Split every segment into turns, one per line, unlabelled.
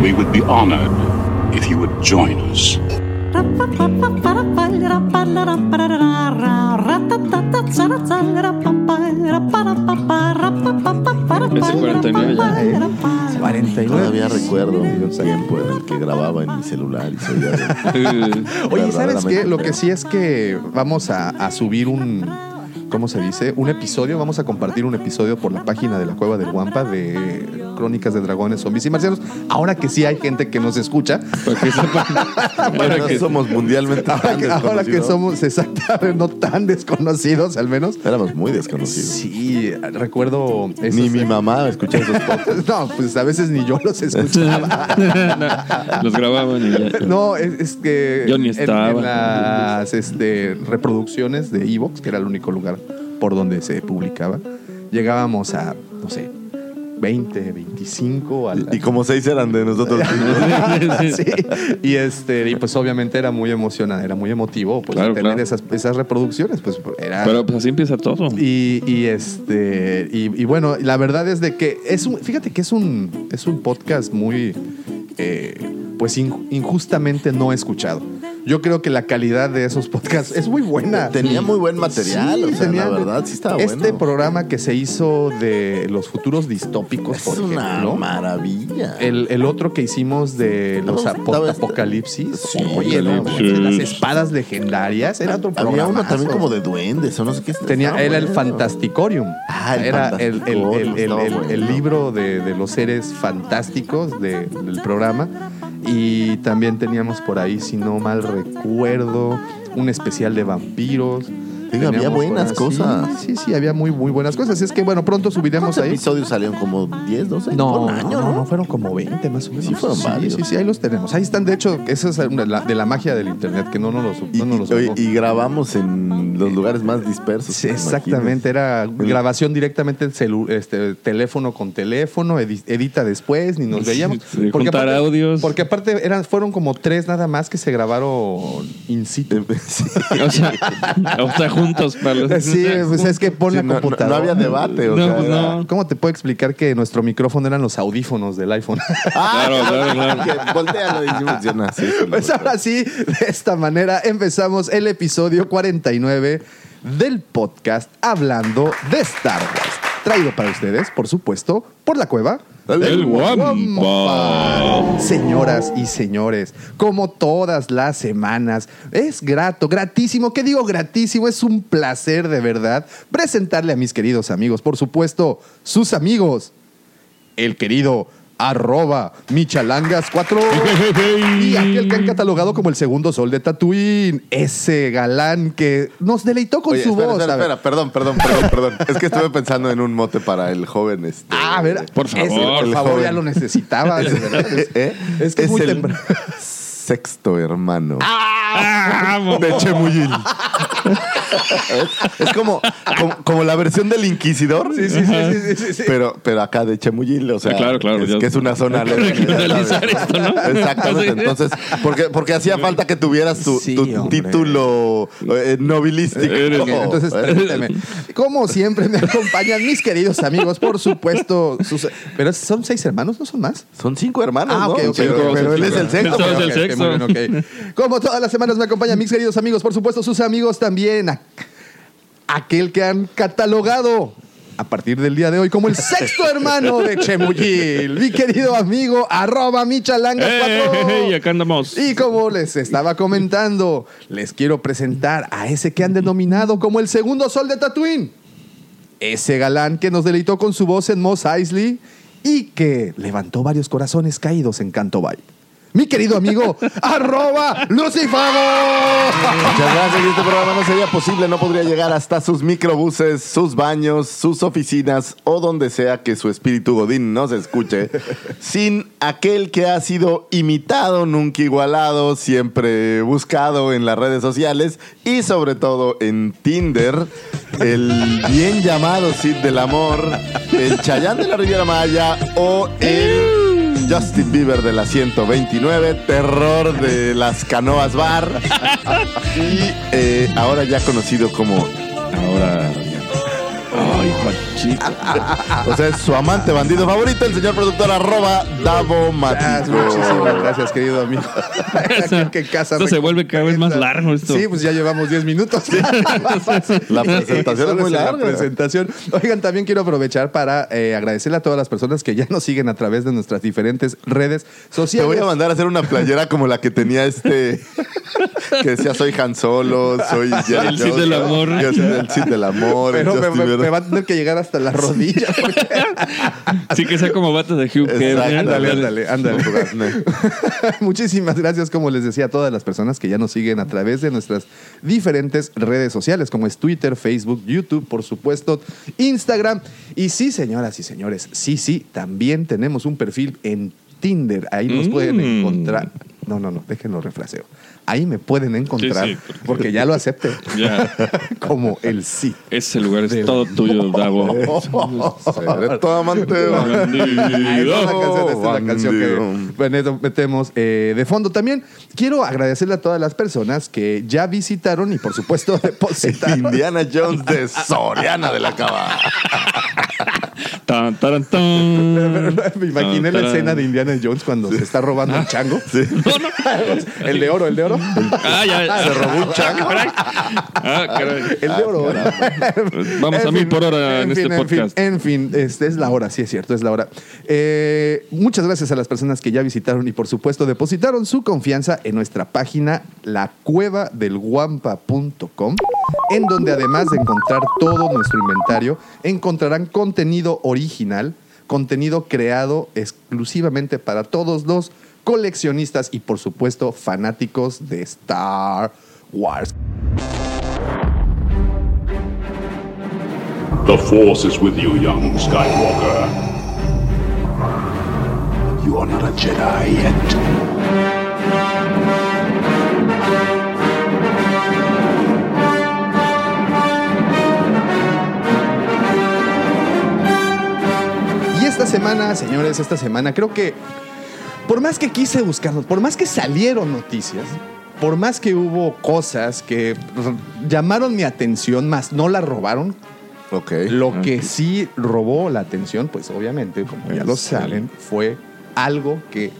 We would be honored if you would join us.
Es el 49 ya.
Eh,
49.
Todavía recuerdo un tiempo en el que grababa en mi celular y se oía de-
Oye, ¿sabes qué?
verdaderamente
Lo que sí es que vamos a, a subir un. ¿Cómo se dice? Un episodio. Vamos a compartir un episodio por la página de la Cueva del Guampa de Crónicas de Dragones, Zombies y Marcianos. Ahora que sí hay gente que nos escucha.
Para que sepan.
Ahora
Ahora
no
que
somos mundialmente tan
Ahora que, ahora que
desconocidos.
somos exactamente no tan desconocidos, al menos.
Éramos muy desconocidos.
Sí, recuerdo. esos-
Ni mi mamá escuchaba esos podcasts.
No, pues a veces ni yo los escuchaba.
los grababan y ya.
No, es, es que
Yo ni
en-
estaba.
En, las este, reproducciones de Evox, que era el único lugar por donde se publicaba, llegábamos a, no sé, 20, 25 al...
Y como seis eran de nosotros.
Sí, y este y pues obviamente era muy emocionante, era muy emotivo pues,
Claro,
tener
claro.
Esas, esas reproducciones, pues era
Pero pues así empieza todo.
y, y, este y, y bueno la verdad es de que es un fíjate que es un es un podcast muy eh, pues in- injustamente no escuchado yo creo que la calidad de esos podcasts es muy buena
Tenía muy buen material,
Sí,
o sea,
tenía-
la verdad sí estaba
este
bueno.
programa que se hizo de los futuros distópicos
es
por
una
ejemplo
maravilla.
el, el otro que hicimos de los
Estaba-
apo-
estaba-
apocalipsis
Sí,
oye no,
sí.
las espadas legendarias era otro
Había
programa
uno también como de duendes o no sé qué.
Tenía,
Estaba
era el
bueno.
Fantasticorium.
Ah, el
era el, el- el- el- el- el
Fantasticorium, ¿no?
libro de, de los seres fantásticos de- del programa. Y también teníamos por ahí, si no mal recuerdo, un especial de vampiros.
Digo, había
Teníamos por
buenas
ahí-
cosas.
Sí, sí, había muy, muy buenas cosas. Es que, bueno, pronto subiremos
¿Cuántos
ahí.
episodios salieron? ¿Como 10, 12?
No,
Fue un año,
no,
¿no?
no, fueron como 20 más o menos.
Sí, fueron
sí,
varios.
sí, sí, ahí los tenemos. Ahí están, de hecho, esa es una de la, de la magia del Internet, que no nos los,
Y,
no nos los
y- oye,
sacó.
y grabamos en los lugares más dispersos. ¿te
Sí,
imaginas?
exactamente, era grabación directamente en celu- este, teléfono con teléfono, edi- edita después, ni nos
Sí,
veíamos.
sí, juntar
aparte,
audios.
Porque aparte eran, fueron como tres nada más que se grabaron in situ.
Sí.
O sea, o sea, juntos para los.
Sí, pues es que pon
Sí,
la
no, no-
computadora.
no había debate, o
No,
sea,
pues
era-
no.
¿Cómo te puedo explicar que nuestro micrófono eran los audífonos del iPhone?
Ah,
Claro, claro,
Que voltealo y sí funciona. sí, sí,
Pues ahora sí, de esta manera empezamos el episodio 49 del podcast Hablando de Star Wars. Traído para ustedes, por supuesto, por la cueva
El guampa.
Guampa. Señoras y señores, como todas las semanas, es grato, gratísimo, ¿qué digo gratísimo? Es un placer de verdad presentarle a mis queridos amigos, por supuesto, sus amigos, el querido arroba michalangas 4 y aquel que han catalogado como el segundo sol de Tatooine, ese galán que nos deleitó con
Oye,
su
espera,
voz.
espera,
a ver.
espera, perdón, perdón, perdón, perdón. Es que estuve pensando en un mote para el joven. Este,
Ah, a ver,
Por favor,
ese, por
el
favor,
joven.
ya lo necesitaba. de verdad.
eh, eh,
Es que es muy
el
temprano.
Sexto hermano.
Ah,
Vamos.
De Chemuyil. es como, como, como la versión del Inquisidor.
Sí, sí, sí, sí, sí, sí, sí.
Pero, pero acá de Chemuyil, o sea,
Ah, claro, claro,
es
ya.
que es una zona
Hay que
alegre,
analizar
¿sabes?
esto, ¿no?
Exactamente, entonces, porque, porque hacía falta que tuvieras tu,
Sí,
tu
hombre.
título eh, nobilístico.
Eres-
Oh,
Ok, entonces,
¿eh?
permíteme. Como siempre, me acompañan mis queridos amigos, por supuesto. sus- pero son seis hermanos, ¿no son más?
Son cinco hermanos,
Ah,
¿no?
ok,
Pero,
ok.
cinco,
pero él
cinco.
es el sexto.
Entonces,
pero-
el
Ok, ok,
sexto.
muy bien, ok. Como todas las semanas me acompañan mis queridos amigos, por supuesto, sus amigos también. a- aquel que han catalogado a partir del día de hoy como el sexto hermano de Chemuyil. Mi querido amigo, arroba michalanga
Ey, ey, ey, acá andamos.
y como les estaba comentando, les quiero presentar a ese que han denominado como el segundo sol de Tatooine. Ese galán que nos deleitó con su voz en Moss Eisley y que levantó varios corazones caídos en Canto Bay. mi querido amigo, arroba Lucifago.
Muchas gracias. Este programa no sería posible, no podría llegar hasta sus microbuses, sus baños, sus oficinas o donde sea que su espíritu godín nos escuche sin aquel que ha sido imitado, nunca igualado, siempre buscado en las redes sociales y sobre todo en Tinder, el bien llamado Cid del Amor, el Chayán de la Riviera Maya o el... Justin Bieber de la 129, Terror de las Canoas Bar y eh, ahora ya conocido como,
Ahora. Ay, Juanchito.
o sea, es su amante bandido favorito, el señor productor arroba Davo
Gracias,
Matico.
muchísimas gracias, querido amigo. Qué- qué casa
esto se
me-
vuelve cada vez más largo, esto.
Sí, pues ya llevamos 10 minutos.
La presentación es muy larga.
La presentación. Oigan, también quiero aprovechar para eh, agradecerle a todas las personas que ya nos siguen a través de nuestras diferentes redes
Te
sociales.
voy a mandar a hacer una playera como la que tenía este, que decía soy Han Solo, soy Indiana
El Cid
Jones,
del amor.
yo soy el Cid del amor, el
Pero me,
Justin
me-
Bieber.
me va a tener que llegar hasta las rodillas.
Así que sea como bata de Hugh Hefner.
Exacto.
Ándale, ándale, ándale. Muchísimas gracias, como les decía, a todas las personas que ya nos siguen a través de nuestras diferentes redes sociales, como es Twitter, Facebook, YouTube, por supuesto, Instagram. Y sí, señoras y señores, sí, sí, también tenemos un perfil en Tinder. Ahí nos
Mm.
pueden encontrar. No, no, no, déjenlo refraseo. Ahí me pueden encontrar,
Sí, sí,
porque... ya lo acepté,
Ya.
como el sí.
Ese lugar es todo tuyo, Davo.
Seré tu amante
Ay, no, esa canción, esta es la canción
bandido.
que bueno, metemos eh, de fondo. También quiero agradecerle a todas las personas que ya visitaron y por supuesto depositaron. Ah,
Indiana Jones de Soriana de la Cava.
Tan, taran, tan.
Me imaginé
Tan,
la
taran.
escena de Indiana Jones cuando se está robando un chango.
No, no.
El de oro, el de oro.
Ah, ya. Se robó un chango. Ah, caray. Ah,
El de oro.
Vamos a
En
mil
fin,
por hora en este
fin,
podcast.
En fin, este es la hora, sí es cierto, es la hora. Eh, muchas gracias a las personas que ya visitaron y por supuesto depositaron su confianza en nuestra página lacuevadelguampa.com, en donde además de encontrar todo nuestro inventario, encontrarán contenido original, contenido creado exclusivamente para todos los coleccionistas y por supuesto fanáticos de Star Wars.
The Force is with you, young Skywalker. You are not a Jedi yet.
Y esta semana, señores, esta semana creo que por más que quise buscarlos, por más que salieron noticias, por más que hubo cosas que r- llamaron mi atención, más no la robaron,
Ok.
lo que sí robó la atención, pues obviamente, como ya
Este.
lo
Sí.
saben, fue algo que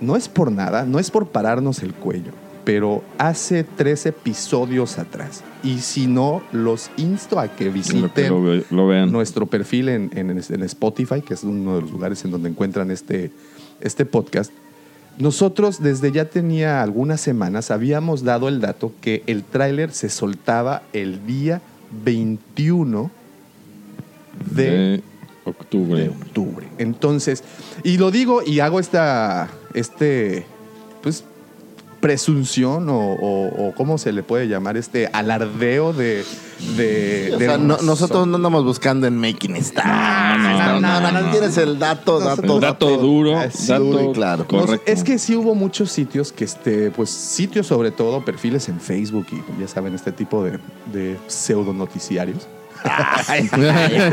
no es por nada, no es por pararnos el cuello, pero hace tres episodios atrás. Y si no, los insto a que visiten
Lo, ve- lo vean.
nuestro perfil en, en- en Spotify, que es uno de los lugares en donde encuentran este, este podcast, nosotros desde ya tenía algunas semanas habíamos dado el dato que el tráiler se soltaba el día 21 de
de octubre.
de octubre. Entonces, y lo digo y hago esta, este, pues, presunción o, o- o cómo se le puede llamar este alardeo de... de,
O
de
sea, no- nosotros
razón.
no andamos buscando en Making Star.
No, no,
No, no,
no,
no,
no.
tienes el dato, dato,
El dato duro,
Ah, sí,
dato
duro y claro.
No sé,
Correcto.
es que sí hubo muchos sitios que, este, pues, sitios sobre todo, perfiles en Facebook y ya saben, este tipo de, de pseudo noticiarios.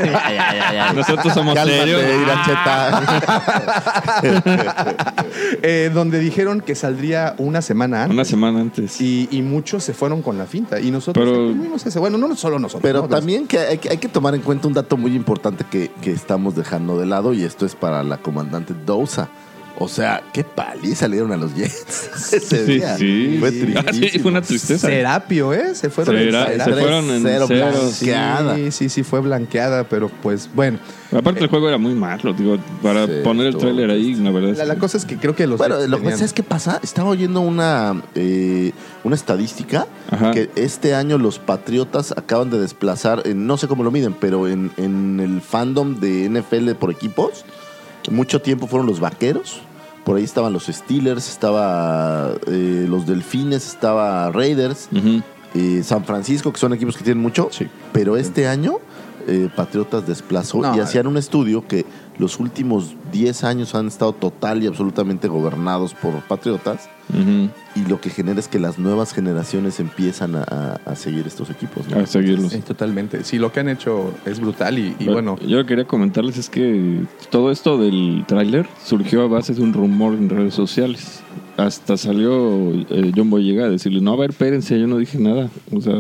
Nosotros somos serios.
Cálmate, Iracheta.
Ah.
eh, donde dijeron que saldría una semana antes.
Una semana antes.
Y, y muchos se fueron con la finta. Y nosotros
Pero-
tuvimos ese. Bueno, no solo nosotros.
Pero
¿no? Los-
también que hay, que hay que tomar en cuenta un dato muy importante que, que estamos dejando de lado y esto es para la comandante Dousa. O sea, qué paliza le dieron a los Jets ese
Sí,
día.
sí.
Fue
Sí.
tristísimo.
Ah, sí, fue una tristeza.
Serapio, ¿eh? Se fueron
Sera-
en
se
Serapio.
fueron en
Cero
ceros.
blanqueada.
Sí, sí, sí, fue blanqueada, pero pues bueno.
Aparte, el juego era muy malo. Digo, para
Sí,
poner el
estuvo
tráiler ahí, la verdad. es
La, la
que-
cosa es que creo que los.
Bueno,
Jets
lo que
tenían-
pasa es que pasa, estaba oyendo una, eh, una estadística
Ajá.
que este año los Patriotas acaban de desplazar, en- no sé cómo lo miden, pero en, en el fandom de NFL por equipos, mucho tiempo fueron los Vaqueros, Por ahí estaban los Steelers, estaba eh, los Delfines, estaba Raiders,
Ujú.
eh, San Francisco, que son equipos que tienen mucho.
Sí.
Pero este año eh, Patriotas desplazó
No,
y hacían un estudio que los últimos 10 años han estado total y absolutamente gobernados por Patriotas.
Ujú.
Y lo que genera es que las nuevas generaciones empiezan a, a- a seguir estos equipos. ¿no?
A seguirlos.
Sí, totalmente. Sí, lo que han hecho es brutal y, y
Pero
bueno.
Yo lo que quería comentarles es que todo esto del tráiler surgió a base de un rumor en redes sociales. Hasta salió eh, John Boyega a decirle, no, a ver, espérense, yo no dije nada. O sea,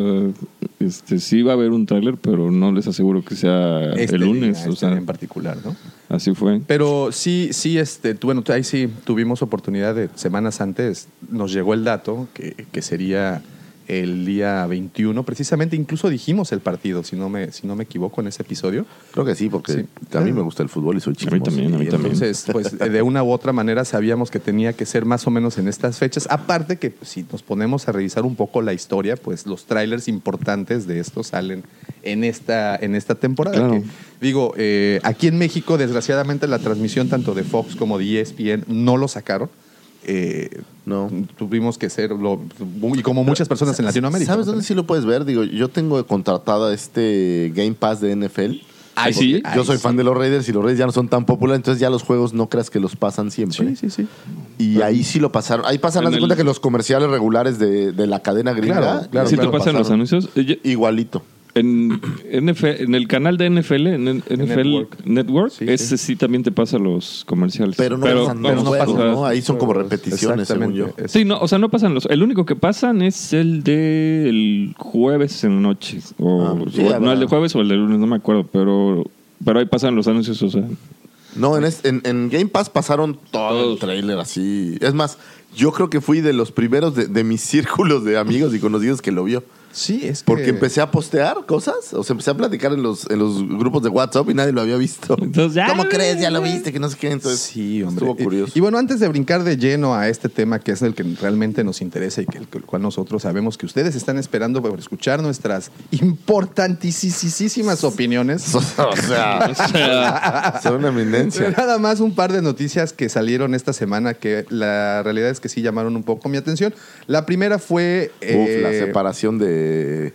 este, sí va a haber un tráiler, pero no les aseguro que sea
este
el lunes.
día,
o
este
sea,
en particular, ¿no?
así fue.
Pero sí, sí, este, tu- bueno, ahí sí tuvimos oportunidad de semanas antes, nos llegó el dato que, que sería el día 21, precisamente incluso dijimos el partido, si no me, si no me equivoco en ese episodio.
Creo que sí, porque
Sí.
a mí me gusta el fútbol y soy chismoso.
también, a mí
Y
también.
Entonces, pues de una u otra manera sabíamos que tenía que ser más o menos en estas fechas. Aparte que pues, si nos ponemos a revisar un poco la historia, pues los trailers importantes de esto salen en esta, en esta temporada.
Claro.
que, digo, eh, aquí en México, desgraciadamente, la transmisión tanto de Fox como de E ESPN no lo sacaron. Eh,
No.
Tuvimos que ser, lo- y como muchas personas en Latinoamérica.
¿Sabes
¿no?
dónde sí lo puedes ver? Digo, yo tengo contratada este Game Pass de NFL.
Ay, sí.
Yo soy fan de los Raiders y los Raiders ya no son tan populares, entonces ya los juegos no creas que los pasan siempre.
Sí, sí, sí.
Y ahí sí lo pasaron. Ahí pasan,
En
haz de
el-
cuenta que los comerciales regulares de, de la cadena gringa.
Claro, claro,
si
claro,
te pasan los
pasaron.
anuncios, eh, yo-
Igualito.
en, NFL en el canal de NFL, en el NFL
Network.
Network,
Sí,
ese sí. también te pasa los comerciales.
Pero no pasan los
vamos, Pues,
juegos,
o sea,
¿no? Ahí son como repeticiones, según yo.
Exactamente.
Sí, no, o sea, no pasan los. El único que pasan es el de el jueves en la noche. O,
Ah, sí,
o-
ya
no,
va.
el de jueves o el de lunes, no me acuerdo. Pero, pero ahí pasan los anuncios, o sea.
No, en, es- en- en Game Pass pasaron todo el
Todos.
trailer así. Es más, yo creo que fui de los primeros de, de mis círculos de amigos y conocidos que lo vio.
Sí, es que-
Porque empecé a postear cosas, o sea, empecé a platicar en los, en los grupos de WhatsApp y nadie lo había visto.
Entonces, ya-
¿Cómo crees? Ya lo viste, que no sé qué. Entonces,
sí, hombre.
Estuvo
Y-
curioso.
Y, bueno, antes de brincar de lleno a este tema que es el que realmente nos interesa y que el cual nosotros sabemos que ustedes están esperando por escuchar nuestras importantísimas opiniones.
o sea,
O sea,
son una eminencia.
Nada más un par de noticias que salieron esta semana que la realidad es que sí llamaron un poco mi atención. La primera fue eh,
Uf, la separación de.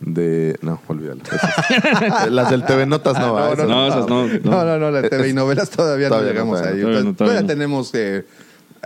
de no, olvídalo. Esas. Las del TV Notas no, va, esas
no, esas no.
Ah, No, no, no, la TV y novelas todavía no
Todavía no,
llegamos
todavía
ahí.
no,
Todavía,
todavía no, todavía
tenemos, eh,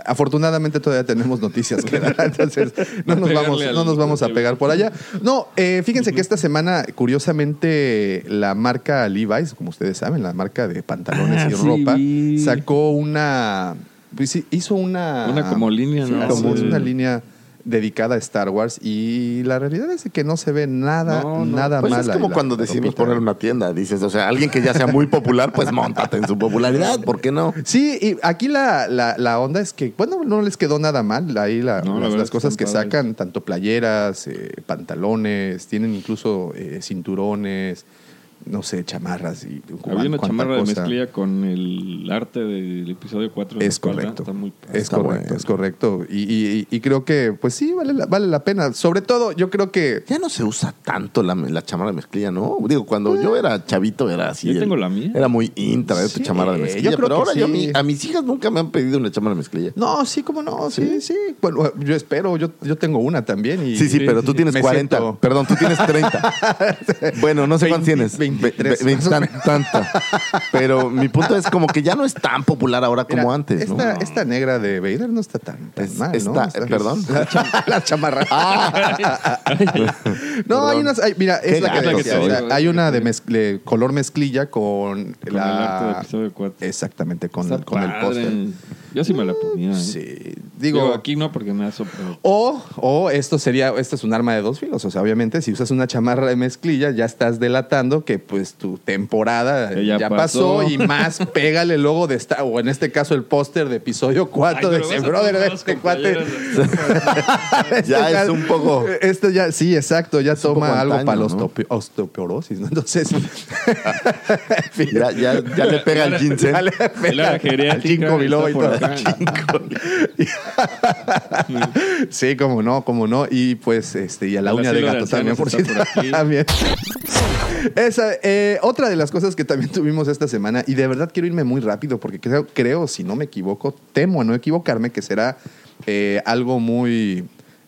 afortunadamente todavía tenemos noticias que dar, entonces no nos,
Pegarle
vamos,
al-
no nos vamos a pegar por allá. No, eh, fíjense que esta semana, curiosamente, la marca Levi's, como ustedes saben, la marca de pantalones
Ah,
y
sí,
ropa,
vi.
sacó una, pues, sí, hizo una...
Una como línea,
Sí,
¿no?
así
Como
es,
de-
una línea dedicada a Star Wars y la realidad es que no se ve nada,
No, no.
nada
Pues
mal.
es
ahí
como
la-
cuando
la
decimos
ropita.
poner una tienda. Dices, o sea, alguien que ya sea muy popular, pues montate en su popularidad, ¿por qué no?
Sí, y aquí la, la, la onda es que, bueno, no les quedó nada mal. Ahí la-
No, la
las,
verdad
las
es que
cosas que
están padres.
sacan, tanto playeras, eh, pantalones, tienen incluso eh, cinturones, no sé, chamarras y cuan-
había una
cuanta
chamarra de
cosa.
mezclilla con el arte del episodio 4. de
Es
Star Wars,
correcto.
Está muy
Es
Está
correcto,
bueno.
es correcto. Y, y- y creo que, pues sí, vale la, vale la pena. Sobre todo, yo creo que.
Ya no se usa tanto la, la chamarra de mezclilla, ¿no? Digo, cuando
Eh.
yo era chavito era así.
Yo
el-
tengo la mía.
Era muy intra tu
Sí,
chamarra de
yo
mezclilla.
creo
Pero
que
ahora yo a,
sí.
mi- a mis hijas nunca me han pedido una chamarra de mezclilla.
No, sí, cómo no, sí, sí. Bueno, yo espero, yo, yo tengo una también. Y,
Sí, sí, pero tú tienes
me
40.
siento-
Perdón, tú tienes 30. bueno, no sé cuánto
Veinti-
tienes.
veintitrés,
Ve- ve-
más o
tan-
menos.
tanto. Pero mi punto es como que ya no es tan popular ahora como
Mira,
antes. ¿no?
Esta, esta negra de Vader no está tan, tan
Es-
mal, ¿no?
esta-
Está-
perdón. Ah.
La, cham- la chamarra. no,
Perdón.
hay unas. hay- mira,
Qué
es la que
gato
decía,
soy.
o sea, hay una de, mezc- de color mezclilla con,
Con el
la.
arte del episodio 4.
Exactamente, con,
Está
con el
padre.
póster.
Yo sí me la ponía. ¿eh?
Sí.
Digo,
Digo,
aquí no porque me ha soplado.
O, o esto sería, esto es un arma de dos filos. O sea, obviamente, si usas una chamarra de mezclilla, ya estás delatando que pues tu temporada
Que
ya,
ya
pasó.
pasó.
y más pégale el logo de esta, o en este caso el póster de episodio 4
Ay,
de
pero
ese
vas a
brother de
todos
este
con
cuate.
playeras
Este
Ya es un poco-
Esto ya, sí, exacto, ya
un poco
toma algo
antaño,
para los
¿no?
osteoporosis, ¿no? Entonces, en fin,
Ya, ya, ya le pega al ginseng.
dale,
El área
al
geriátrica
ginkgo biloba y
está por
todo. Sí, como no, como no. Y pues, este, y a la
El
uña de
asilo de
gato también,
ancianos
por
está
cierto.
por aquí.
También. Esa, eh, otra de las cosas que también tuvimos esta semana, y de verdad quiero irme muy rápido porque creo, creo si no me equivoco, temo a no equivocarme, que será eh, algo muy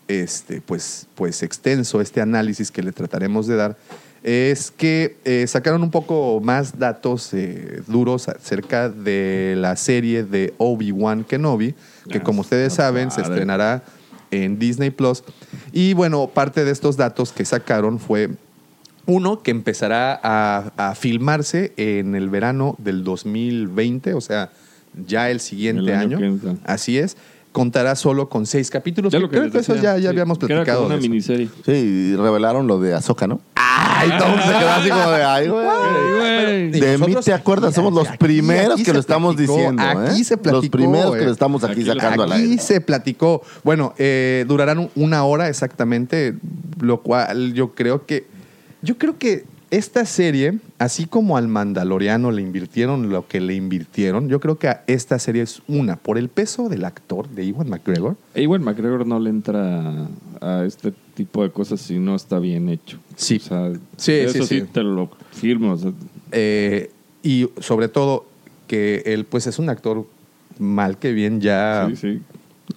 este, pues, pues extenso este análisis que le trataremos de dar, es que eh, sacaron un poco más datos eh, duros acerca de la serie de Obi-Wan Kenobi, que
Ah,
como ustedes
está
saben se
padre.
estrenará en Disney Plus. Y bueno, parte de estos datos que sacaron fue uno que empezará a, a filmarse en el verano del 2020, o sea, ya el siguiente
El año
año.
que entra.
Así es. Contará solo con seis capítulos.
Ya lo que
Creo
les
que eso
decía.
ya, ya
Sí,
habíamos
que era como
platicado.
una
de eso. ¡Ah!
miniserie.
Sí, y revelaron lo de Azoka, ¿no?
Ay, todo
Se quedó así como de, ay, güey.
Güey,
De mí te acuerdas, somos los primeros que lo estamos diciendo.
Aquí
¿eh?
se platicó.
Los primeros que
eh.
lo estamos aquí,
Aquí-
sacando al
Aquí
aire.
se platicó. Bueno, eh, durarán un- una hora exactamente, lo cual yo creo que. Yo creo que esta serie, así como al Mandaloriano le invirtieron lo que le invirtieron, yo creo que a esta serie es una, por el peso del actor de Iwan McGregor.
Ewan McGregor no le entra a este tipo de cosas si no está bien hecho.
Sí.
O sea,
Sí,
eso
sí,
sí,
sí.
te lo firmo. o sea,
eh, y sobre todo que él, pues, es un actor mal que bien ya.
sí, sí.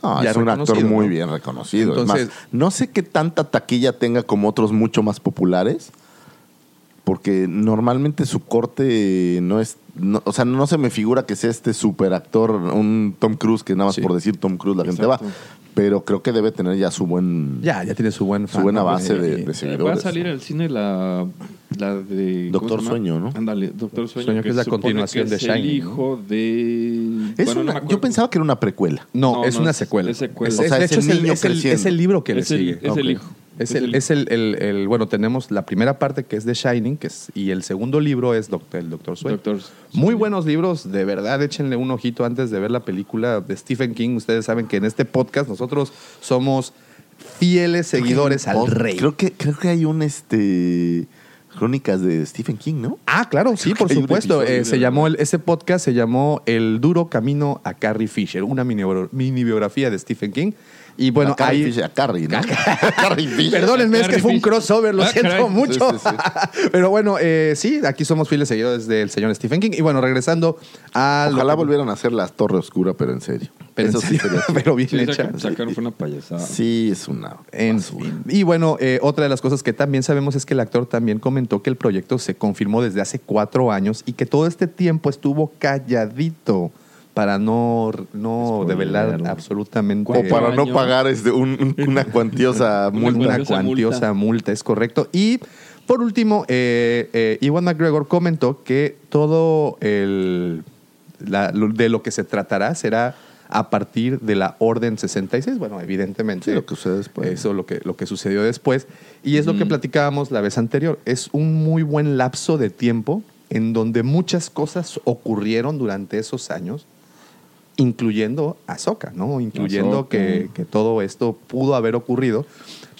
No,
Ya
es un actor
reconocido,
muy
¿no?
bien reconocido. Es más,
Entonces-
no sé qué tanta taquilla tenga como otros mucho más populares, porque normalmente su corte no es. no- o sea, no se me figura que sea este super actor, un Tom Cruise, que nada más
Sí.
por decir Tom Cruise la gente va. Pero creo que debe tener ya su buen.
Ya, ya tiene su buen
Su
fan,
buena
¿no?
base de-
Eh,
Va
de seguir.
a
Seguidores.
salir al cine la, la de... ¿cómo
Doctor
se llama?
Sueño, ¿no?
Ándale, Doctor Sueño.
Sueño, que es la
se supone
continuación
que
de
es
Shining,
el
¿no?
hijo de...
Es
bueno, no
una-
me acuerdo.
yo pensaba que era una precuela.
No,
No,
es
no,
una
es-
secuela.
es secuela.
O sea,
de
es
hecho,
el niño
es, el,
creciendo.
es el libro que
Es
le
el-
sigue.
es
Ok.
el hijo.
Es,
Es
el,
el-
es el, el- el- bueno, tenemos la primera parte que es de Shining, que es, y el segundo libro es Doc- el Doctor Sueño.
Doctor
Muy buenos libros, de verdad, échenle un ojito antes de ver la película de Stephen King. Ustedes saben que en este podcast nosotros somos fieles seguidores al
Pod-
rey.
Creo que, creo que hay un este crónicas de Stephen King, ¿no?
Ah, claro, sí, por
Hay un
supuesto.
episodio
Eh,
de
se llamó el- ese podcast se llamó El duro camino a Carrie Fisher, una mini, mini biografía de Stephen King. Y bueno,
a Carrie
ahí
Fisher, a Carrie, ¿no? Carrie Fisher.
Perdónenme, es que fue un crossover, lo
Ah,
siento
caray.
mucho.
Sí,
Pero bueno, eh, sí, aquí somos fieles seguidores del señor Stephen King. Y bueno, regresando a. lo
Ojalá
que-
volvieran a hacer la Torre Oscura, pero en serio.
Pero,
Eso
en serio,
sí sería chido.
pero bien
Sí,
hecha.
sacaron, sacaron fue una payasada.
Sí, es una.
En
basura.
fin. Y bueno, eh, otra de las cosas que también sabemos es que el actor también comentó que el proyecto se confirmó desde hace cuatro años y que todo este tiempo estuvo calladito para no, no
Spoiler.
develar absolutamente
O para no
Año.
pagar este, un- un- una cuantiosa
Una
multa.
buena
una
Cuantiosa
cuantiosa multa. es correcto. Y por último, eh, eh, Iwan McGregor comentó que todo el, la- lo- de lo que se tratará será a partir de la Orden 66. Bueno, evidentemente.
Sí, lo que sucede después.
Eso, lo que, lo que sucedió después. Y es lo que platicábamos la vez anterior. Es un muy buen lapso de tiempo en donde muchas cosas ocurrieron durante esos años incluyendo Ahsoka, ¿no? Incluyendo
Ahsoka.
Que, que todo esto pudo haber ocurrido.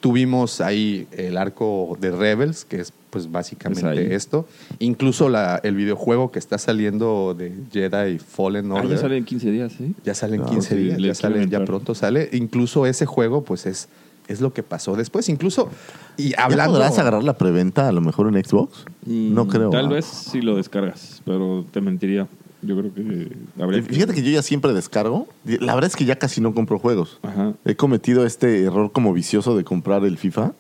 Tuvimos ahí el arco de Rebels, que es pues básicamente
Es ahí.
esto. Incluso la- el videojuego que está saliendo de Jedi Fallen
Ah,
Order.
ya sale en 15 días, ¿eh? ¿sí?
Ya salen
Ah,
15
sí,
días,
le
ya, sale-
quieren
ya
entrar.
pronto sale. Incluso ese juego, pues es, es lo que pasó después. Incluso, y
¿Ya
hablando...
podrás agarrar la preventa a lo mejor en Xbox? no
Mm,
creo.
Tal
¿ah?
vez si lo descargas, pero te mentiría. Yo creo que habría
Eh, Fíjate que yo ya siempre descargo. La verdad es que ya casi no compro juegos.
Ajá.
He cometido este error como vicioso de comprar el FIFA.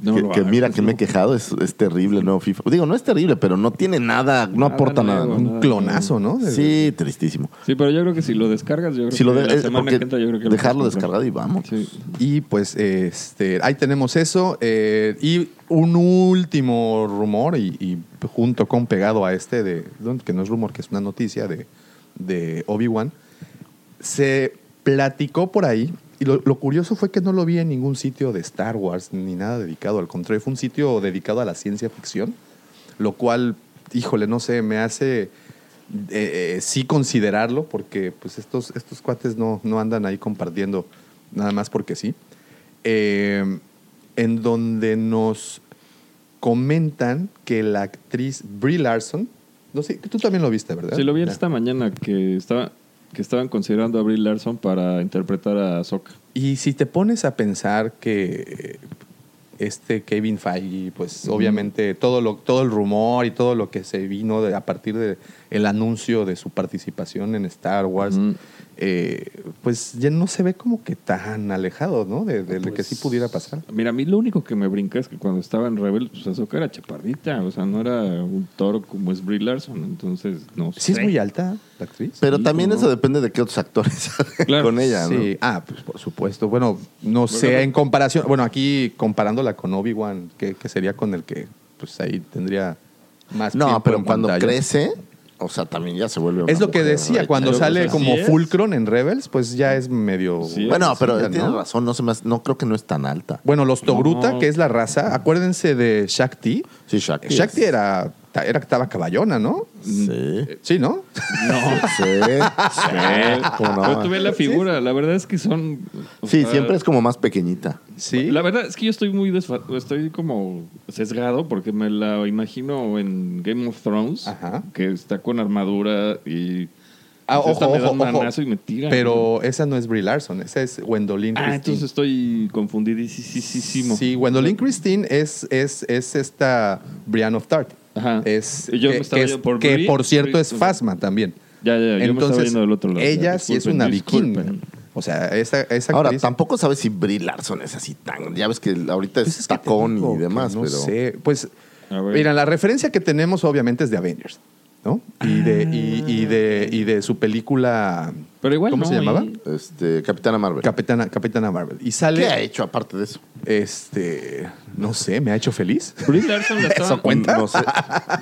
No
que
lo
que
hagas,
mira que
no.
me he quejado, es, es terrible el nuevo FIFA. Digo, no es terrible, pero no tiene nada, no
Nada
aporta nada.
nuevo,
¿no?
Un clonazo, ¿no? De-
Sí, tristísimo.
Sí, pero yo creo que si lo descargas, yo creo
Si lo
que
de-
la
es
semana
porque
que entra, yo creo que lo
dejarlo
puedes comprar.
descargado y vamos.
Sí.
Y pues este, ahí tenemos eso. eh, y un último rumor, y, y junto con pegado a este, de, que no es rumor, que es una noticia de, de Obi-Wan, se platicó por ahí. Y lo, lo curioso fue que no lo vi en ningún sitio de Star Wars ni nada dedicado. Al contrario, fue un sitio dedicado a la ciencia ficción, lo cual, híjole, no sé, me hace eh, eh, sí considerarlo, porque pues estos, estos cuates no, no andan ahí compartiendo nada más porque sí. Eh, en donde nos comentan que la actriz Brie Larson, no sé, tú también lo viste, ¿verdad?
Sí, lo vi
Ya.
esta mañana que estaba. que estaban considerando a Brie Larson para interpretar a Ahsoka.
Y si te pones a pensar que este Kevin Feige, pues obviamente todo, lo, todo el rumor y todo lo que se vino de- a partir del el anuncio de su participación en Star Wars,
Ujú.
eh, pues ya no se ve como que tan alejado, ¿no? De, de lo que
Pues,
sí pudiera pasar.
Mira, a mí lo único que me brinca es que cuando estaba en Rebel, pues Ahsoka era chapardita, o sea, no era un toro como es Brie Larson, entonces no
Sí, es
sé.
muy alta la actriz.
Pero
Sí,
también
¿cómo
eso
no?
depende de qué otros actores hagan
Claro,
con ella, ¿no?
Sí. Ah, pues por supuesto. Bueno, no sé,
pero-
en comparación, bueno, aquí comparándola con Obi-Wan, que, sería con el que, pues ahí tendría más
No,
tiempo
pero
en
cuando
pantalla.
crece, o sea, también ya se vuelve. una
Es lo que
mujer,
decía,
¿no?
cuando
Pero,
sale
pues,
como
así es.
Fulcron en Rebels, pues ya es medio...
Sí es.
Bueno, pero
ya,
tienes
¿no?
razón, no, se me hace- no creo que no es tan alta.
Bueno, los Togruta,
No.
que es la raza, acuérdense de Shakti.
Sí, Shakti.
Shakti
es-
era, ta- era estaba caballona, ¿no?
Sí.
Sí, ¿no?
Mm, No.
Sí. sí. ¿Cómo Ah, no?
Pero tú ves la figura, la verdad es que son... o
Sí,
sea,
siempre es como más pequeñita.
Sí.
La verdad es que yo estoy muy desfa- estoy como sesgado porque me la imagino en Game of Thrones,
Ajá.
que está con armadura y
Ah,
Esta
ojo,
me da
ojo,
un
ojo.
manazo y me tira.
Pero esa no es Brie Larson, esa es Gwendolyn
Ah,
Christine.
entonces estoy confundidísimo.
Sí, Gwendolyn Christine es, es, es esta Brienne of Tarth.
Ajá.
Es,
Y yo me
que,
estaba
que es-
yendo por
que,
Brie,
por cierto
Brie,
es
o sea.
Fasma también.
Ah, Ya, ya, yo me estaba
Entonces,
yendo del otro lado.
ella
Ya,
sí es
disculpen,
una viking.
disculpen.
O sea, esa, esa
Ahora,
actriz-
tampoco sabes si Brie Larson es así tan. Ya ves que ahorita
Pues
es,
es que te
tacón
digo
y
que
demás,
no
pero.
sé. Pues,
A ver.
mira, la referencia que tenemos obviamente es de Avengers, ¿no? Y de, y, y de, y de su película.
Pero igual
¿Cómo
no,
se llamaba?
¿eh?
Este, Capitana Marvel.
Capitana, Capitana Marvel. Y
¿Qué ha
sale.
hecho aparte de eso?
Este. No sé, me ha hecho feliz.
Brie Larson la estaban-
No sé.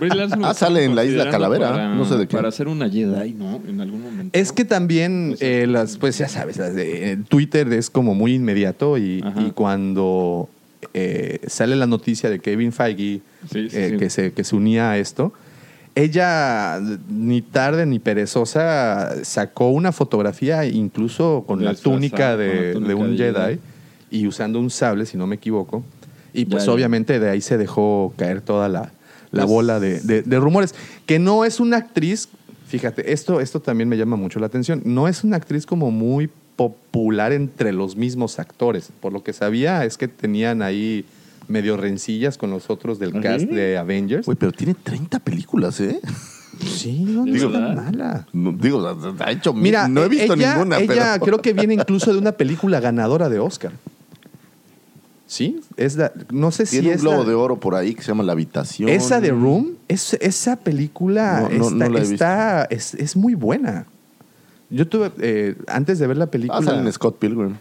Brie Larson la
Ah,
estaban
sale en la Isla
considerando
Calavera,
para-
no sé de qué.
Para ser una Jedi, ¿no? En algún momento.
Es que también,
O sea,
eh, las, pues ya sabes, las de- en Twitter es como muy inmediato y,
Ajá.
y cuando eh, sale la noticia de Kevin Feige
Sí, sí,
eh,
sí.
Que, se, que se unía a esto, ella ni tarde ni perezosa sacó una fotografía incluso con la
Disfrazada,
túnica
con
de,
la túnica
de
de
un Jedi,
Jedi.
y usando un sable, si no me equivoco. Y
Ya,
pues
ya.
obviamente de ahí se dejó caer toda la, la
Pues-
bola de, de- de rumores. Que no es una actriz, fíjate, esto, esto también me llama mucho la atención, no es una actriz como muy popular entre los mismos actores. Por lo que sabía es que tenían ahí medio rencillas con los otros del
¿Ah,
cast
sí?
de Avengers.
Güey, pero tiene 30 películas, ¿eh?
sí, no, no
¿De
es tan
verdad?
mala.
No, digo, o sea, ha hecho. mil-
Mira,
no he visto
ella,
ninguna,
ella
pero.
creo que viene incluso de una película ganadora de Oscar. Sí, es la- no sé si
Tiene un
es
globo
la-
de oro por ahí que se llama La Habitación.
Esa de Room, es, esa película
No, no, no
está,
la he
está- es, es muy buena. Yo tuve, eh, antes de ver la película...
Ah, sale en Scott Pilgrim.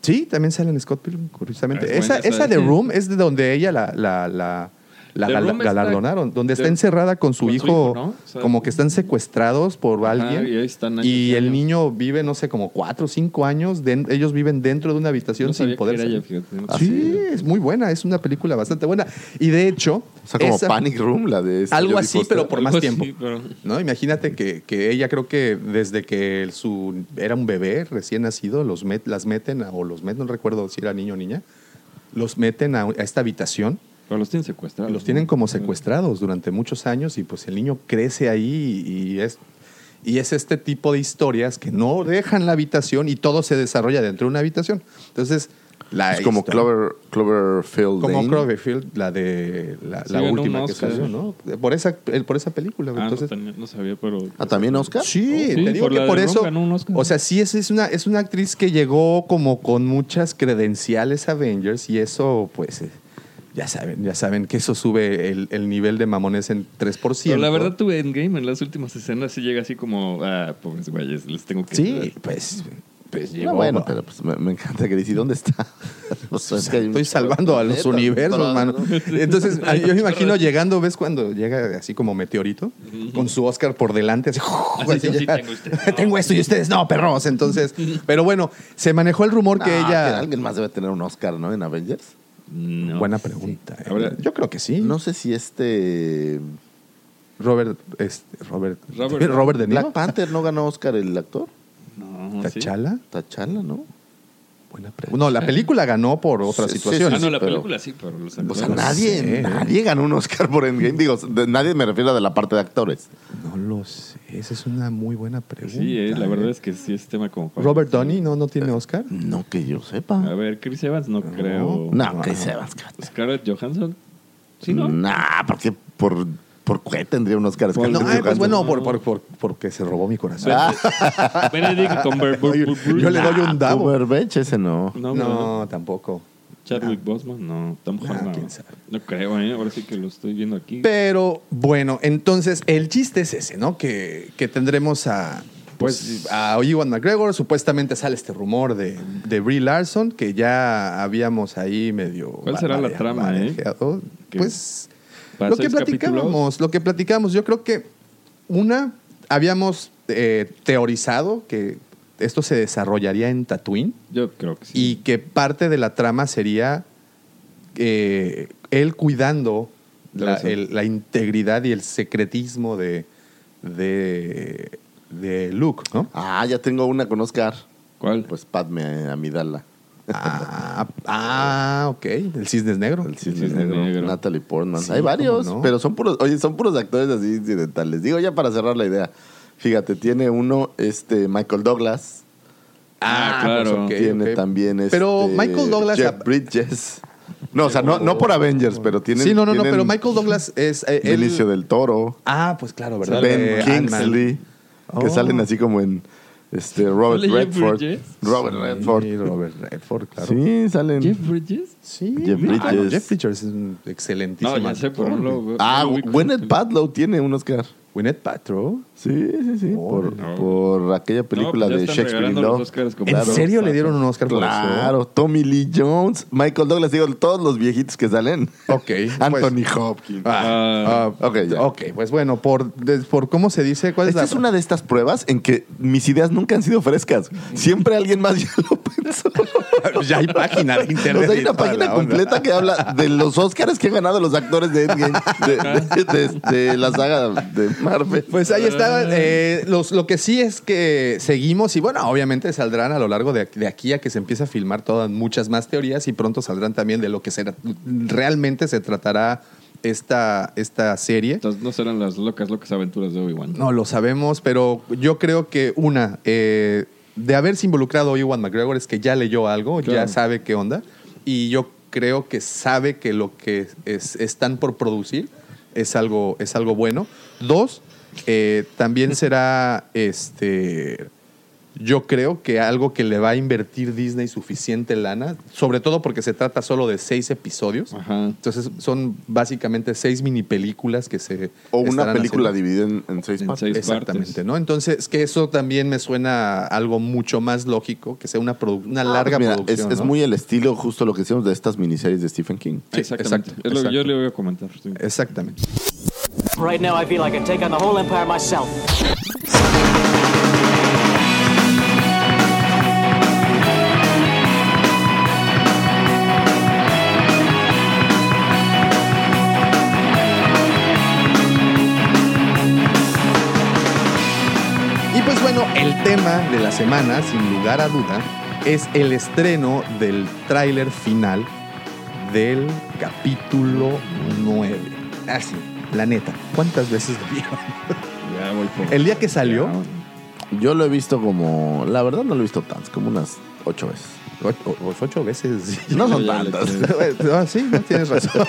Sí, también sale en Scott Pilgrim, curiosamente.
Ah, Es
esa
buena esa,
esa de
sí.
Room es de donde ella la, la, la, la
The
gal-
Room está-
galardonaron, donde está
The-
encerrada con su
con su
hijo,
hijo, ¿no? O sea,
como que están secuestrados por
Ajá,
alguien.
y ahí están años
y
y
el
años.
niño vive, no sé, como cuatro o cinco años. den- ellos viven dentro de una habitación
No sabía
sin
que
poder
era
salir.
ella, fíjate.
Ah,
No
Sí,
sabía.
es muy buena, es una película bastante buena. Y de hecho,
O sea, como
esa-
Panic Room, la de. este
algo
Jodie
así,
Foster.
pero por más
Algo así,
tiempo.
pero-
¿no? Imagínate que, que ella creo que desde que el- su, era un bebé recién nacido, los met- las meten, a- o los meten, no recuerdo si era niño o niña, los meten a, a esta habitación,
Pero los tienen secuestrados.
los tienen como
secuestrados.
secuestrados durante muchos años y pues el niño crece ahí y es... Y es este tipo de historias que no dejan la habitación y todo se desarrolla dentro de una habitación. Entonces, la
Es como
historia-
Clover, Cloverfield.
como
Lane.
Cloverfield, la de la,
Sí,
la
ganó
última
un
que
Oscar. ¿eh?
salió, ¿no? Por esa, el- por esa película.
Ah,
entonces, Oh,
no, tenía- no sabía, pero.
Ah, también Oscar.
Sí,
Sí,
te digo
por
que
la
por
de Room
eso.
ganó un Oscar.
O sea, sí es, es una es una actriz que llegó como con muchas credenciales a Avengers y eso, pues, eh, ya saben, ya saben que eso sube el, el nivel de mamones en 3%.
Pero la verdad, tu endgame en las últimas escenas sí llega así como. Ah, pobres güeyes, les tengo que.
sí, pues, pues llegó.
No, bueno,
va.
pero pues, me, me encanta que dice, ¿dónde está? O sea, es que hay un
Estoy salvando a los
planeta,
universos,
todo,
mano.
¿no?
Entonces, a- yo me imagino llegando, ¿ves cuando llega así como meteorito? Con su Oscar por delante, así.
Así,
así,
así
ya.
tengo ustedes, ¿no?
Tengo esto y ustedes no, perros. Entonces, pero bueno, se manejó el rumor
No,
que ella.
Ah, Alguien más debe tener un Oscar, ¿no? En Avengers.
No.
Buena pregunta. ¿eh?
Ahora-
Yo creo que sí.
No sé si este.
Robert, este, Robert, Robert,
Robert-
De
Black
Niro.
Panther no ganó Oscar el actor.
No, sí.
T'Challa.
Tachala, ¿no?
Buena pregunta.
No, la película ganó por otras
Sí, sí,
situaciones.
Ah, no, la
pero- pues,
película sí, pero los
O sea,
actores-
nadie,
sé. ¿eh?
nadie ganó un Oscar por Endgame. Digo, de- nadie me refiero a de la parte de actores.
No lo sé. Esa es una muy buena pregunta.
Sí, eh, la verdad
eh.
es que sí es tema como. para-
Robert Downey no, no tiene Oscar.
No que yo sepa.
A ver, Chris Evans no, creo.
No, que sepas. cabrón.
Scarlett Johansson. Sí,
¿no?
Mm.
no.
Nah, porque por, por qué tendría un Oscar.
Por-
No,
Scarlett
ay, pues
Johansson?
bueno, por, por- por- porque se robó mi
Pues,
corazón.
Ah,
Benedict Cumberbatch.
Yo le doy un dabo.
Cumberbatch, ese no.
No, no.
no, tampoco.
Chadwick Boseman, no. Tampoco.
Ah,
no.
quién sabe.
No creo, ¿eh? Ahora sí que lo estoy viendo aquí.
Pero bueno, entonces el chiste es ese, ¿no? Que, que tendremos a. Pues a Ewan McGregor, supuestamente sale este rumor de, de Brie Larson, que ya habíamos ahí medio.
¿Cuál será la
bade-
trama, eh?
badejeado.
Que
Pues.
para
Lo que
seis
platicábamos,
capítulos.
lo que platicamos, yo creo que una, habíamos eh, teorizado que esto se desarrollaría en Tatooine
Yo creo que
y
sí.
que parte de la trama sería eh, él cuidando la,
Debe ser.
el- la integridad y el secretismo de, de, de Luke, ¿no?
Ah, ya tengo una con Oscar.
¿Cuál?
Pues Padme Amidala.
Ah, ah, ok, el cisne negro.
El cisne,
Cisne
negro.
Negro.
Natalie Portman.
Sí,
Hay
cómo
varios,
no.
pero son puros, oye, son puros actores así incidentales. Digo, ya para cerrar la idea. Fíjate, tiene uno, este, Michael Douglas.
Ah, claro.
pues, ok,
tiene
ok.
también este.
Pero Michael Douglas-
Jeff Bridges. No, o sea, no, no por Avengers, pero tiene.
Sí, no, no, no, pero Michael Douglas es eh, él-
Benicio del Toro.
Ah, pues claro, ¿verdad?
Ben
De
Kingsley. Que
Oh.
salen así como en. Este, Robert
¿Sale Jeff
Redford.
Bridges?
Robert
Ant-Man.
Redford.
Sí, Robert Redford, claro.
Sí, salen.
¿Jeff Bridges?
Sí.
Jeff
Ah, no,
Bridges.
Jeff Bridges es un excelentísimo.
No, ya sé, pero no
actor.
lo veo.
Ah,
No lo ubico.
Gwyneth Paltrow tiene un Oscar.
Gwyneth Paltrow.
Sí, sí, sí. por,
Oh, no.
por aquella película
pues ya
de
están
Shakespeare in
regalando los
Love.
Óscares como-
¿En serio le dieron un Oscar por
Claro, Tommy Lee Jones, Michael Douglas, digo, todos los viejitos que salen.
eso? Ok. pues-
Anthony Hopkins.
Ah, ah,
ok, ya.
ok, pues bueno, por, de- por cómo se dice, ¿cuál es
pues, Esta
la
es una de estas pruebas en que mis ideas nunca han sido frescas. Siempre alguien más ya lo pensó.
ya hay página de
O sea,
internet.
hay
y
una
toda
página
la onda.
completa que habla de los Oscars que han ganado los actores de Endgame, de, de- de- de la saga de Marvel.
Pues ahí
Ah.
está. eh, los, lo que sí es que seguimos y bueno, obviamente saldrán a lo largo de, de aquí a que se empiece a filmar todas muchas más teorías y pronto saldrán también de lo que será, realmente se tratará esta, esta serie.
Entonces no serán las locas, locas aventuras de Obi-Wan.
No lo sabemos, pero yo creo que una, eh, de haberse involucrado Ewan McGregor es que ya leyó algo, ya
Claro.
sabe qué onda, y yo creo que sabe que lo que es- están por producir es algo, es algo bueno. Dos, eh, también será este. Yo creo que algo que le va a invertir Disney suficiente lana, sobre todo porque se trata solo de seis episodios.
Ajá.
Entonces son básicamente seis mini películas que se...
O una
estarán
película
haciendo.
dividida en, en seis
En
partes.
seis
Exactamente,
partes.
¿no? Entonces, que eso también me suena a algo mucho más lógico, que sea una, produ- una larga
Ah, mira, es-
producción.
Es,
¿no?
muy el estilo justo lo que hicimos de estas miniseries de Stephen King.
Sí,
exactamente.
exacto,
es lo que yo
exacto. Eh,
le voy a comentar. sí.
Exactamente.
Right now, I feel I can take on the whole empire myself.
Y pues bueno, el tema de la semana, sin lugar a duda, es el estreno del tráiler final del capítulo 9. Así, la neta, ¿cuántas veces lo vieron?
Ya voy por-
El día que salió,
Ya,
Yo lo he visto como. La verdad no lo he visto tantas, como unas ocho veces.
ocho, pues ocho veces.
No son
ya le
tantas.
creo.
Ah, sí, no tienes razón.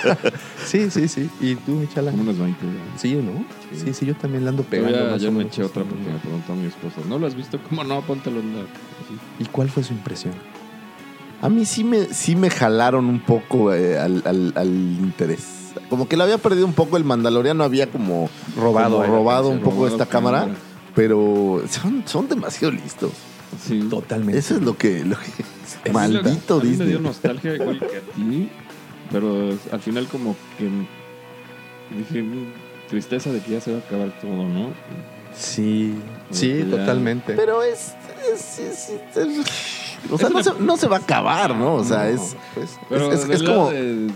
Sí, sí, sí. ¿Y tú, Michala?
Como unas 20. ya.
Sí, ¿no? Sí, sí, yo también la ando pegando.
Yo ya,
más
ya
o
me
menos.
eché otra porque me preguntó mi esposa. ¿No lo has visto? ¿Cómo no? Póntelo en la... así.
¿Y cuál fue su impresión?
A mí sí me, sí me jalaron un poco eh, al, al- al interés. Como que lo había perdido un poco el Mandaloriano, había como
Robado,
como
eh,
robado
sí,
un poco
robado
esta
cámara.
cámara, pero son, son demasiado listos.
Sí.
Totalmente.
Eso es lo que. Lo que
A mí
maldito
lo- a mí me dio
Disney.
nostalgia igual que a ti, pero es- al final como que m- dije, "Mm, tristeza de que ya se va a acabar todo, ¿no?
Sí, sí,
Ya.
totalmente.
Pero es. es- es- es- o sea, no se, no se va a acabar, ¿no? O sea,
No,
es.
pues,
Pero
Es- es-
del
es
lado
como-
de-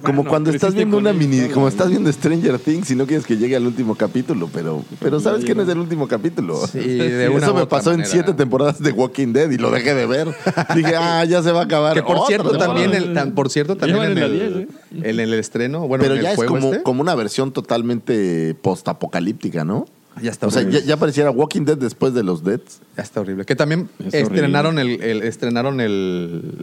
Como
Bueno,
cuando estás
creciste
viendo
con
una
la
mini,
historia,
como
¿no?
estás viendo Stranger Things y no quieres que llegue al último capítulo, pero, pero sabes que no es el último capítulo.
Sí, de una
Eso
u
me
otra
pasó en
manera.
siete temporadas de Walking Dead y lo dejé de ver. Dije, ah, ya se va a acabar.
Que por
otra
cierto,
temporada".
también el, tan- por cierto, también
Llevan
en
en la
el,
10, ¿eh?
en el estreno, bueno,
pero
en el
ya es
juego
como,
este,
como una versión totalmente postapocalíptica, ¿no?
Ya está
O sea, ya,
horrible.
ya pareciera Walking Dead después de los Deads.
ya está horrible. Que también
Es
estrenaron el, el- estrenaron el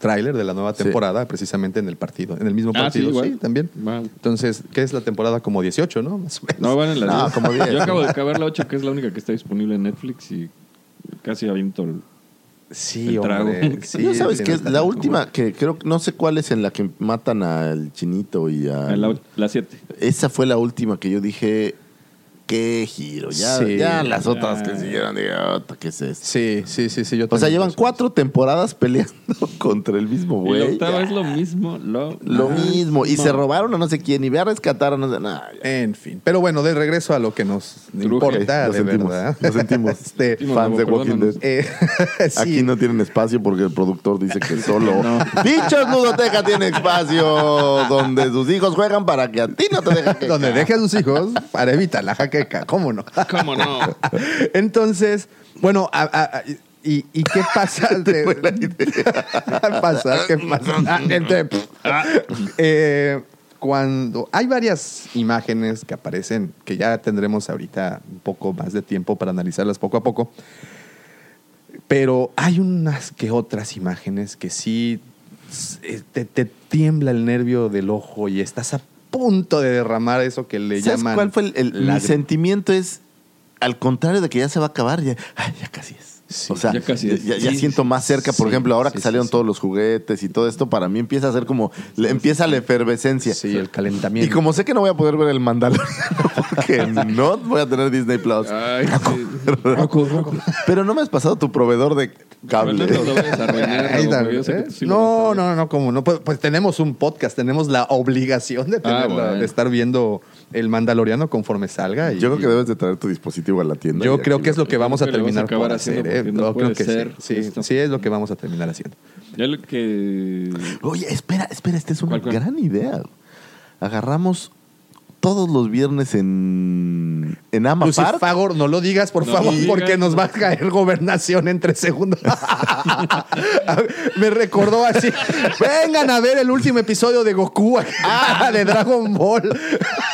tráiler de la nueva temporada precisamente en el partido, en el mismo
Ah,
partido,
sí, igual.
también.
Va.
Entonces, ¿qué es la temporada como 18, no? Más o menos.
No, van en la
No,
10.
Ah, como 10.
Yo acabo de acabar la 8, que es la única que está disponible en Netflix y casi aviento el...
Sí,
El trago.
hombre. sí,
¿No sabes
sí,
que
no
es
está
la
bien.
última que creo no sé cuál es en la que matan al chinito y a
la- la 7.
esa fue la última que yo dije qué giro ya
Sí.
ya las otras
Ya.
que siguieron dije "Ota, qué es esto
Sí, sí, sí, sí. Yo
o sea
también
llevan
pienso.
cuatro temporadas peleando contra el mismo
Y la
güey
octava
Ya.
es lo mismo. Lo,
lo mismo y
No.
se robaron a no sé quién y ve a rescatar a no sé nah, ya.
En fin. Pero bueno, de regreso a lo que nos
Truje.
importa,
Lo
de
sentimos,
verdad.
lo sentimos.
Este,
Sí,
fans
Gabo,
de Walking
perdónanos.
Dead
eh, sí.
Aquí no tienen espacio porque el productor dice que solo.
No.
Dichos Ludoteca tiene espacio donde sus hijos juegan para que a ti no te dejen.
Donde deje a sus hijos para evitar la jaqueca. ¿Cómo no?
¿Cómo no?
Entonces, bueno, a- a- a- y, y qué pasa? de- al pasar, ¿qué pasa? Ah, este, pff. Eh, cuando hay varias imágenes que aparecen, que ya tendremos ahorita un poco más de tiempo para analizarlas poco a poco, pero hay unas que otras imágenes que sí eh, te, te tiembla el nervio del ojo y estás a punto de derramar eso que le
¿Sabes
llaman
cuál fue el, el- mi
lágrimas.
sentimiento? Es al contrario de que ya se va a acabar, ya, ay, ya casi es.
Sí,
o sea,
ya
ya,
casi es.
ya- ya
Sí,
siento más cerca, por
sí,
ejemplo, ahora
sí,
que
sí,
salieron
sí.
todos los juguetes y todo esto, para mí empieza a ser como, le- empieza la efervescencia.
Sí, el
Y
calentamiento.
como sé que no voy a poder ver el Mandalorian, porque no voy a tener Disney Plus.
Ah.
Ay, sí. Rocco, Rocco.
Pero no me has pasado tu proveedor de cable.
No te lo vayas a arruinar,
Ahí
Rocco,
está,
porque yo sé que
¿eh?
tú sí lo vas a
no,
ver.
no, no, como no. Pues, pues tenemos un podcast, tenemos la obligación de, tenerla,
bueno.
de estar viendo el Mandaloriano conforme salga. y-
Yo creo que debes de traer tu dispositivo a la tienda.
yo
y
creo
aquí
que es lo que
Yo
vamos a
creo que lo vas a
terminar
acabar
por hacer.
haciendo,
¿eh?
porque no
Yo creo
puede
que sí.
ser
sí,
esto.
sí, es lo que vamos a terminar haciendo.
Ya lo que...
Oye, espera, espera, esta es una
¿Cuál, cuál?
gran idea. Agarramos todos los viernes en, en Ama Park.
Lucifagor, no lo digas, por
No
favor,
digas.
porque nos va a caer gobernación en tres segundos. Me recordó así. Vengan a ver el último episodio de Goku ah, de Dragon Ball.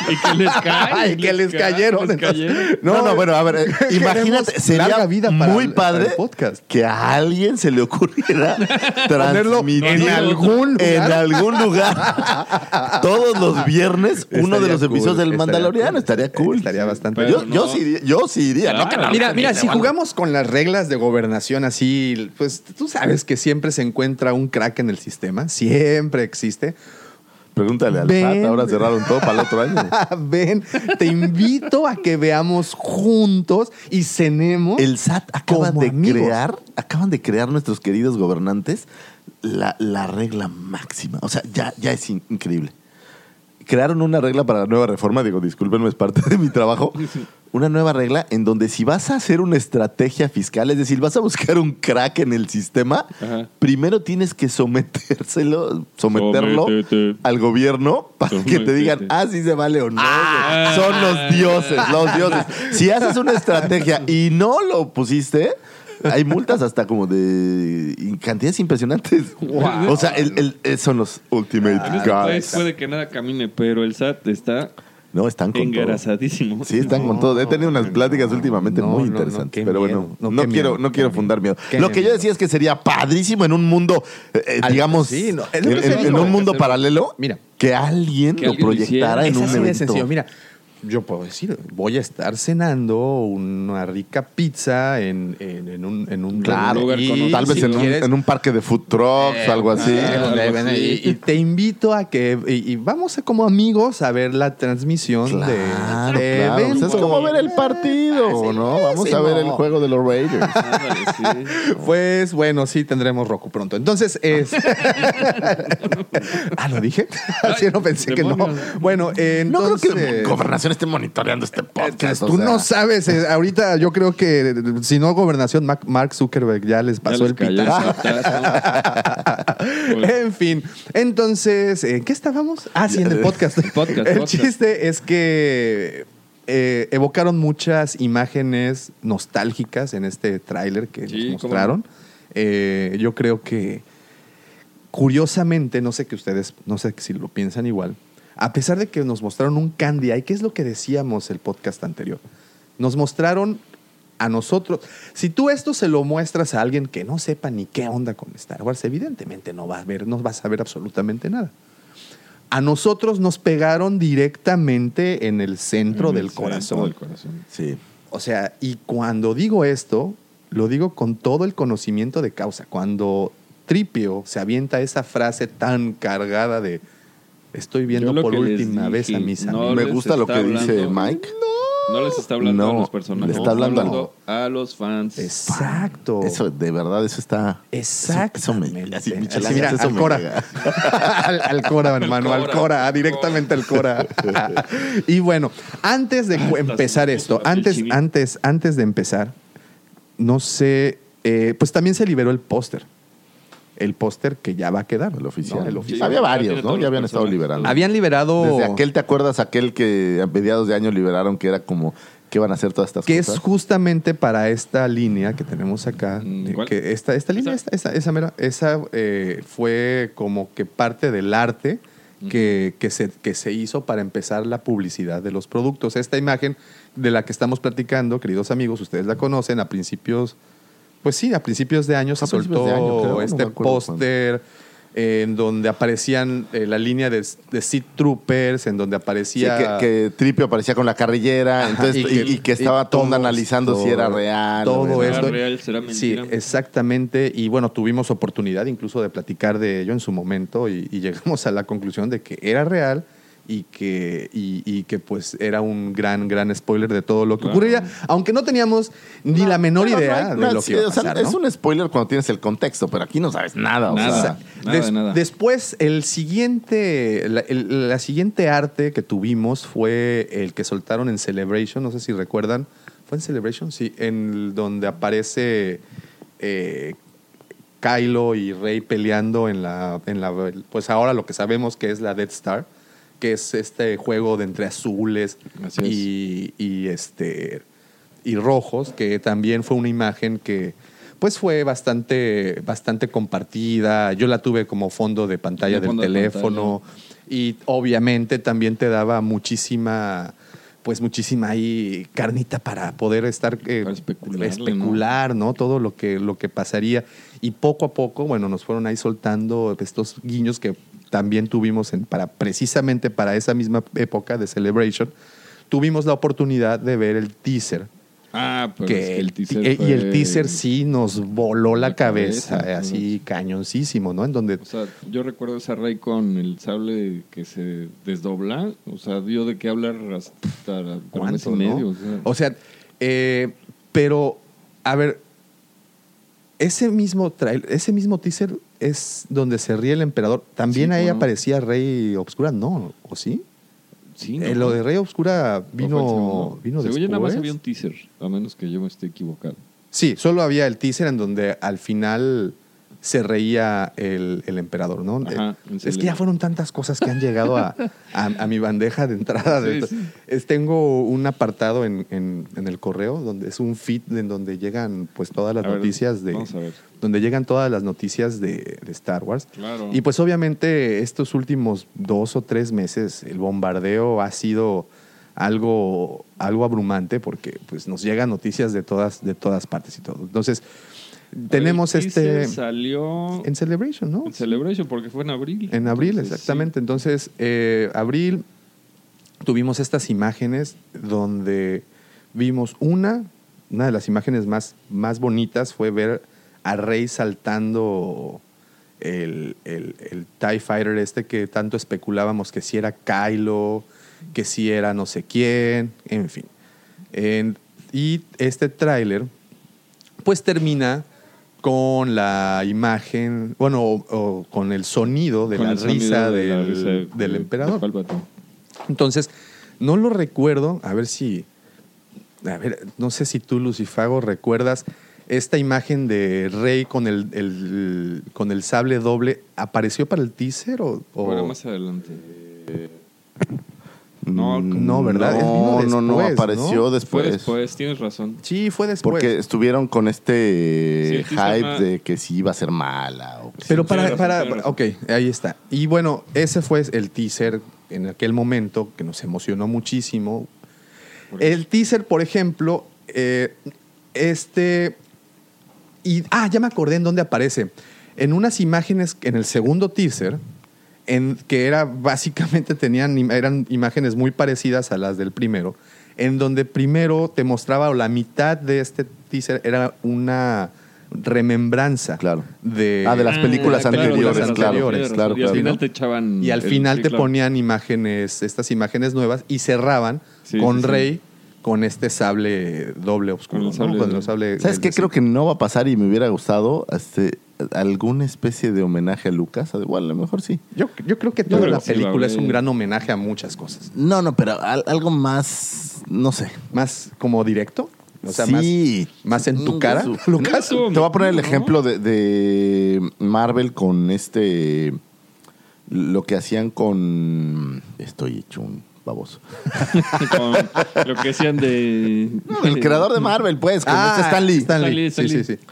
Y que les cae,
Ay, que les
cae,
cayeron.
les cayeron.
No, no, bueno, a ver, eh, imagínate,
Queremos
sería
larga vida para
muy
el- para
padre
el podcast.
que a alguien se le ocurriera
Ponerlo
transmitir
en algún lugar.
en algún lugar. todos los viernes uno de
Estaría
los
cool,
episodios del
estaría
Mandaloriano
cool.
estaría cool.
Estaría bastante
Yo,
Pero
yo
no.
sí, iría- yo sí iría. No,
Claro.
que no,
Mira,
que
mira,
ni
si
le van a-
jugamos con las reglas de gobernación así, pues tú sabes que siempre se encuentra un crack en el sistema, siempre existe.
Pregúntale al
Ven.
Pat, ahora cerraron todo para el otro año.
Ven, te invito a que veamos juntos y cenemos.
El SAT acaba
Como
de
amigos.
crear, acaban de crear nuestros queridos gobernantes la, la regla máxima. O sea, ya, ya es in- increíble. Crearon una regla para la nueva reforma, digo, discúlpenme, es parte de mi trabajo. Una nueva regla en donde si vas a hacer una estrategia fiscal, es decir, vas a buscar un crack en el sistema,
Ajá.
primero tienes que sometérselo, someterlo
Sométete.
al gobierno para que te
Sométete.
digan, ah, sí se vale o no.
Ah.
güey. Son los dioses, los dioses. Si haces una estrategia y no lo pusiste, hay multas hasta como de y cantidades impresionantes.
Wow.
O sea, el- el- el- son los
Ah,
ultimate
En este
guys.
país puede que nada camine, pero el SAT está
No, están con todo.
engrasadísimo.
Sí, están con
No,
todo. He tenido unas pláticas
no,
últimamente
no,
muy
no, no,
interesantes.
qué
pero
miedo,
bueno, no,
no, qué
quiero,
miedo,
no quiero
qué
fundar miedo.
qué
Lo que yo
miedo.
decía es que sería padrísimo en un mundo, eh, eh,
Al-
digamos,
sí, no, es
en,
lo que
en-
se dijo,
en
hay
un
que
mundo
hacerlo.
paralelo,
Mira.
que alguien
Que
lo
alguien lo hiciera.
proyectara en
Es
un
así de
evento.
sencillo. Mira, yo puedo decir, voy a estar cenando una rica pizza en, en- en un, en un
Claro,
lugar con-
tal vez
si
en, un,
quieres-
en un parque de food trucks o algo así.
Eh,
algo
donde
así.
ven ahí. y, y te invito a que y, y vamos a como amigos a ver la transmisión de,
Claro,
de
claro. Pues
evento.
es como ver el partido, ¿no? Vamos a ver el juego de los Raiders.
Ándale, sí.
Pues bueno, sí tendremos Roku pronto. Entonces es. ah, lo dije. Así no pensé que no.
demonios.
Bueno, eh,
No creo
entonces.
que Gobernación gobernación esté monitoreando este podcast.
Tú no sabes, eh, ahorita yo creo que eh, si no gobernación, Mac- Mark Zuckerberg ya les pasó
les
el
cayó el
pitazo.
zapatazo. Bueno.
en fin, entonces, ¿en qué estábamos? Ah, sí, en el podcast.
Podcast,
el
podcast.
chiste es que eh, evocaron muchas imágenes nostálgicas en este tráiler que
Sí,
nos
cómo no.
mostraron. Eh, yo creo que curiosamente, no sé que ustedes, no sé si lo piensan igual, a pesar de que nos mostraron un Candy Eye, ¿qué es lo que decíamos el podcast anterior? Nos mostraron a nosotros. Si tú esto se lo muestras a alguien que no sepa ni qué onda con Star Wars, evidentemente no va a ver, no va a saber absolutamente nada. A nosotros nos pegaron directamente en el centro,
En el
del,
centro
corazón.
del corazón.
Sí.
O sea, y cuando digo esto, lo digo con todo el conocimiento de causa. Cuando Tripio se avienta esa frase tan cargada de estoy viendo
Yo lo
por
que les
última vez
dije,
a mis
no
amigos.
Me
les
gusta lo que
Pues está
dice
hablando.
Mike.
No les está hablando
No,
a los personajes.
le está hablando
a los fans.
Exacto.
Eso, de verdad, eso está.
Exacto.
Eso me. Así, Micheladas,
mira,
eso
al
me
Cora.
llega.
al, al Cora, hermano, al
Cora,
Cora,
al
directamente al Cora. y bueno, antes de cu- empezar
se me puso
esto,
la piel
antes,
chinita.
antes, antes de empezar, no sé, eh, pues también se liberó el póster. El póster que ya va a quedar.
El oficial.
¿no? El
oficial.
Había
Sí,
varios,
tiene
¿no?
todos
Ya
los
habían estado
personajes.
liberando.
Habían liberado.
Desde aquel, ¿te acuerdas aquel que a mediados de año liberaron que era como, ¿qué van a hacer todas estas
que es
cosas?
justamente para esta línea que tenemos acá.
Mm,
eh,
¿cuál?
Que esta, esta línea,
¿Esa?
esta- esa, esa mera, esa, eh, fue como que parte del arte que, que se, que se hizo para empezar la publicidad de los productos. Esta imagen de la que estamos platicando, queridos amigos, ustedes la conocen, a principios, pues sí, a principios de año se
A principios
soltó
de año, creo, no me
este
acuerdo cuándo.
póster. eh, En donde aparecían eh, la línea de, de Seed Troopers, en donde
Sí,
aparecía.
que, que Tripio aparecía con la carrillera,
Ajá,
entonces, y, y que, estaba todo
todo
analizando si era
esto,
real.
todo
o
¿Será
era-
esto.
real? ¿Será
Sí,
mentira?
exactamente. Y bueno, tuvimos oportunidad incluso de platicar de ello en su momento y, y llegamos a la conclusión de que era real y que, y, y que pues era un gran, gran spoiler de todo lo que
Claro.
ocurriría, aunque no teníamos ni la menor
Bueno,
idea
no hay-
de
no,
lo
sí,
que iba a
o sea,
pasar,
Es
¿no?
un spoiler cuando tienes el contexto, pero aquí no sabes nada. o
Nada.
sea.
nada de nada.
Después, el siguiente, la, el- la siguiente arte que tuvimos fue el que soltaron en Celebration, no sé si recuerdan. ¿Fue en Celebration? Sí, en el- donde aparece eh, Kylo y Rey peleando en la, en la. Pues ahora lo que sabemos que es la Death Star, que es este juego de entre azules
Así es.
y, y este y rojos, que también fue una imagen que pues fue bastante, bastante compartida. Yo la tuve como fondo de pantalla
De
del
fondo de
teléfono. Y obviamente también te daba muchísima, pues muchísima ahí carnita para poder estar eh,
Para especularle,
especular, ¿no? Todo lo que, lo que pasaría. Y poco a poco, bueno, nos fueron ahí soltando estos guiños que también tuvimos en- para, precisamente para esa misma época de Celebration. Tuvimos la oportunidad de ver el teaser
Ah, pero
que
es que el teaser.
y- y el
fue-
teaser sí nos voló la,
la
cabeza,
cabeza,
eh, así cañoncísimo, ¿no? En donde
O sea, yo recuerdo esa Rey con el sable que se desdobla. O sea, dio de qué hablar hasta la
cuánto,
mes y
¿no?
medio. O sea,
eh, pero a ver, ese mismo trail, ese mismo teaser es donde se ríe el emperador. También
Sí,
ahí
¿cómo no?
aparecía Rey Obscura, ¿no? ¿O sí?
sí, ¿no?
Eh, lo de Rey Obscura
No fue el segundo.
vino, vino
Según yo,
después.
nada más había un teaser, a menos que yo me esté equivocado.
Sí, solo había el teaser en donde al final se reía el, el emperador, ¿no?
Ajá,
Eh,
en
es que ya
Selena.
fueron tantas cosas que han llegado a, a- a mi bandeja de entrada. de
Sí,
to-
sí.
Es- tengo un apartado en, en- en el correo donde es un feed en donde llegan pues todas las
A ver,
noticias de
vamos a ver.
donde llegan todas las noticias de, de Star Wars.
Claro.
Y pues obviamente estos últimos dos o tres meses el bombardeo ha sido algo, algo abrumante porque pues nos llegan noticias de todas, de todas partes y todo. Entonces, tenemos
El teaser
este
Salió
en Celebration, ¿no?
ah, en Celebration porque fue en abril.
En abril,
Entonces,
exactamente. Entonces, eh, abril tuvimos estas imágenes donde vimos una, una de las imágenes más, más bonitas fue ver a Rey saltando el, el, el TIE Fighter este que tanto especulábamos que si era Kylo, que si era no sé quién, en fin. En- y este tráiler pues termina con la imagen, bueno, o, o con el sonido de
con
la
el sonido
risa
de la
del,
risa de-
del
de
emperador.
Palpatine.
Entonces, No lo recuerdo, a ver si. A ver, no sé si tú, Lucifago, recuerdas esta imagen de Rey con el, el- con el sable doble. ¿Apareció para el teaser o.? o-
Ahora más adelante. No,
Mm, no, ¿verdad? Él
No,
vino
no, no,
después,
apareció
¿no?
Fue
después.
después, tienes razón.
Sí, fue después.
Porque estuvieron con
Sí,
este
el teaser
hype
ma-
de que sí iba a ser mala. o que
Pero
Sí,
para,
tiene razón,
para,
tiene razón.
ok, ahí está. Y bueno, ese fue el teaser en aquel momento que nos emocionó muchísimo. El teaser, por ejemplo, eh, este, y, ah, ya me acordé en dónde aparece. En unas imágenes, en el segundo teaser, en, que era básicamente tenían, im- eran imágenes muy parecidas a las del primero, en donde primero te mostraba o la mitad de este teaser era una remembranza
Claro.
de,
Ah, de las películas
claro,
anteriores,
las
claro,
anteriores.
claro,
Y al
claro.
final te echaban.
y al
el-
final
sí,
te
claro.
ponían imágenes, estas imágenes nuevas, y cerraban
Sí,
con
sí, sí.
Rey con este sable doble oscuro.
Con el
¿no?
sable
Con el
doble.
sable-
¿Sabes
el-
qué? Creo que no va a pasar y me hubiera gustado este, alguna especie de homenaje a Lucas. Igual, a lo mejor sí.
Yo, yo creo que
Yo
toda
creo
la
que sí va a
película es
haber.
un gran homenaje a muchas cosas.
No, no, pero al- algo más, no sé.
Más como directo, o sea,
sí.
más, más en tu
Mm,
cara,
su-
Lucas.
No,
Te voy a poner el
¿no?
ejemplo de, de Marvel con este. Lo que hacían con. Estoy hecho un baboso.
Con lo que decían de.
El creador de Marvel, pues, con
Ah,
este Stan Lee.
Stan Lee,
Stan
sí,
Lee.
sí, sí.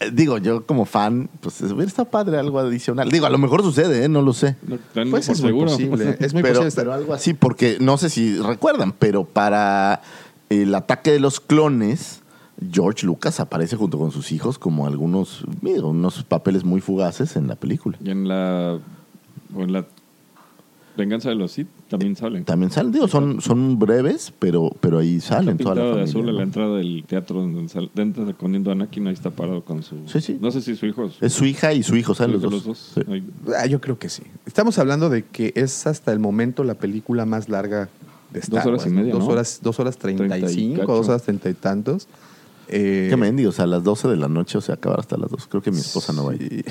Eh, Digo, yo como fan, pues hubiera estado padre algo adicional. Digo, a lo mejor sucede, ¿eh? no lo sé.
No, dan
Pues
por
es muy
seguro.
posible. Es muy
pero,
posible. estar-
pero algo así, porque no sé si recuerdan, pero para el ataque de los clones, George Lucas aparece junto con sus hijos como algunos, mira, unos papeles muy fugaces en la película.
Y en la. O en la. Venganza de los Sith también salen.
También salen, digo, son, son breves, pero, pero ahí
Está
salen toda la
pintado de
familia.
azul en la
¿no?
entrada del teatro donde sal- dentro de escondiendo a Anakin ahí está parado con su
Sí, sí.
no sé si su hijo es-
Es su hija y su
creo
hijo, ¿saben los
que
dos? Sí.
Ahí.
Ah, yo creo que sí. Estamos hablando de que es hasta el momento la película más larga de Star
Dos horas
Wars,
y media,
Dos
¿no?
horas, dos horas treinta y
Treinta y
cinco,
cacho.
dos horas treinta y tantos. Eh,
Qué mendigo, o sea, a las 12 de la noche, o sea, acabar hasta las 2. Creo que mi esposa no va a ir.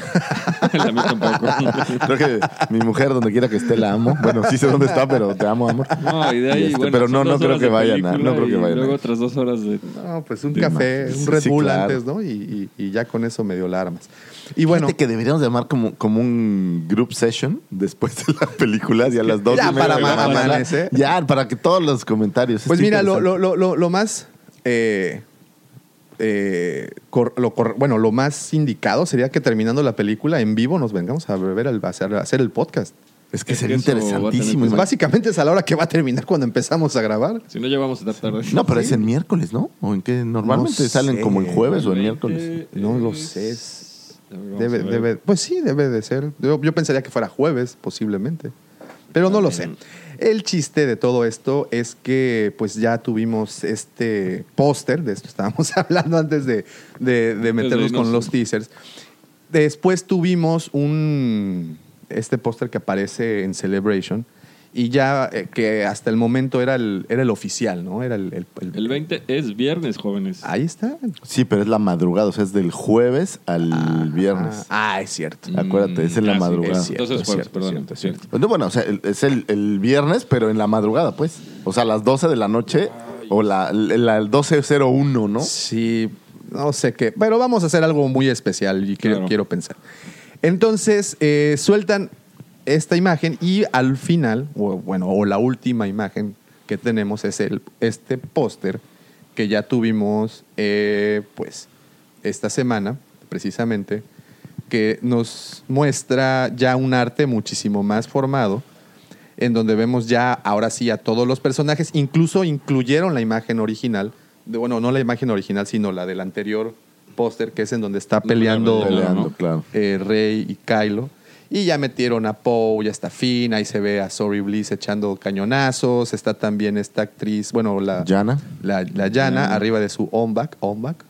La mía tampoco.
Creo que mi mujer, donde quiera que esté, la amo. Bueno, sí sé dónde está, pero te amo, amor.
No, y de ahí,
Y este,
bueno,
pero
son
no, no
dos
creo
horas
que
de
vayan a-
película
no creo que
y
vayan a-
Luego otras dos horas de.
No, pues un
De
café,
más.
un Red
Sí,
Bull
claro.
antes, ¿no? Y, y- y ya con eso medio la armas. Y bueno,
Fíjate que deberíamos llamar como, como un group session después de las películas y a las 12.
Ya,
y media
para
de la
ma-
mañana.
amanecer.
Ya, para que todos los comentarios.
pues
Está
mira, lo, lo,
interesante.
lo, lo- lo más. eh, eh, cor- lo cor- bueno, lo más indicado sería que terminando la película en vivo nos vengamos a beber al a hacer, a hacer el podcast.
Es que
es que
sería
eso va a tener
interesantísimo.
que-
Pues
imagínate.
básicamente es a la hora que va a terminar cuando empezamos a grabar.
Si no llevamos esta tarde.
No, pero es en miércoles, ¿no? ¿O en qué? Normalmente
No
salen
sé.
como en jueves o en
20
miércoles.
No lo
es-
sé,
A ver, vamos
Debe,
a ver.
debe- pues sí, debe de ser. Yo, yo pensaría que fuera jueves, posiblemente. Pero no lo sé. El chiste de todo esto es que pues ya tuvimos este póster, de esto estábamos hablando antes de, de- de meternos
irnos.
con los teasers. Después tuvimos un este póster que aparece en Celebration y ya eh, que hasta el momento era el, era el oficial, ¿no? Era el, el- el-
El 20 es viernes, jóvenes.
Ah,
Ahí está.
Sí, pero es la madrugada, o sea, es del jueves al viernes. Mm,
Ah, ah, es cierto.
Acuérdate, es en la
Ah, sí,
madrugada.
es cierto, Entonces
es
jueves,
cierto,
perdón.
cierto, cierto.
No, bueno, o sea, el- es el, el viernes, pero en la madrugada, pues. O sea, a las 12 de la noche o la, la, el 12.01, ¿no?
Sí, no sé qué. Pero vamos a hacer algo muy especial y quiero,
Claro.
quiero pensar. Entonces, eh, sueltan esta imagen y al final, o bueno, o la última imagen que tenemos es el, este póster que ya tuvimos, eh, pues, esta semana, precisamente, que nos muestra ya un arte muchísimo más formado en donde vemos ya ahora sí a todos los personajes, incluso incluyeron la imagen original, de, bueno, no la imagen original, sino la del anterior póster, que es en donde está peleando,
Peleando,
¿no?
claro.
eh, Rey y Kylo. Y ya metieron a Poe, ya está Finn, ahí se ve a Sorry Bliss echando cañonazos, está también esta actriz, bueno, la...
Yana.
La, la llana, arriba de su Ombak, Ombak.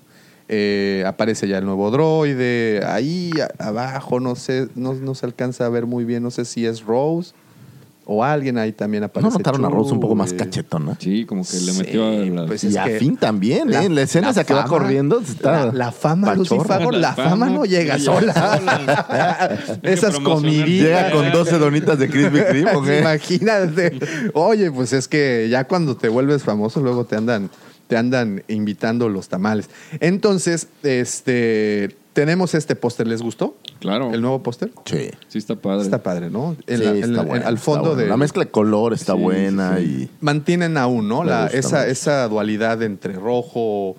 Eh, aparece ya el nuevo droide. Ahí a- abajo, no sé, no, no se alcanza a ver muy bien. No sé si es Rose o alguien ahí también aparece.
¿No notaron a
Chu,
Rose un poco más
güey.
cachetona?
Sí, como que le
Sí,
metió a la...
pues,
y
es
a
que
Finn también, ¿eh? En la escena esa que va
fama-
corriendo está
La, la fama, Lucy
pachorra.
Favor, la, fama, no llega sola.
que
Esas
promocionar.
comiditas.
Llega con 12 donitas de Krispy Kreme, ¿o qué?
Imagínate. Oye, pues es que ya cuando te vuelves famoso, luego te andan, te andan invitando los tamales. Entonces, este, tenemos este póster. ¿Les gustó?
Claro.
¿El nuevo póster?
Sí.
Sí, está padre.
Está padre, ¿no? En
Sí,
la- en
está
la- en-
buena,
al
está
fondo
buena.
de.
La mezcla de color está
Sí, sí,
buena
sí.
mantienen aún, ¿no?
Me
La,
gusta
esa,
mucho.
esa dualidad entre rojo,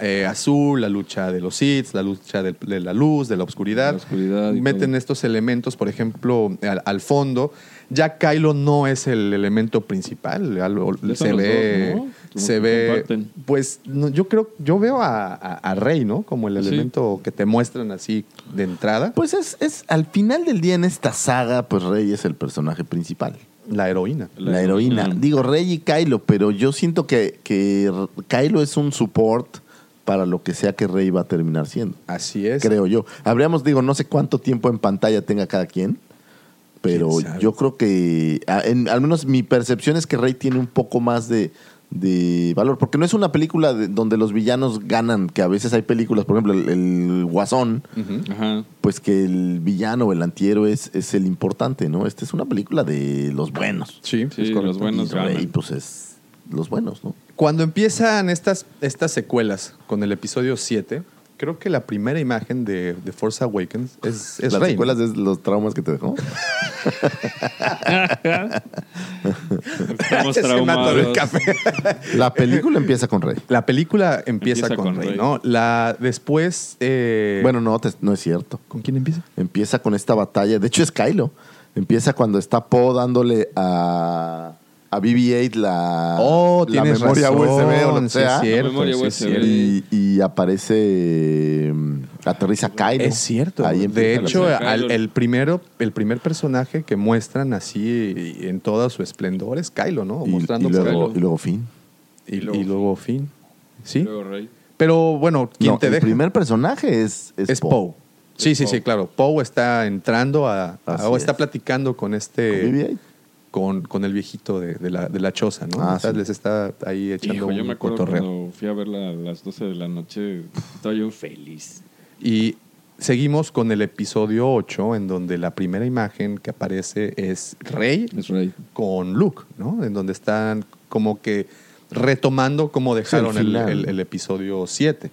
eh, azul, la lucha de los Sith, la lucha del- de, la luz, de la oscuridad.
La oscuridad y
Meten
todo.
estos elementos, por ejemplo, al, al fondo. Ya Kylo no es el elemento principal. ya lo-
Ya son
se
los
ve.
dos, ¿no? Como
Se
que
ve.
comparten.
Pues no, yo creo, yo veo a, a- a Rey, ¿no? Como el
Sí.
elemento que te muestran así de entrada.
y... Pues es, es, al final del día en esta saga, pues Rey es el personaje principal.
la heroína.
La, heroína.
Mm.
Digo, Rey y Kylo, pero yo siento que, que R- Kylo es un support para lo que sea que Rey va a terminar siendo.
Así es.
Creo yo. Habríamos, digo, no sé cuánto tiempo en pantalla tenga cada quien, pero
¿Quién sabe?
yo creo que, a- en- al menos mi percepción es que Rey tiene un poco más de, de valor, porque no es una película de- donde los villanos ganan, que a veces hay películas, por ejemplo, el, el Guasón,
Mm. Ajá.
pues que el villano, el antihéroe es, es el importante, ¿no? Esta es una película de los buenos.
Sí, pues
Sí,
correcto.
los buenos
y Rey,
ganan.
pues es los buenos, ¿no?
Cuando empiezan estas, estas secuelas con el episodio 7, creo que la primera imagen de, de Force Awakens es, es
Las
Rey,
secuelas
¿no?
es los traumas que te dejó.
Estamos
Se me atoró el
traumados.
café.
La película empieza con Rey.
La película empieza,
Empieza
con,
con
Rey,
Rey.
¿no? La, después... eh,
Bueno, no, te- no es cierto.
¿Con quién empieza?
Empieza con esta batalla. De hecho, es Kylo. Empieza cuando está Poe dándole a, a BB-8 la,
oh,
Ah, la
tienes
memoria
razón,
USB o lo que
sí
sea.
Es cierto,
La memoria
sí es
USB.
cierto.
y, y aparece. mm, Aterriza Kylo.
Es cierto.
Ahí
de
empieza la
hecho,
película.
al- el, primero, el primer personaje que muestran así en todo su esplendor es Kylo, ¿no?
película. y,
Mostrando
y
por-
luego,
Kylo.
y luego Finn.
y,
y luego-
y luego Finn. ¿Sí?
Luego, Rey.
Pero bueno, ¿quién
No,
te
el
deja?
primer personaje es, es,
es
Poe.
Poe. Sí,
Es
sí,
Poe.
sí, claro. Poe está entrando a, a-
Así
o está
es.
platicando con
Con
este
BB-8.
con, con el viejito de, de la, de la choza, ¿no?
Ah,
Está-
sí.
Les está ahí echando
Hijo, yo
un
me acuerdo
cotorreo.
cuando fui a verla a las 12 de la noche, estaba yo feliz.
Y seguimos con el episodio 8 en donde la primera imagen que aparece es Rey
Es Rey.
con Luke, ¿no? En donde están como que retomando como dejaron el,
final.
el- el episodio 7.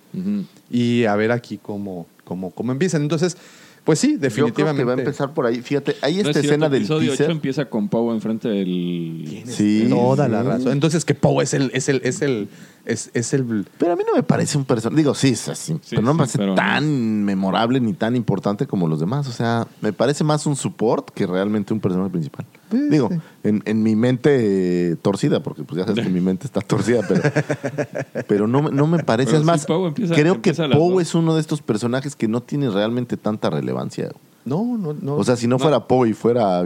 Y a ver aquí cómo, cómo, cómo empiezan. Entonces, pues sí, definitivamente.
Yo creo que va a empezar por ahí. Fíjate, hay
No
esta
es cierto,
escena del
episodio 8
teaser.
empieza con Pau enfrente del...
Sí.
Toda la
sí.
razón. Entonces que Poe es el, es el, es el, es, es el
Pero a mí no me parece un personaje. Digo, sí, es así. pero no
sí,
me parece
pero no
tan memorable ni tan importante como los demás. O sea, me parece más un support que realmente un personaje principal.
Pues,
Digo,
sí.
en, en mi mente eh, torcida, porque pues ya sabes que mi mente está torcida, pero, pero no, me- no me parece.
Pero
es
sí,
más,
Poe empieza-
creo
empieza a
que
las
Poe
dos.
es uno de estos personajes que no tiene realmente tanta relevancia.
No, no, no.
O sea, si no, fuera Poe y fuera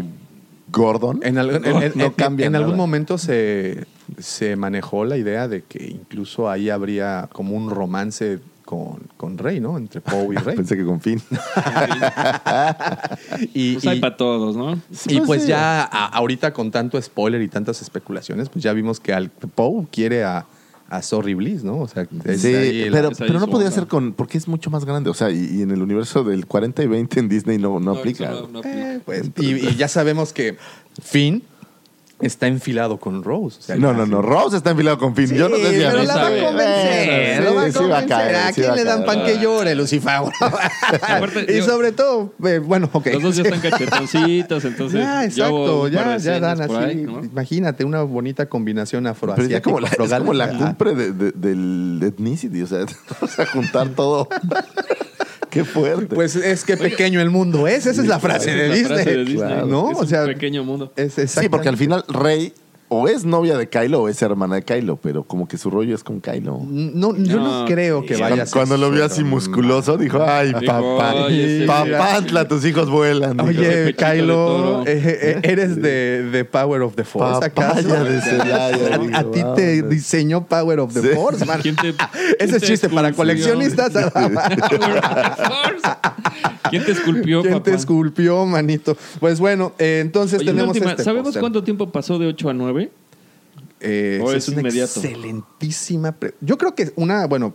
Gordon,
en, algún- en-
no,
en-
no
en-
cambia
en algún
nada.
momento se, se manejó la idea de que incluso ahí habría como un romance con, con Rey, ¿no? Entre Poe y Rey.
Pensé que con Finn.
y,
Pues hay
y-
para todos, ¿no?
y
Pues
pues
sí.
ya a- ahorita con tanto spoiler y tantas especulaciones, pues ya vimos que al Poe quiere a, a Sorry Bliss, ¿no? O sea, es
Sí,
ahí el-
pero,
es ahí
pero no
su
podía
onda.
ser con. Porque es mucho más grande. O sea, y, y en el universo del 40 y 20 en Disney no, no, aplica.
eso no- no aplica.
Eh, pues, y, y ya sabemos que Finn está enfilado con Rose. o sea,
No, no, no. Rose está enfilado con Finn. Yo no sé si a
pero
mí-
la va a
sabe.
convencer.
Sí,
lo va a
sí va
convencer.
caer,
¿A
sí
quién
va a
le dan
caer.
pan que llore, Lucifer?
Aparte,
y
yo-
sobre todo, eh, bueno, ok.
Los dos ya están cachetoncitos, entonces...
Ya,
ya hubo
exacto,
un par
ya,
de
ya
escenas
dan así.
por ahí, ¿no?
Imagínate una bonita combinación
Pero ya
afroasiática.
como la, es como la
afrogal-
cumbre de- de- del ethnicity. O sea, o sea, juntar todo. Qué fuerte.
Pues es que pequeño el mundo es, esa es la frase
Esa
de
es la frase
Disney.
de Disney.
¿No?
Es
o
un
sea,
pequeño mundo.
es
sí, porque
exactamente-
al final Rey o es novia de Kylo o es hermana de Kylo, pero como que su rollo es con Kylo.
No, yo no,
No,
creo
sí.
que vaya a
Cuando,
ser
cuando lo vio así
suero.
musculoso, dijo, ay,
Dijo,
papá,
"Ay, ese-
papantla, tus hijos vuelan. dijo.
Ese
Oye,
pechito de
Kylo,
toro.
eh, eh, eres de, de Power of the Force, ¿acaso?
Papaya de Celaya.
A
dijo,
ti te
"Vámonos".
diseñó Power of the
"Ah, Sí.
Force, man.
¿Quién te- quién
Ese es
te
chiste para
esculpió?
coleccionistas.
¿Quién te esculpió,
¿Quién te
papá?
esculpió, manito? Pues bueno, eh, entonces
Oye, una
tenemos
última,
este
¿Sabemos
póster.
cuánto tiempo pasó de 8 a 9?
Eh,
¿O
esa
Oh, es
una
inmediato?
excelentísima pre- Yo creo que una, bueno,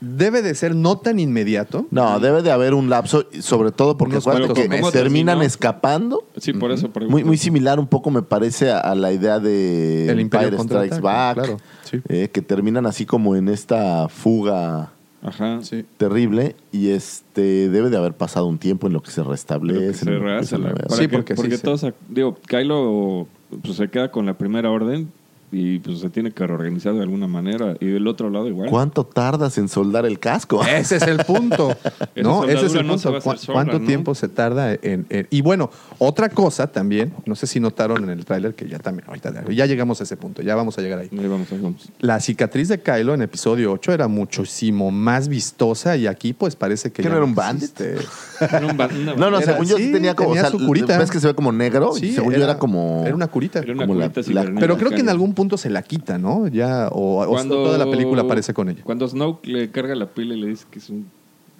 debe de ser no tan inmediato.
No, debe de haber un lapso, y sobre todo porque
Unos
acuérdate
cuantos
que
meses.
terminan
¿Cómo terminó?
escapando.
Sí, por eso pregunto.
Muy, muy similar un poco me parece a, a la idea de
El Imperio
Empire Strikes
contraataca,
Back,
claro, sí.
eh, que terminan así como en esta fuga
Ajá.
Sí.
terrible y este debe de haber pasado un tiempo en lo que se restablece.
Lo que se
en lo que
rehace
se
la-
rehace.
para que-
Sí, porque sí se-
todos, ac- digo, Kylo pues, se queda con la primera orden y pues se tiene que reorganizar de alguna manera. Y del otro lado igual.
¿Cuánto tardas en soldar el casco?
Ese es el punto. no,
Esa
ese es el
soldadura no se
punto.
va a hacer
¿Cu-
sola,
¿Cuánto
¿no?
tiempo se tarda en, en- Y bueno, otra cosa también, no sé si notaron en el tráiler que ya también, ahorita ya llegamos a ese punto, ya vamos a llegar ahí.
Ahí vamos, ahí vamos.
La cicatriz de Kylo en episodio 8 era muchísimo más vistosa y aquí pues parece
¿Que
que... ya
no era un bandit?
existe.
Era un ba- una-
No, no,
Era-
según yo sí
sí,
tenía como.
tenía
o sea,
su curita.
¿Ves que se ve como negro?
Sí,
según yo era como.
Era una curita.
Era una
como la-
curita
la-
cibernética.
Pero creo que en algún punto se la quita, ¿no? Ya, o, o toda la película aparece con ella.
Cuando Snoke le carga la pila y le dice que es un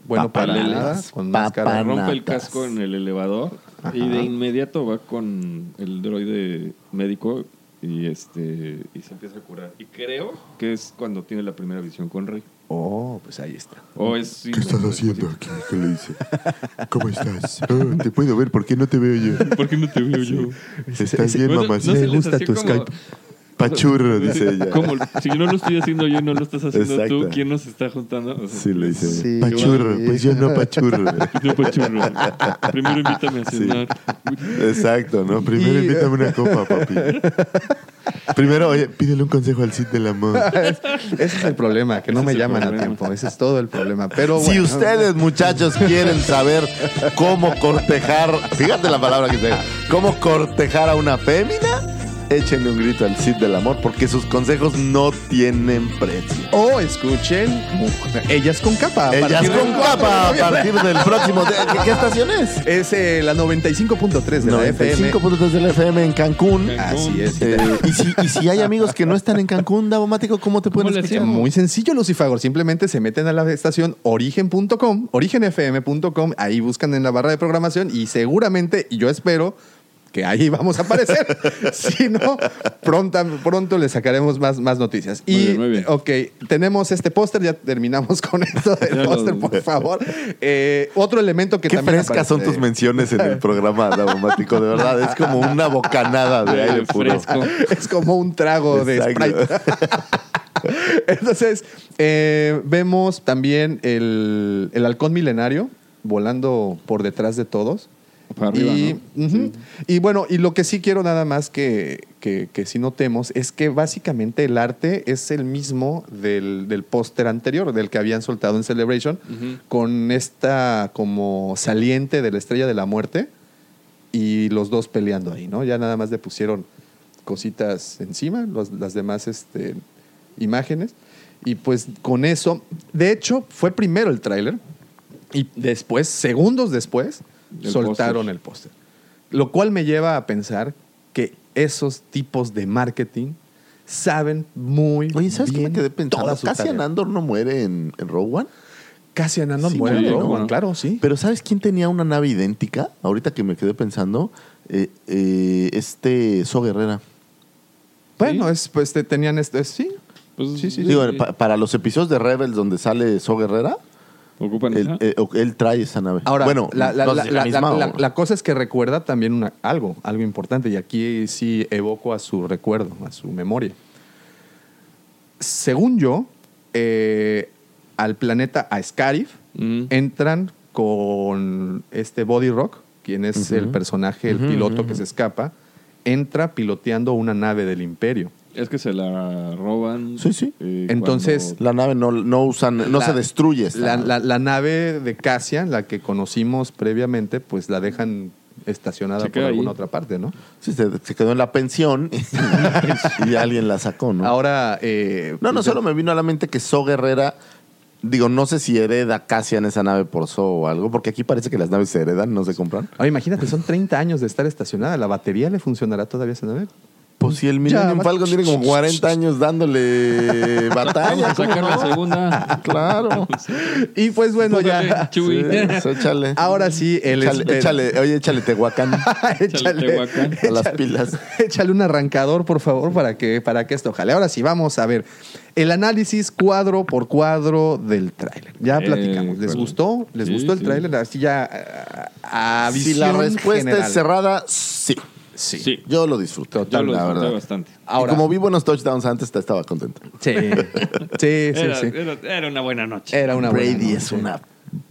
Bueno, para
Papanatas,
nada, con máscara.
papan-
rompe el
Natas.
casco en el elevador
Ajá.
y de inmediato va con el droide médico y este y se empieza a curar. Y creo que es cuando tiene la primera visión con Rey.
Oh, pues ahí está.
O es sí,
¿Qué estás
no,
haciendo aquí? ¿Qué le dice? ¿Cómo estás? Ah, te puedo ver, ¿por qué no te veo yo?
¿Por qué no te veo yo?
Estás bien,
Bueno,
mamá.
no se
me
les
gusta
hacía
tu
como-
Skype. Pachurro, dice ella.
Como, si yo no lo estoy haciendo yo y no lo estás haciendo
Exacto.
tú, ¿quién nos está juntando? O sea,
Sí, le dice.
Sí.
Pachurro, pues yo no pachurro.
no, Pachurro, Primero invítame a
Sí.
cenar.
Exacto, ¿no?
Primero
Y-
invítame una copa, papi. Primero, oye, pídele un consejo al Cid del amor.
Ese es el problema, que no
Ese
me
es el
llaman a
problema.
tiempo. Ese es todo el problema. Pero
Si
bueno.
ustedes, muchachos, quieren saber cómo cortejar, fíjate la palabra que se cómo cortejar a una fémina, échenle un grito al Cid del Amor porque sus consejos no tienen precio.
O escuchen Mujer- Ellas con capa. a
Ellas
partir del
con
4 de
capa a
noviembre.
partir del próximo. ¿de- ¿Qué, qué estación es?
Es eh, la 95.3 de la FM.
95.3 del FM en Cancún.
Así es.
Eh, y, si, y si hay amigos que no están en Cancún, Davomático, ¿cómo te pueden
¿Cómo le
escuchar?
hacemos?
Muy sencillo, Lucifagor. Simplemente se meten a la estación origen.com, origenfm.com, ahí buscan en la barra de programación y seguramente, y yo espero que ahí vamos a aparecer. si no, pronto, pronto les sacaremos más, más noticias.
Muy
y,
bien, muy bien.
ok, tenemos este póster, ya terminamos con esto
Ya
del
lo-
póster, por favor. Eh, otro elemento que
Qué
también.
frescas
aparece-
son tus menciones en el programa, Davomático, de verdad. Es como una bocanada de aire puro.
fresco.
Es como un trago de
Exacto.
Sprite. Entonces, eh, vemos también el, el halcón milenario volando por detrás de todos.
Para arriba,
y,
¿no?
ujú. y bueno, y lo que sí quiero nada más que, que, que sí notemos es que básicamente el arte es el mismo del, del póster anterior, del que habían soltado en Celebration,
Ujú.
con esta como saliente de la estrella de la muerte y los dos peleando ahí, ¿no? Ya nada más le pusieron cositas encima, los- las demás este, imágenes. Y pues con eso, de hecho, fue primero el tráiler y después, segundos después,
El
soltaron
póster.
el póster. Lo cual me lleva a pensar que esos tipos de marketing saben muy
Oye, ¿sabes qué
bien
me quedé pensando?
toda su
Casi
tarea.
Andor no muere en, en Rogue One.
Cassian Andor
Sí,
muere,
murió,
¿no?
bueno.
claro, sí.
Pero ¿sabes quién tenía una nave idéntica? Ahorita que me quedé pensando, eh, eh, este So Guerrera.
bueno, es, pues te- tenían esto, es- sí.
Pues,
Sí, sí,
Digo, pa- para los episodios de Rebels donde sale So Guerrera,
Ocupan
él,
esa.
eh, o- él trae esa nave.
Ahora,
bueno,
la, la-
no sé
la-
si la
la-
misma
la-
o-
la cosa es que recuerda también una- algo, algo importante, y aquí sí evoco a su recuerdo, a su memoria. Según yo, eh, al planeta Ascarif
Ujú.
entran con este Body Rock, quien es el personaje, el piloto que se escapa, entra piloteando una nave del imperio.
Es que se la roban.
Sí, sí.
eh,
Entonces,
cuando-
la nave no, no usan, no
La-
se destruye. esta
La,
nave.
la- la nave de Cassian, la que conocimos previamente, pues la dejan estacionada
Se
por
queda ahí.
alguna otra parte, ¿no?
Sí, se, se quedó en la pensión y, alguien la sacó, ¿no?
Ahora. eh,
no, no,
pues,
solo me vino a la mente que So Guerrera, digo, no sé si hereda Cassian esa nave por So o algo, porque aquí parece que las naves se heredan, no se compran.
ahora Ah, imagínate, son 30 años de estar estacionada. ¿La batería le funcionará todavía a esa nave?
Pues si el Millennium
va-
Falcon tiene como 40 años dándole batalla.
Vamos a sacar la segunda.
Claro.
Y pues bueno, ya.
Púdale, Chuy.
Eso, échale.
Ahora sí, el
échale,
esper-
échale, oye, échale Tehuacán a
échale,
Tehuacán.
échale-
las pilas.
échale un arrancador, por favor, para que, para que esto jale. Ahora sí, vamos a ver el análisis cuadro por cuadro del tráiler. Ya
Eh,
platicamos. ¿Les
bueno.
gustó? ¿Les
Sí,
gustó el
sí.
tráiler? Así ya a, a
Si la
visión
respuesta
general.
es cerrada, sí.
Sí.
Sí.
Yo lo disfruto.
Yo lo
la
disfruté
verdad.
bastante.
Ahora,
y como vi buenos touchdowns antes, te- estaba contento.
sí, sí, sí,
Era,
sí. Eh,
era- era una buena noche.
Era una buena
Brady
noche.
es una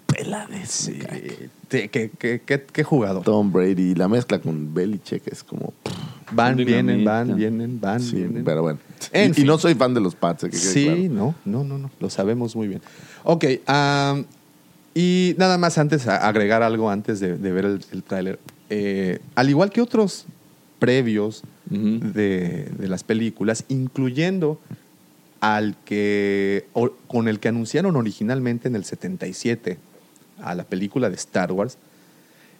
pela de ese. cara.
Sí, qué, qué- qué- qué jugador.
Tom Brady, la mezcla con Belichick es como.
Van,
Dinamita.
vienen, van, vienen, van,
sí,
vienen.
pero bueno.
En
y, y
fin.
no soy fan de los Pats. eh, que quede
Sí,
claro.
no, no, no, no, lo sabemos muy bien. Ok, am, y nada más antes, a- agregar algo antes de, de ver el, el tráiler. Eh, al igual que otros previos
Ujú.
de, de las películas, incluyendo al que, o- con el que anunciaron originalmente en el 77 a la película de Star Wars,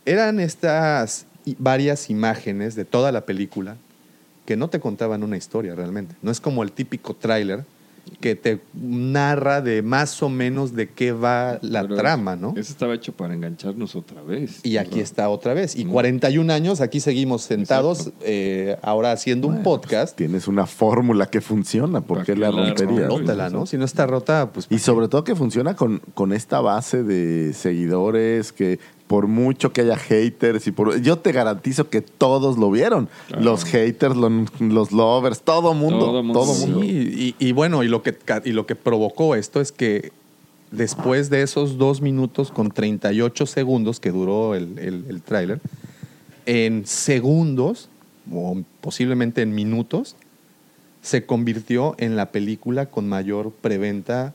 eran estas i- varias imágenes de toda la película que no te contaban una historia realmente. No es como el típico tráiler que te narra de más o menos de qué va la
Pero
trama, ¿no?
Eso estaba hecho para engancharnos otra vez.
Y
O
aquí
sea,
está otra vez. Y
Mm.
41 años, aquí seguimos sentados,
Exacto.
eh, ahora haciendo un
Bueno, pues,
podcast.
Tienes una fórmula que funciona. ¿Por
¿Para
qué
qué
la
la
romperías?
rompes?
Rótala, ¿no? Si no está rota, pues...
Y sobre todo que funciona con, con esta base de seguidores que por mucho que haya haters y por yo te garantizo que todos lo vieron.
Claro.
Los haters, lo- los lovers, todo mundo,
Todo
todo mundo.
mundo.
Sí, y, y bueno, y lo, que, ca- y lo que provocó esto es que después de esos dos minutos con 38 segundos que duró el, el, el tráiler, en segundos, o posiblemente en minutos, se convirtió en la película con mayor preventa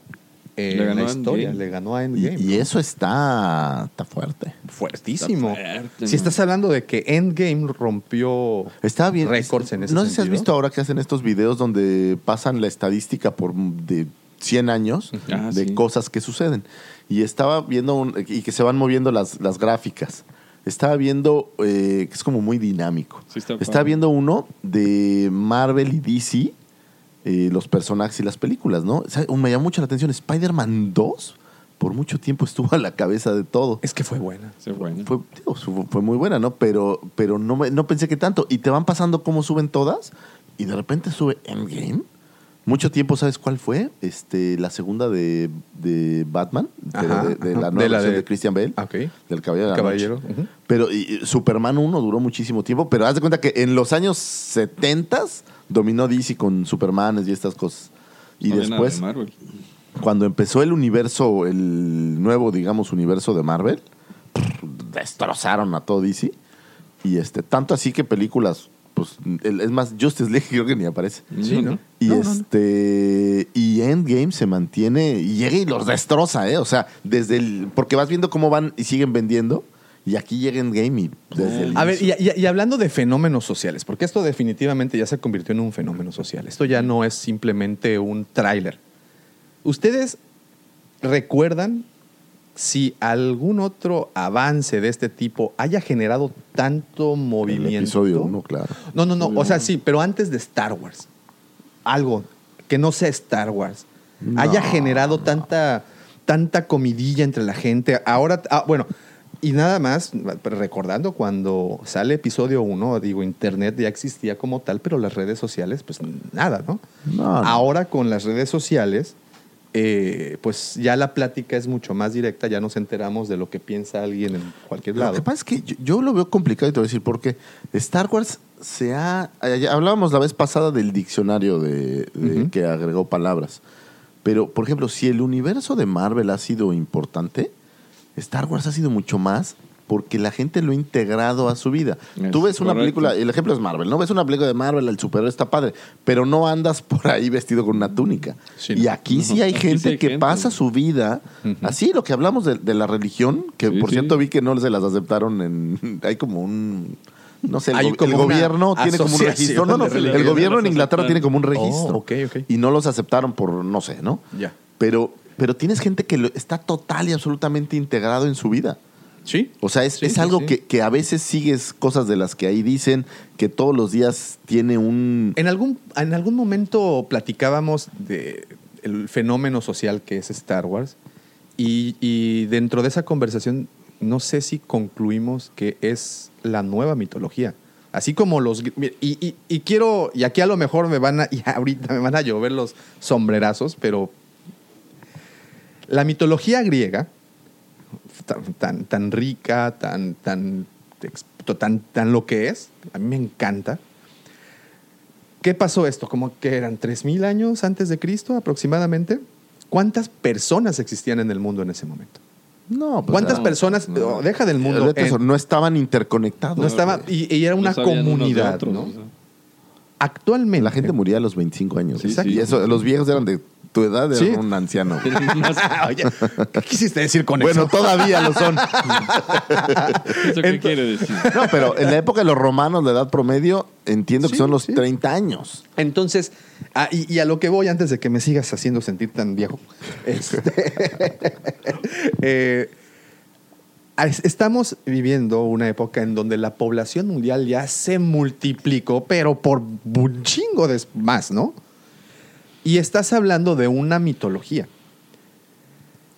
eh,
Le
en
ganó
la
a
historia.
Endgame.
Le ganó a
Y,
Endgame.
y eso está, está fuerte.
Fuertísimo.
Está fuerte,
si
¿no?
estás hablando de que Endgame rompió
Está bien.
récords en ese
No sé si has
sentido.
visto ahora que hacen estos videos donde pasan la estadística por de 100 años
Ah,
de
sí.
cosas que suceden. Y estaba viendo un- y que se van moviendo las, las gráficas. Estaba viendo eh, que es como muy dinámico.
Sí, está
estaba
padre.
viendo uno de Marvel y DC, eh, los personajes y las películas, ¿no? O sea, me llamó mucho la atención. Spider-Man 2 por mucho tiempo estuvo a la cabeza de todo
Es que fue buena.
Sí, bueno.
fue, digo, su- fue muy buena, ¿no? Pero, pero no, me- no pensé que tanto. Y te van pasando cómo suben todas y de repente sube Endgame. Mucho tiempo, ¿sabes cuál fue? Este, la segunda de, de Batman, pero
Ajá,
de, de
ajá.
la nueva
De la
versión de,
de-
Christian Bale,
Ah, ok.
del Caballero de la
Caballero,
Noche.
ujú.
Pero y- y Superman 1 duró muchísimo tiempo, pero haz de cuenta que en los años 70 dominó DC con Supermanes y estas cosas. Y
No había nada de
después,
Marvel.
cuando empezó el universo, el nuevo, digamos, universo de Marvel, destrozaron a todo DC. Y este, tanto así que películas, pues, el- es más, Justice League creo que ni aparece.
Sí, ¿no?
Y este, y Endgame se mantiene, y llega y los destroza, ¿eh? O sea, desde el, porque vas viendo cómo van y siguen vendiendo. Y aquí llega Endgame y desde el
A ver,
inicio.
y, y- y hablando de fenómenos sociales, porque esto definitivamente ya se convirtió en un fenómeno social. Esto ya no es simplemente un tráiler. ¿Ustedes recuerdan si algún otro avance de este tipo haya generado tanto
el
movimiento?
episodio uno, claro.
No, no, no. O sea, sí, pero antes de Star Wars. Algo que no sea Star Wars. haya generado tanta, tanta comidilla entre la gente. Ahora, ah, bueno, y nada más, recordando cuando sale episodio 1, digo, Internet ya existía como tal, pero las redes sociales, pues nada, ¿no?
No, no.
Ahora con las redes sociales, eh, pues ya la plática es mucho más directa, ya nos enteramos de lo que piensa alguien en cualquier
Lo
lado.
que pasa es que yo, yo lo veo complicado y te voy a decir por qué. Star Wars se ha. eh, Hablábamos la vez pasada del diccionario de, de-
Ujú.
que agregó palabras. Pero, por ejemplo, si el universo de Marvel ha sido importante, Star Wars ha sido mucho más porque la gente lo ha integrado a su vida.
Es
Tú ves una
correcto.
película, el ejemplo es Marvel, ¿no? Ves una película de Marvel, el superhéroe está padre, pero no andas por ahí vestido con una túnica.
Sí,
y
no.
aquí sí hay
Aquí sí
gente
hay
que
gente.
pasa su vida, así lo que hablamos de, de la religión, que
Sí,
por
sí.
cierto vi que no se las aceptaron en... Hay como un... No sé, el,
Hay
go- el
como una
gobierno tiene como un registro.
asociación
No, no,
de
el
religión.
gobierno en Inglaterra tiene como un registro.
Oh, ok, ok.
Y no los aceptaron por, no sé, ¿no?
Ya.
Pero, pero tienes gente que lo- está total y absolutamente integrado en su vida.
Sí.
O sea, es,
Sí,
es
sí,
algo
sí.
Que, que a veces sigues cosas de las que ahí dicen, que todos los días tiene un...
En algún, en algún momento platicábamos de el fenómeno social que es Star Wars y, y dentro de esa conversación no sé si concluimos que es la nueva mitología. Así como los... Y, y- y quiero... Y aquí a lo mejor me van a... Y ahorita me van a llover los sombrerazos, pero... La mitología griega, tan, tan, tan rica, tan, tan, ex- tan, tan lo que es, a mí me encanta. ¿Qué pasó esto? Como que eran 3.000 años antes de Cristo aproximadamente. ¿Cuántas personas existían en el mundo en ese momento?
No, pues,
¿Cuántas
ah,
personas? oh, deja del mundo.
vete eso,
en-
no estaban interconectados.
no estaba, y, y era
No
una
sabían unos de
comunidad.
otros,
¿no?
o sea.
Actualmente.
La gente moría a los 25 años.
Sí,
Y
sí.
eso, los viejos eran de tu edad, eran
Sí.
un anciano.
Oye, ¿qué quisiste decir con
bueno,
eso?
todavía lo son.
¿Eso qué quiere decir?
No, pero en la época de los romanos, la edad promedio, entiendo que
Sí,
son los
sí.
30 años.
Entonces, ah, y, y a lo que voy antes de que me sigas haciendo sentir tan viejo, este, eh, es- estamos viviendo una época en donde la población mundial ya se multiplicó, pero por un chingo de más, ¿no? Y estás hablando de una mitología.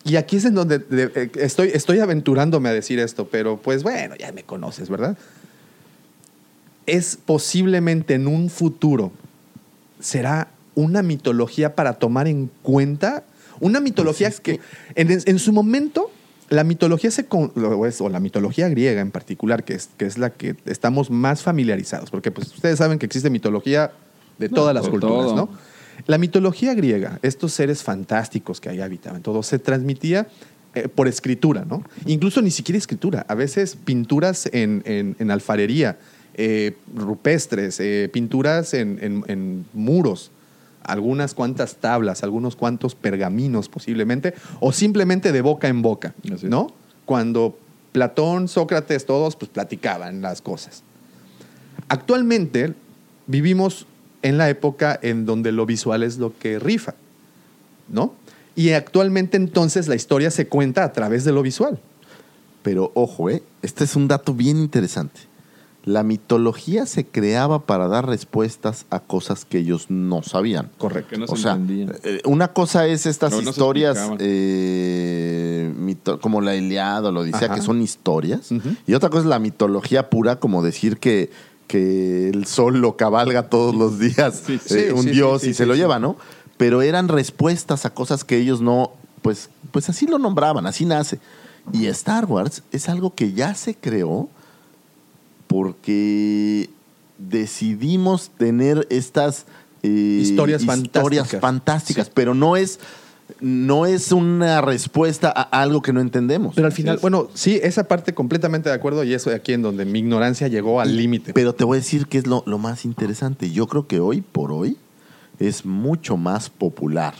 Y aquí es en donde de- eh, estoy, estoy aventurándome a decir esto, pero pues bueno, ya me conoces, ¿verdad? Es posiblemente en un futuro será una mitología para tomar en cuenta. Una mitología
Pues
que en, en su momento la mitología se con- o es- o la mitología griega en particular que es que es la que estamos más familiarizados porque pues ustedes saben que existe mitología de todas las
de
culturas,
todo.
¿no? La mitología griega, estos seres fantásticos que ahí habitaban, todo se transmitía eh, por escritura, ¿no? Incluso ni siquiera escritura, a veces pinturas en, en- en alfarería, eh, rupestres, eh, pinturas en, en- en muros, algunas cuantas tablas, algunos cuantos pergaminos posiblemente, o simplemente de boca en boca,
Así es.
¿no? Cuando Platón, Sócrates, todos pues platicaban las cosas. Actualmente vivimos en la época en donde lo visual es lo que rifa, ¿no? Y actualmente entonces la historia se cuenta a través de lo visual.
Pero ojo, ¿eh? este es un dato bien interesante. La mitología se creaba para dar respuestas a cosas que ellos no sabían.
Que no
o
se
sea,
entendían.
eh, una cosa es estas
No, no se
historias
explicaban.
eh, mito- como la Iliada o la Odisea,
Ajá.
que son historias.
Ujú.
Y otra cosa es la mitología pura, como decir que, que el sol lo cabalga todos los días
Sí,
sí,
eh, un
sí,
dios
sí,
y
sí,
se lo
sí.
lleva, ¿no? Pero eran respuestas a cosas que ellos no, pues, pues así lo nombraban, así nace. Y Star Wars es algo que ya se creó porque decidimos tener estas eh,
Historias
historias
fantásticas.
fantásticas,
Sí.
pero no es no es una respuesta a algo que no entendemos.
Pero al final, bueno, sí, esa parte completamente de acuerdo y eso de aquí en donde mi ignorancia llegó al límite.
Pero te voy a decir que es lo, lo más interesante. Yo creo que hoy por hoy es mucho más popular.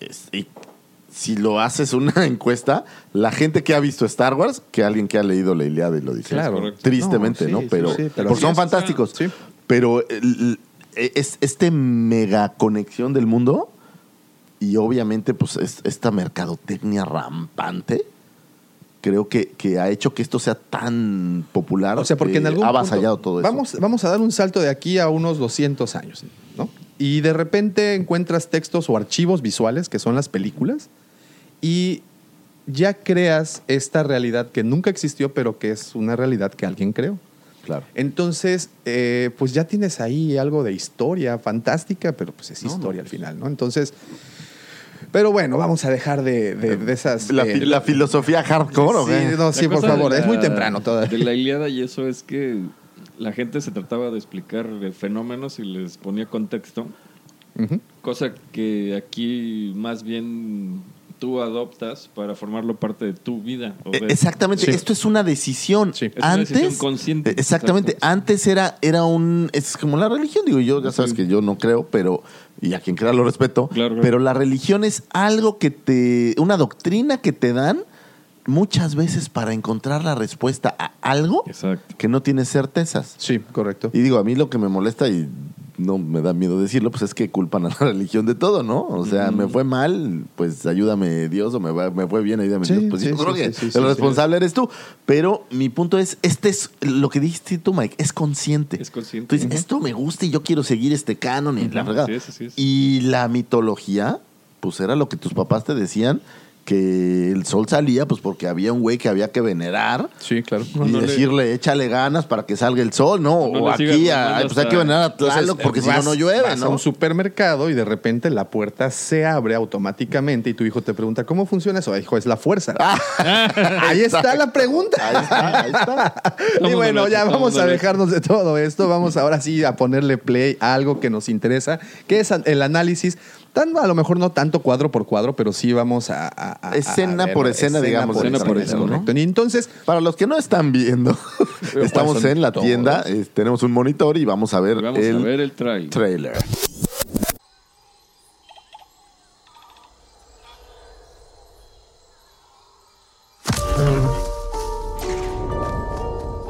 Es- y si lo haces una encuesta, la gente que ha visto Star Wars que alguien que ha leído la Iliada y lo dice.
Claro.
Tristemente,
No,
¿no?
sí, sí,
pero
sí, pero
porque
así
son
es.
fantásticos.
Sí.
Pero el- el- es este mega conexión del mundo y obviamente pues es- esta mercadotecnia rampante creo que, que ha hecho que esto sea tan popular.
O sea, porque
que
en algún
ha avasallado
punto
todo eso.
vamos, Vamos a dar un salto de aquí a unos 200 años, ¿no? Y de repente encuentras textos o archivos visuales, que son las películas, y ya creas esta realidad que nunca existió, pero que es una realidad que alguien creó.
Claro.
Entonces, eh, pues ya tienes ahí algo de historia fantástica, pero pues es
No, no.
historia al final, ¿no? Entonces, pero bueno, vamos a dejar de, de- de esas...
La,
eh,
fi- la filosofía hardcore, ¿o qué?
sí, no,
La
sí, por
cosa de
favor,
la-
es muy temprano
De
todavía.
la Iliada y eso es que la gente se trataba de explicar eh, fenómenos y les ponía contexto,
Ujú.
cosa que aquí más bien tú adoptas para formarlo parte de tu vida. O
E-
Eh,
sea,
Exactamente,
Sí.
esto es una decisión.
Sí. Es
una
Antes,
decisión consciente.
eh, Exactamente,
Exacto.
antes era, era un. Es como la religión, digo yo, ya sabes que yo no creo, pero. Y a quien crea lo respeto.
Claro, claro.
Pero la religión es algo que te. Una doctrina que te dan muchas veces para encontrar la respuesta a algo
Exacto.
que no tienes certezas.
Sí, correcto.
Y digo, a mí lo que me molesta y no me da miedo decirlo, pues es que culpan a la religión de todo, ¿no? O sea, me fue mal, pues ayúdame Dios, o me, va- me fue bien, ayúdame
Sí,
Dios. Pues
sí,
yo
sí,
creo
sí,
que
sí, sí,
el
sí.
responsable eres tú. Pero mi punto es, este es lo que dijiste tú, Mike, es consciente.
Es consciente.
Tú
Pues,
dices,
Ujú.
esto me gusta y yo quiero seguir este canon y la
Ujú.
fregada.
Así es, así es.
Y la mitología, pues era lo que tus papás te decían, que el sol salía, pues porque había un güey que había que venerar
Sí, claro.
y
no le-
decirle, échale ganas para que salga el sol, ¿no?
No
o
le sigas
aquí,
las
a-
manos
pues hay
a-
que venir a
Entonces, eh,
Tlaloc porque si no,
vas-
no llueve,
vas a
¿no?
un supermercado y de repente la puerta se abre automáticamente y tu hijo te pregunta, ¿cómo funciona eso? Ah, hijo, es la fuerza. Ahí está la pregunta.
Ahí está, ahí está.
Estamos
y bueno,
de
ya
nuevo,
vamos
estamos
a
de nuevo.
dejarnos de todo esto. Vamos ahora sí a ponerle play a algo que nos interesa, que es el análisis. Tan, a lo mejor no tanto cuadro por cuadro, pero sí vamos a. a- a- a-
Escena
a ver,
por escena, digamos,
escena por escena, ¿no?
correcto. Y entonces,
Para los que no están viendo, estamos
son
en la
todos?
tienda, eh, tenemos un monitor y vamos a ver
Pues Vamos
el
a ver el trailer.
trailer.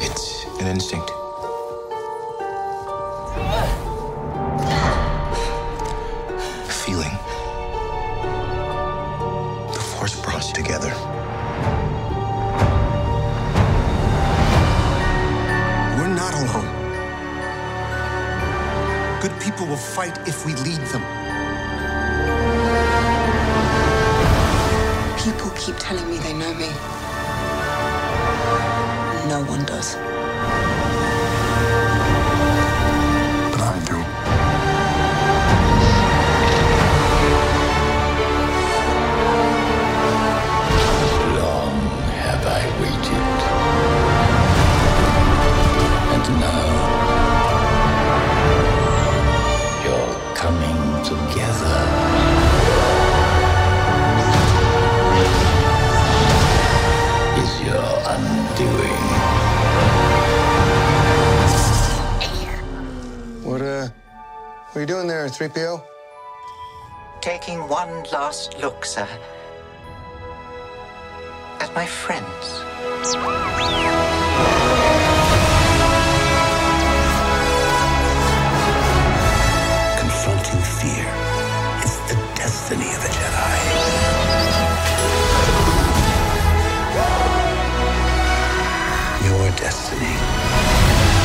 It's an instinct. A feeling. The force brought us together.
We're not alone. Good people will fight if we lead them.
People keep telling me they know me. No one does.
But I do.
Long have I waited. And now you're coming together. Is your undoing.
What, uh, what are you doing there, 3PO?
Taking one last look, sir, at my friends.
Confronting fear is the destiny of a Jedi. Your destiny.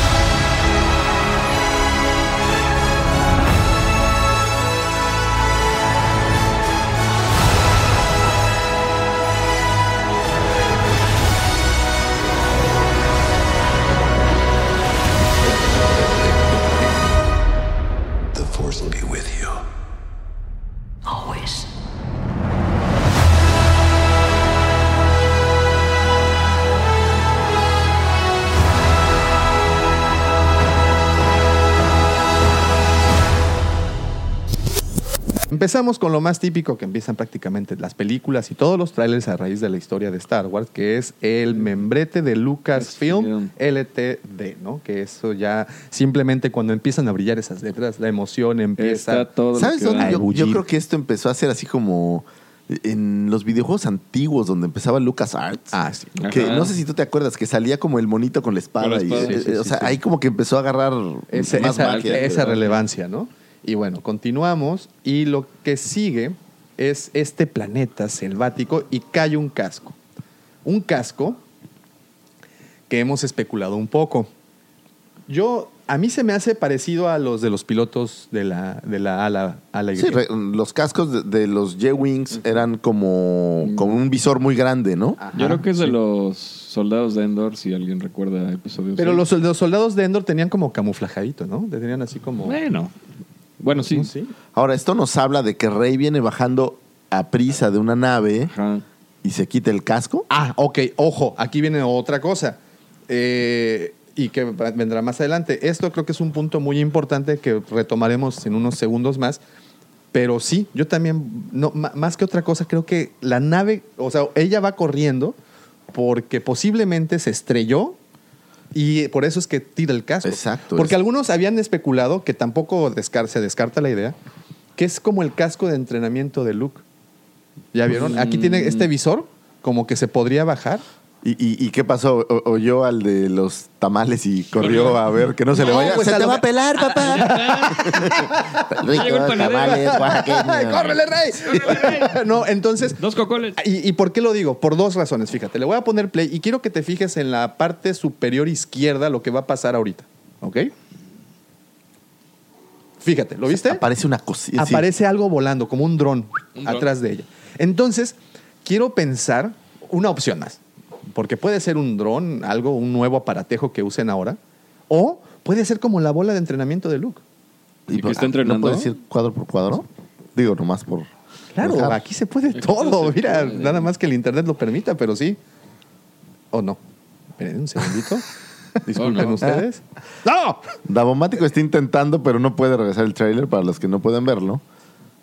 The Force will be with you.
Always.
Empezamos con lo más típico que empiezan prácticamente las películas y todos los trailers a raíz de la historia de Star Wars, que es el
Mm.
membrete de Lucasfilm LTD, ¿no? Que eso ya simplemente cuando empiezan a brillar esas letras, la emoción empieza.
Está todo. lo
¿Sabes
que
dónde?
da.
Yo,
A
yo
ebullir.
creo que esto empezó a ser así como en los videojuegos antiguos donde empezaba Lucas Arts.
Ah, sí.
Que
Ajá.
no sé si tú te acuerdas que salía como el monito con la espada.
Con la espada.
y,
Sí,
sí,
eh, o
sí,
sea,
sí.
ahí como que empezó a agarrar
Ese-
más
esa,
magia.
esa
¿verdad?
relevancia, ¿no? Y bueno, continuamos y lo que sigue es este planeta selvático y cae un casco. Un casco que hemos especulado un poco. Yo, a mí se me hace parecido a los de los pilotos de la, de la ala, ala
Sí,
Y.
re- los cascos de, de los J-Wings eran como, como un visor muy grande, ¿no?
Ajá,
Yo creo que es de
sí.
los soldados de Endor, si alguien recuerda episodios.
Pero los, los soldados de Endor tenían como camuflajadito, ¿no? Tenían así como...
Bueno. Bueno, sí.
¿no? Sí.
Ahora, esto nos habla de que Rey viene bajando a prisa de una nave
Ajá.
y se quita el casco.
Ah, ok, ojo, aquí viene otra cosa. Eh, y que va- vendrá más adelante. Esto creo que es un punto muy importante que retomaremos en unos segundos más. Pero sí, yo también, no, ma- más que otra cosa, creo que la nave, o sea, ella va corriendo porque posiblemente se estrelló y por eso es que tira el casco.
Exacto,
Porque
es-
algunos habían especulado, que tampoco descar- se descarta la idea, que es como el casco de entrenamiento de Luke. ¿Ya
Mm.
vieron? Aquí tiene este visor, como que se podría bajar.
¿Y, y, y qué pasó? O- oyó al de los tamales y corrió a ver que no se le
No,
vaya.
pues,
se
a
te
lo
va
que-
a pelar, papá.
Llegó el
Ricos tamales
panadero.
oaxaqueños.
¡Córrele, rey! no, entonces. Dos cocoles. Y, y por qué lo digo? Por dos razones, fíjate. Le voy a poner play y quiero que te fijes en la parte superior izquierda lo que va a pasar ahorita. ¿Ok? Fíjate, ¿lo viste?
Aparece una cosita. sí.
Aparece algo volando, como un dron atrás de ella. Entonces, quiero pensar una opción más. Porque puede ser un dron, algo, un nuevo aparatejo que usen ahora. O puede ser como la bola de entrenamiento de Luke.
¿Y que está
ah, ¿No
entrenando?
puedes ir cuadro por cuadro? Digo, nomás por.
Claro,
dejar.
aquí se puede todo. Mira, nada más que el internet lo permita, pero sí. ¿O no? Esperen un segundito. Disculpen
Oh, no.
ustedes. ¡No!
Davomático está intentando, pero no puede regresar el trailer para los que no pueden verlo.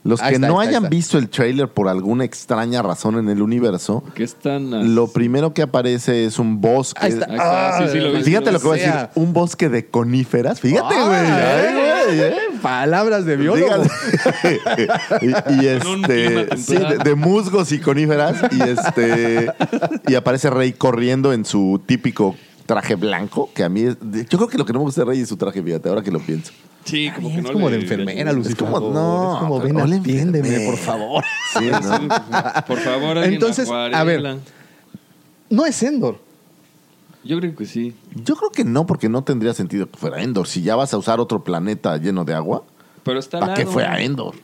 Los
Ahí
que
está,
no
ahí está,
hayan
ahí está.
visto el trailer por alguna extraña razón en el universo,
¿Qué están as-
lo primero que aparece es un bosque.
Ah, Ahí está.
Ahí
Ah,
está. Sí, sí, lo vi,
Fíjate
sí
lo que voy a
sea.
decir, un bosque de coníferas. Fíjate,
Ah,
güey. ay, güey, eh.
eh, Palabras de biólogo.
Dígale. y, y
Con un
este
clima
sí, de,
templado.
de musgos y coníferas y este y aparece Rey corriendo en su típico traje blanco que a mí es, yo creo que lo que no me gusta de Rey es su traje fíjate ahora que lo pienso
Sí, como que
es
no
como
le-
de enfermera,
le-
Lucy.
Es como,
por favor.
no,
Es como,
pero
ven,
hola,
atiéndeme,
enfermera.
por favor.
sí ¿no?
Por favor, alguien
Entonces, a ver.
acuarela.
No es Endor.
Yo creo que sí.
yo creo que no porque no tendría sentido que fuera Endor si ya vas a usar otro planeta lleno de agua
Pero está
¿para qué
al lado.
fue a Endor?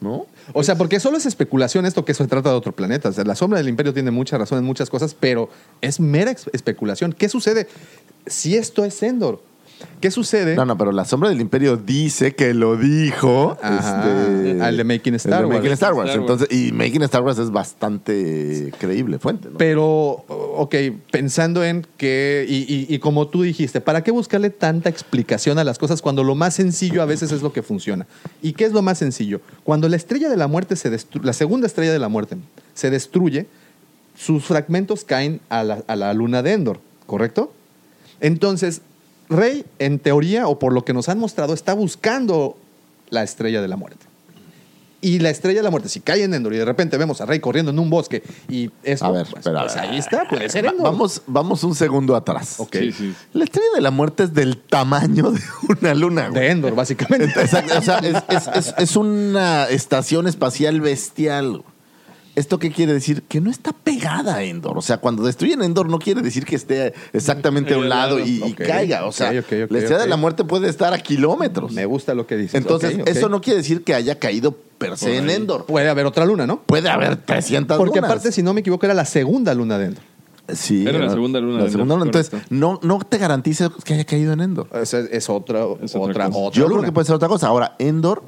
¿no?
O sea, porque solo es especulación esto que se trata de otro planeta. O sea, la sombra del imperio tiene mucha razón en muchas cosas, pero es mera ex- especulación. ¿Qué sucede si esto es Endor? ¿Qué sucede?
No, no, pero la sombra del imperio dice que lo dijo
Ajá.
este,
Al de Making
el
Star
de
Wars.
Making Star Wars.
Star Wars.
Entonces, y Making Star Wars es bastante creíble fuente, ¿no?
Pero, ok, pensando en que, y, y- y como tú dijiste, ¿para qué buscarle tanta explicación a las cosas cuando lo más sencillo a veces es lo que funciona? ¿Y qué es lo más sencillo? Cuando la estrella de la muerte se destruye, la segunda estrella de la muerte se destruye, sus fragmentos caen a la, a la luna de Endor, ¿correcto? Entonces, Rey, en teoría, o por lo que nos han mostrado, está buscando la estrella de la muerte. Y la estrella de la muerte, si cae en Endor y de repente vemos a Rey corriendo en un bosque y esto,
A ver,
pues,
espera,
pues
a ver.
ahí está, puede ser
Va-
Endor.
vamos, vamos un segundo atrás.
Ok.
Sí, sí.
La estrella de la muerte es del tamaño de una luna. güey.
De Endor, básicamente.
Exacto, o sea, es, es- es- es una estación espacial bestial. güey. ¿Esto qué quiere decir? Que no está pegada a Endor. O sea, cuando destruyen Endor no quiere decir que esté exactamente a un
Al
lado
lado.
y, y
Ok,
caiga. O sea,
ok, ok, ok,
la estrella
ok.
de la muerte puede estar a kilómetros.
Me gusta lo que dices.
Entonces,
Ok, ok.
eso no quiere decir que haya caído per se en Endor.
Puede haber otra luna, ¿no?
Puede haber 300
Porque
lunas.
aparte, si no me equivoco, era la segunda luna de Endor.
Sí,
Era la segunda luna
La
de
segunda
Endor,
luna. Entonces,
correcto.
no, no te garantice que haya caído en Endor.
O sea, es otra,
Es otra
otra, otra,
cosa.
Yo creo
luna.
que puede ser otra cosa. Ahora, Endor,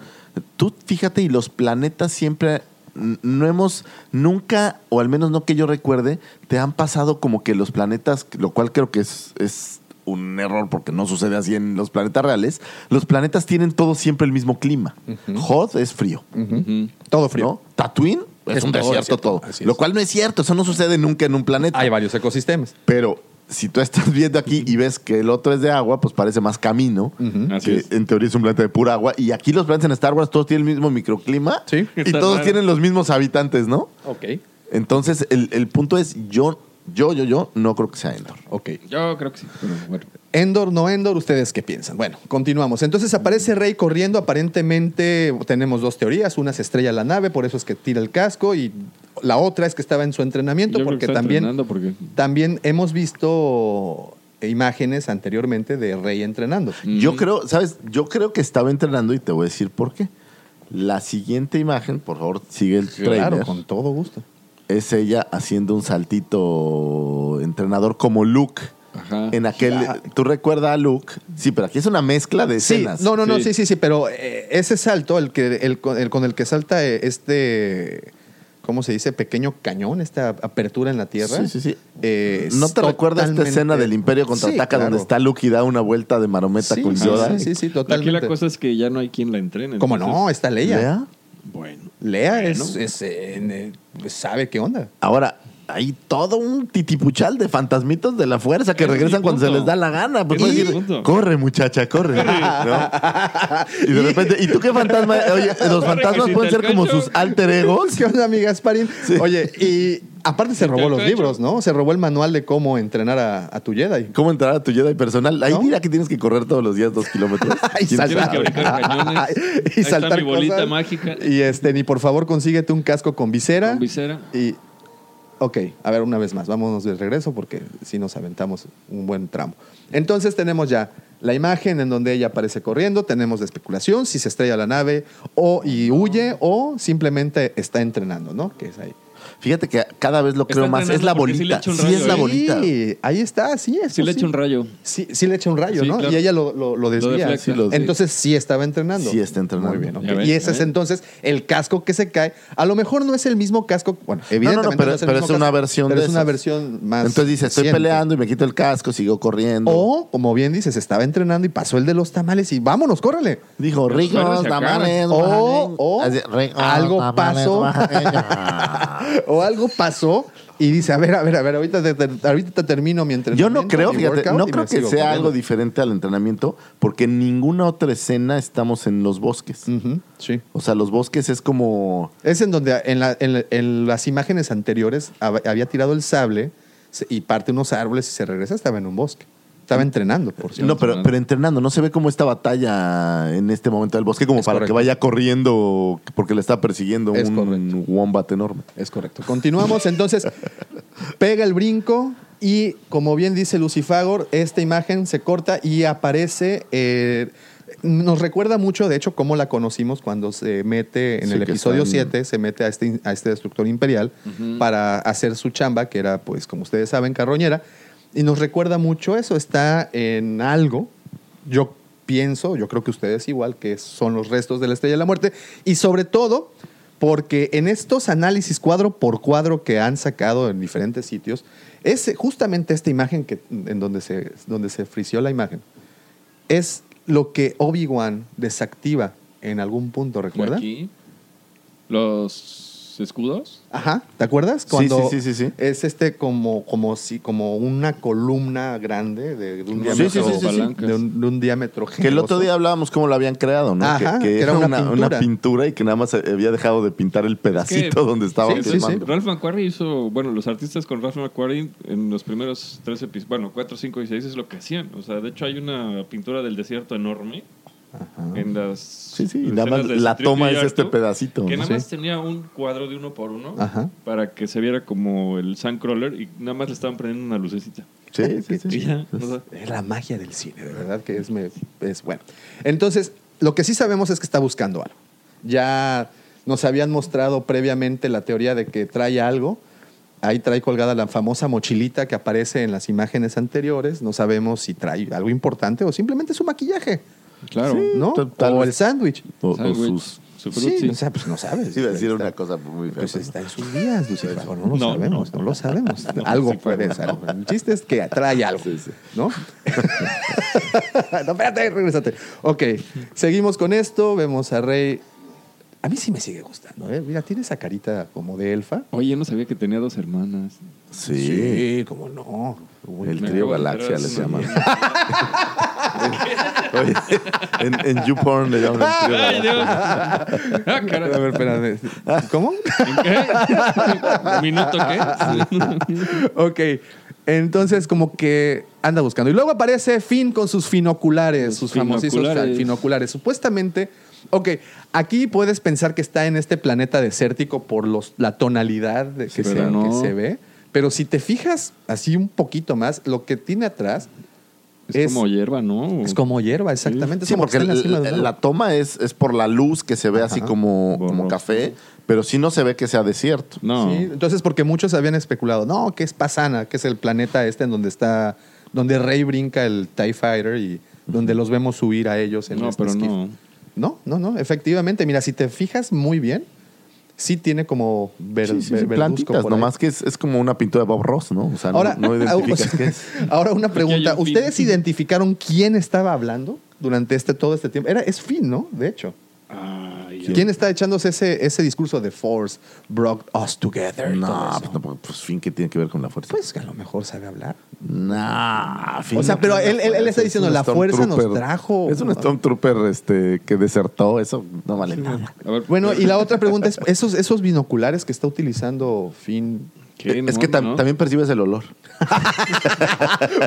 tú fíjate, y los planetas siempre n- no hemos, nunca, o al menos no que yo recuerde, te han pasado como que los planetas, lo cual creo que es, es un error porque no sucede así en los planetas reales, los planetas tienen todos siempre el mismo clima. Hoth es frío.
Ujú.
Mm, Todo frío.
¿no? Tatooine es,
Es
un
todo
desierto,
desierto,
todo.
así
Lo
es.
cual no es cierto, eso no sucede nunca en un planeta.
Hay varios ecosistemas.
Pero si tú estás viendo aquí y ves que el otro es de agua, pues parece más camino.
Así
Que
es.
en teoría es un planeta de pura agua. Y aquí los planetas en Star Wars todos tienen el mismo microclima.
Sí.
Y
Está
todos
raro.
tienen los mismos habitantes, ¿no?
Ok.
Entonces, el, el punto es, yo, yo, yo, yo, no creo que sea Endor.
Ok.
Yo creo que sí. Pero bueno.
Endor, no Endor, ¿ustedes qué piensan? Bueno, continuamos. Entonces aparece Rey corriendo. Aparentemente tenemos dos teorías. Una se estrella la nave, por eso es que tira el casco. Y la otra es que estaba en su entrenamiento,
Yo creo que
porque
está
también,
entrenando porque-
también hemos visto imágenes anteriormente de Rey entrenando.
Mm.
Yo creo, ¿sabes? Yo creo que estaba entrenando y te voy a decir por qué. La siguiente imagen, por favor, sigue el trailer.
Claro, con todo gusto.
Es ella haciendo un saltito entrenador como Luke.
Ajá.
En aquel.
Ah, Ya.
¿Tú recuerdas a Luke? Sí, pero aquí es una mezcla de
Sí,
escenas.
no, no, no, sí,
Sí.
sí, sí, pero eh, ese salto, el que, el, con- el con el que salta eh, este, ¿cómo se dice? Pequeño cañón, esta apertura en la tierra.
Sí, sí, sí.
eh,
¿No
es
te recuerda esta
totalmente-
escena del Imperio contraataca
Sí, claro.
donde está Luke y da una vuelta de marometa
Sí,
con
sí,
Yoda?
sí, sí, sí,
Aquí
totalmente.
la cosa es que ya no hay quien la entrene.
¿Cómo no?
entonces-
Está Leia.
Lea.
Bueno.
Lea es, es, eh, ne- sabe qué onda.
Ahora, hay todo un titipuchal de fantasmitas de la fuerza que
Ese es
regresan
mi
cuando se
punto.
les da la gana. Pues
Ese
puedes
es mi
decir,
punto.
corre muchacha, corre. ¿no? Y de repente, ¿y tú qué fantasma? Oye, los
Corre,
fantasmas
cosita,
pueden ser
el
como
cacho.
sus alter egos.
¿Qué onda, mi Gasparín? Oye, y aparte se robó
Ya
los
está hecho.
libros, ¿no? Se robó el manual de cómo entrenar a, a tu Jedi.
¿Cómo entrar a tu Jedi personal? Ahí
¿No?
dirá que tienes que correr todos los días dos kilómetros.
y
¿Quién
saltar,
Tienes
sabe?
que brincar cañones. Ahí
y
está
saltar
mi bolita
cosas.
mágica.
Y este, ni por favor consíguete un casco con visera.
Con visera.
Y ok, a ver una vez más, vámonos de regreso porque si nos aventamos un buen tramo. Entonces tenemos ya la imagen en donde ella aparece corriendo, tenemos la especulación si se estrella la nave o y huye o simplemente está entrenando, ¿no? Que es ahí.
Fíjate que cada vez lo
Está
creo más. Es la
entrenando porque sí le
bolita.
echa un
Sí es
rayo,
la
¿eh?
bolita.
Sí, ahí está, sí eso
Sí le
sí.
echa un rayo.
Sí, sí le echa un rayo,
Sí,
¿no?
claro.
Y ella lo, lo, lo desvía.
deflecta.
Sí,
lo-
Entonces sí estaba entrenando.
Sí está entrenando.
Muy bien, ok.
Ya ves,
Y
ya
ese es
ves.
entonces el casco que se cae. A lo mejor no es el mismo casco. Bueno, evidentemente no,
no, pero-
es el
pero
mismo
es una
casco,
versión
Pero
de
es una
esas.
versión más.
Entonces dice, estoy
reciente.
peleando y me quito el casco, sigo corriendo.
O, como bien dices, estaba entrenando y pasó el de los tamales y vámonos, córrele.
Dijo,
Pero
ricos,
perros se
tamales,
acaban".
O, o ah,
Así, "Ricos,
algo
tamales,
pasó.
oaxaqueños".
o algo pasó y dice, a ver, a ver, a ver, ahorita, te, te- ahorita te termino mi
Yo
entrenamiento.
no creo,
mi
fíjate,
workout,
no
y
creo
me
que sea
sigo
algo
corriendo".
diferente al entrenamiento, porque en ninguna otra escena estamos en los bosques.
Ujú, sí.
O sea, los bosques es como.
Es en donde en, la- en la- en las imágenes anteriores hab- había tirado el sable se- y parte unos árboles y se regresa, estaba en un bosque. Estaba entrenando, por cierto.
no, pero, pero entrenando, no se ve como esta batalla en este momento del bosque, como
Es
para
correcto.
que vaya corriendo porque le está persiguiendo
Es
un
correcto.
wombat enorme.
Es correcto. Continuamos, entonces, pega el brinco y, como bien dice Lucifagor, esta imagen se corta y aparece... eh, nos recuerda mucho, de hecho, cómo la conocimos cuando se mete en
Sí,
el
que
episodio
están-
7, se mete a este, in- a este destructor imperial para hacer su chamba, que era, pues, como ustedes saben, carroñera. Y nos recuerda mucho eso, está en algo, yo pienso, yo creo que ustedes igual, que son los restos de la Estrella de la Muerte, y sobre todo porque en estos análisis cuadro por cuadro que han sacado en diferentes sitios, es justamente esta imagen que, en donde se, donde se frició la imagen, es lo que Obi-Wan desactiva en algún punto, ¿recuerdan?
Aquí. Los escudos.
Ajá, ¿te acuerdas?
Sí,
Cuando
sí, sí, sí, sí.
es este como, como si, como una columna grande de, de un
Sí,
diámetro.
sí, sí, sí,
sí.
De, un, de un diámetro
Que el otro
generoso.
día hablábamos cómo lo habían creado, ¿no?
Ajá,
que, que era una, pintura. pintura y que nada más había dejado de pintar el pedacito donde estaba
Sí, sí,
sí.
filmando.
Ralph McQuarrie hizo, bueno, los artistas con Ralph McQuarrie en los primeros tres episodios, bueno, cuatro, cinco y seis es lo que hacían. O sea, de hecho hay una pintura del desierto enorme
Ah,
en las...
Sí, sí, y nada más
escenas de
la
Street
toma es
Yarto,
este pedacito.
Que
¿no?
nada
Sí. Ah.
más tenía un cuadro de uno por uno
Ajá.
para que se viera como el Sandcrawler y nada más le estaban prendiendo una lucecita.
Sí, sí, sí.
Y ya, o sea,
Es la magia del cine, de verdad que es, me- es bueno. Entonces, lo que sí sabemos es que está buscando algo. Ya nos habían mostrado previamente la teoría de que trae algo. Ahí trae colgada la famosa mochilita que aparece en las imágenes anteriores. No sabemos si trae algo importante o simplemente su maquillaje,
claro.
¿no?
tal- tal
o
vez.
el sándwich.
O, o
Sándwich,
sus.
su
Sí,
frutzi.
o sea, pues no sabes.
Sí, iba a decir
Está-
una cosa muy fea.
Pues
pero-
está en sus días, Lucifer. No lo
No,
sabemos, no,
no.
lo sabemos.
No,
algo
sí fue.
puede ser. El chiste es que atrae algo, ¿no? no, espérate, regresate. Ok, seguimos con esto. Vemos a Rey. A mí sí me sigue gustando, ¿eh? Mira, tiene esa carita como de elfa.
Oye, yo no sabía que tenía dos hermanas.
Sí.
como no. Uy,
El
Me acabo
trío
de
Galaxia
enterar
les
hace
llaman.
unos
Oye, en, en YouPorn le llaman el trío
¡Ay,
Galaxia.
Dios! ¡Ah,
A
caray!
ver, espérate. ¿Cómo?
¿En qué? ¿Minuto qué?
ok. Entonces, como que anda buscando. Y luego aparece Finn con sus finoculares, sus
Sus
famosísimos
binoculares.
finoculares. Supuestamente, ok, aquí puedes pensar que está en este planeta desértico por los, la tonalidad de- que,
Sí,
se,
pero no.
que se ve. Pero si te fijas así un poquito más, lo que tiene atrás
Es,
Es-
como hierba, ¿no?
es como hierba, exactamente. Es
Sí,
como
porque
que está en la cima
la,
de un
la
árbol.
toma es, es por la luz que se ve así
Ajá.
como, como
Borroso.
café, pero sí no se ve que sea desierto.
No.
Sí, entonces, porque muchos habían especulado, no, que es Pasana, que es el planeta este en donde está, donde Rey brinca el TIE Fighter y donde los vemos subir a ellos en
No,
este
pero
esquife.
no.
No, no, no, efectivamente. Mira, si te fijas muy bien, sí tiene como ver,
Sí, sí, sí,
ver- verduzco
plantitas,
por ahí.
nomás que es, es como una pintura de Bob Ross, ¿no? O sea, no-
Ahora,
no, identificas qué es.
ahora una pregunta.
un fin.
¿Ustedes identificaron quién estaba hablando durante este, todo este tiempo? Era, es Finn, ¿no? De hecho.
Ay,
¿Quién está echándose ese, ese discurso de Force brought us together? y todo
No,
eso?
pues, no, pues fin que tiene que ver con la fuerza.
Pues que a lo mejor sabe hablar.
Nah, fin,
O sea,
no
pero
tiene
él-
la
él- él
fuerza,
está
es
diciendo,
un
la fuerza nos
stormtrooper.
trajo.
Es un Stormtrooper este, que desertó, eso no vale nada.
A ver,
Bueno, y la otra pregunta es, ¿esos, esos binoculares que está utilizando Finn?
¿qué?
es
No,
que tam-
no.
también percibes el olor.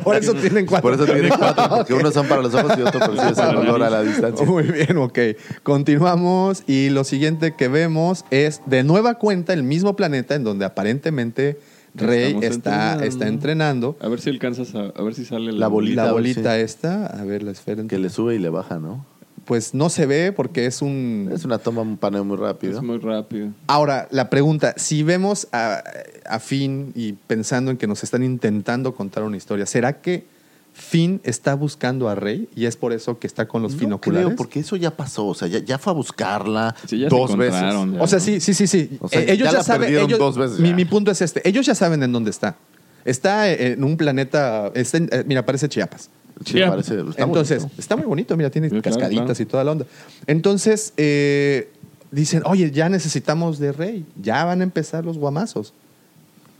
Por eso tienen cuatro.
Por eso tiene cuatro, porque unos son para los ojos y otro percibes el olor a la distancia.
Muy bien, ok. Continuamos y lo siguiente que vemos es de nueva cuenta el mismo planeta en donde aparentemente Rey
Estamos
está
entrenando.
está entrenando.
A ver si alcanzas a, a ver si sale
La bolita.
La
a ver
bolita
si-
esta, a ver la esfera.
Que le sube y le baja, ¿no?
Pues no se ve porque es un...
Es una toma, un paneo muy rápido.
Es muy rápido.
Ahora, la pregunta, si vemos a, a Finn y pensando en que nos están intentando contar una historia, ¿será que Finn está buscando a Rey y es por eso que está con los
No
binoculares?
creo, porque eso ya pasó. O sea, ya, ya fue a buscarla
Sí, ya se
dos veces.
encontraron, ya.
O sea, sí, sí, sí, sí.
O sea,
Eh, ellos
ya
ya,
la
saben.
perdieron
ellos-
dos veces
mi,
ya.
mi punto es este. Ellos ya saben en dónde está. Está en un planeta. está en- eh, mira, parece Chiapas.
Sí, me parece, está
Entonces,
bonito.
está muy bonito. Mira, tiene
Sí, claro,
cascaditas
claro.
y toda la onda. Entonces, eh, dicen, oye, ya necesitamos de rey. Ya van a empezar los guamazos.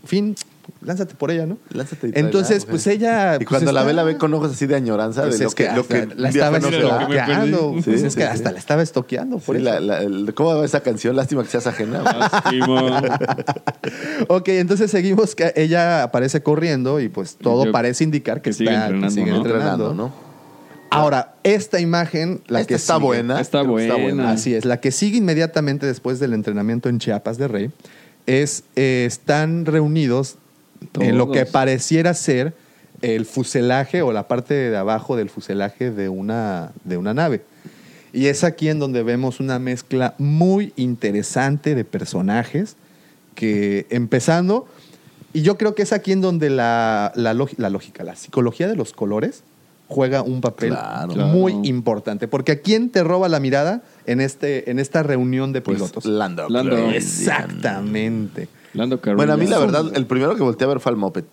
Fin, lánzate por ella, ¿no?
Lánzate y trae
Entonces,
la
pues
mujer.
ella.
Y
pues,
cuando la
está-
ve, la ve con ojos así de añoranza
Pues
de lo
es que,
que, lo que
hasta
un
la
día fue
estaba
no se da.
que me perdí.
estoqueando. Pues,
Sí,
es
sí,
que
sí.
hasta la estaba estoqueando. Por
Sí,
eso. Ah,
la- la- el- ¿Cómo va esa canción? Lástima que seas ajena. güey.
Ok, entonces seguimos que ella aparece corriendo y pues todo
Que-
parece indicar que,
que sigue
está que
entrenando,
sigue
¿no?
entrenando.
Entrenando, ¿no?
Ahora, esta imagen, la
Esta
que
está
sigue-
buena.
Está
creo que
buena.
Así es, la que sigue inmediatamente después del entrenamiento en Chiapas de Rey es eh, están reunidos en lo que
Todos.
pareciera ser el fuselaje o la parte de abajo del fuselaje de una, de una nave. Y es aquí en donde vemos una mezcla muy interesante de personajes que empezando, y yo creo que es aquí en donde la, la, log- la lógica, la psicología de los colores juega un papel
Claro.
muy
Claro.
importante. Porque ¿a quién te roba la mirada en, este, en esta reunión de
Pues
pilotos?
Lando.
Lando.
Calrissian.
Exactamente.
Lando Carrillo.
Bueno, a mí la verdad, el primero que volteé a ver fue al Moped.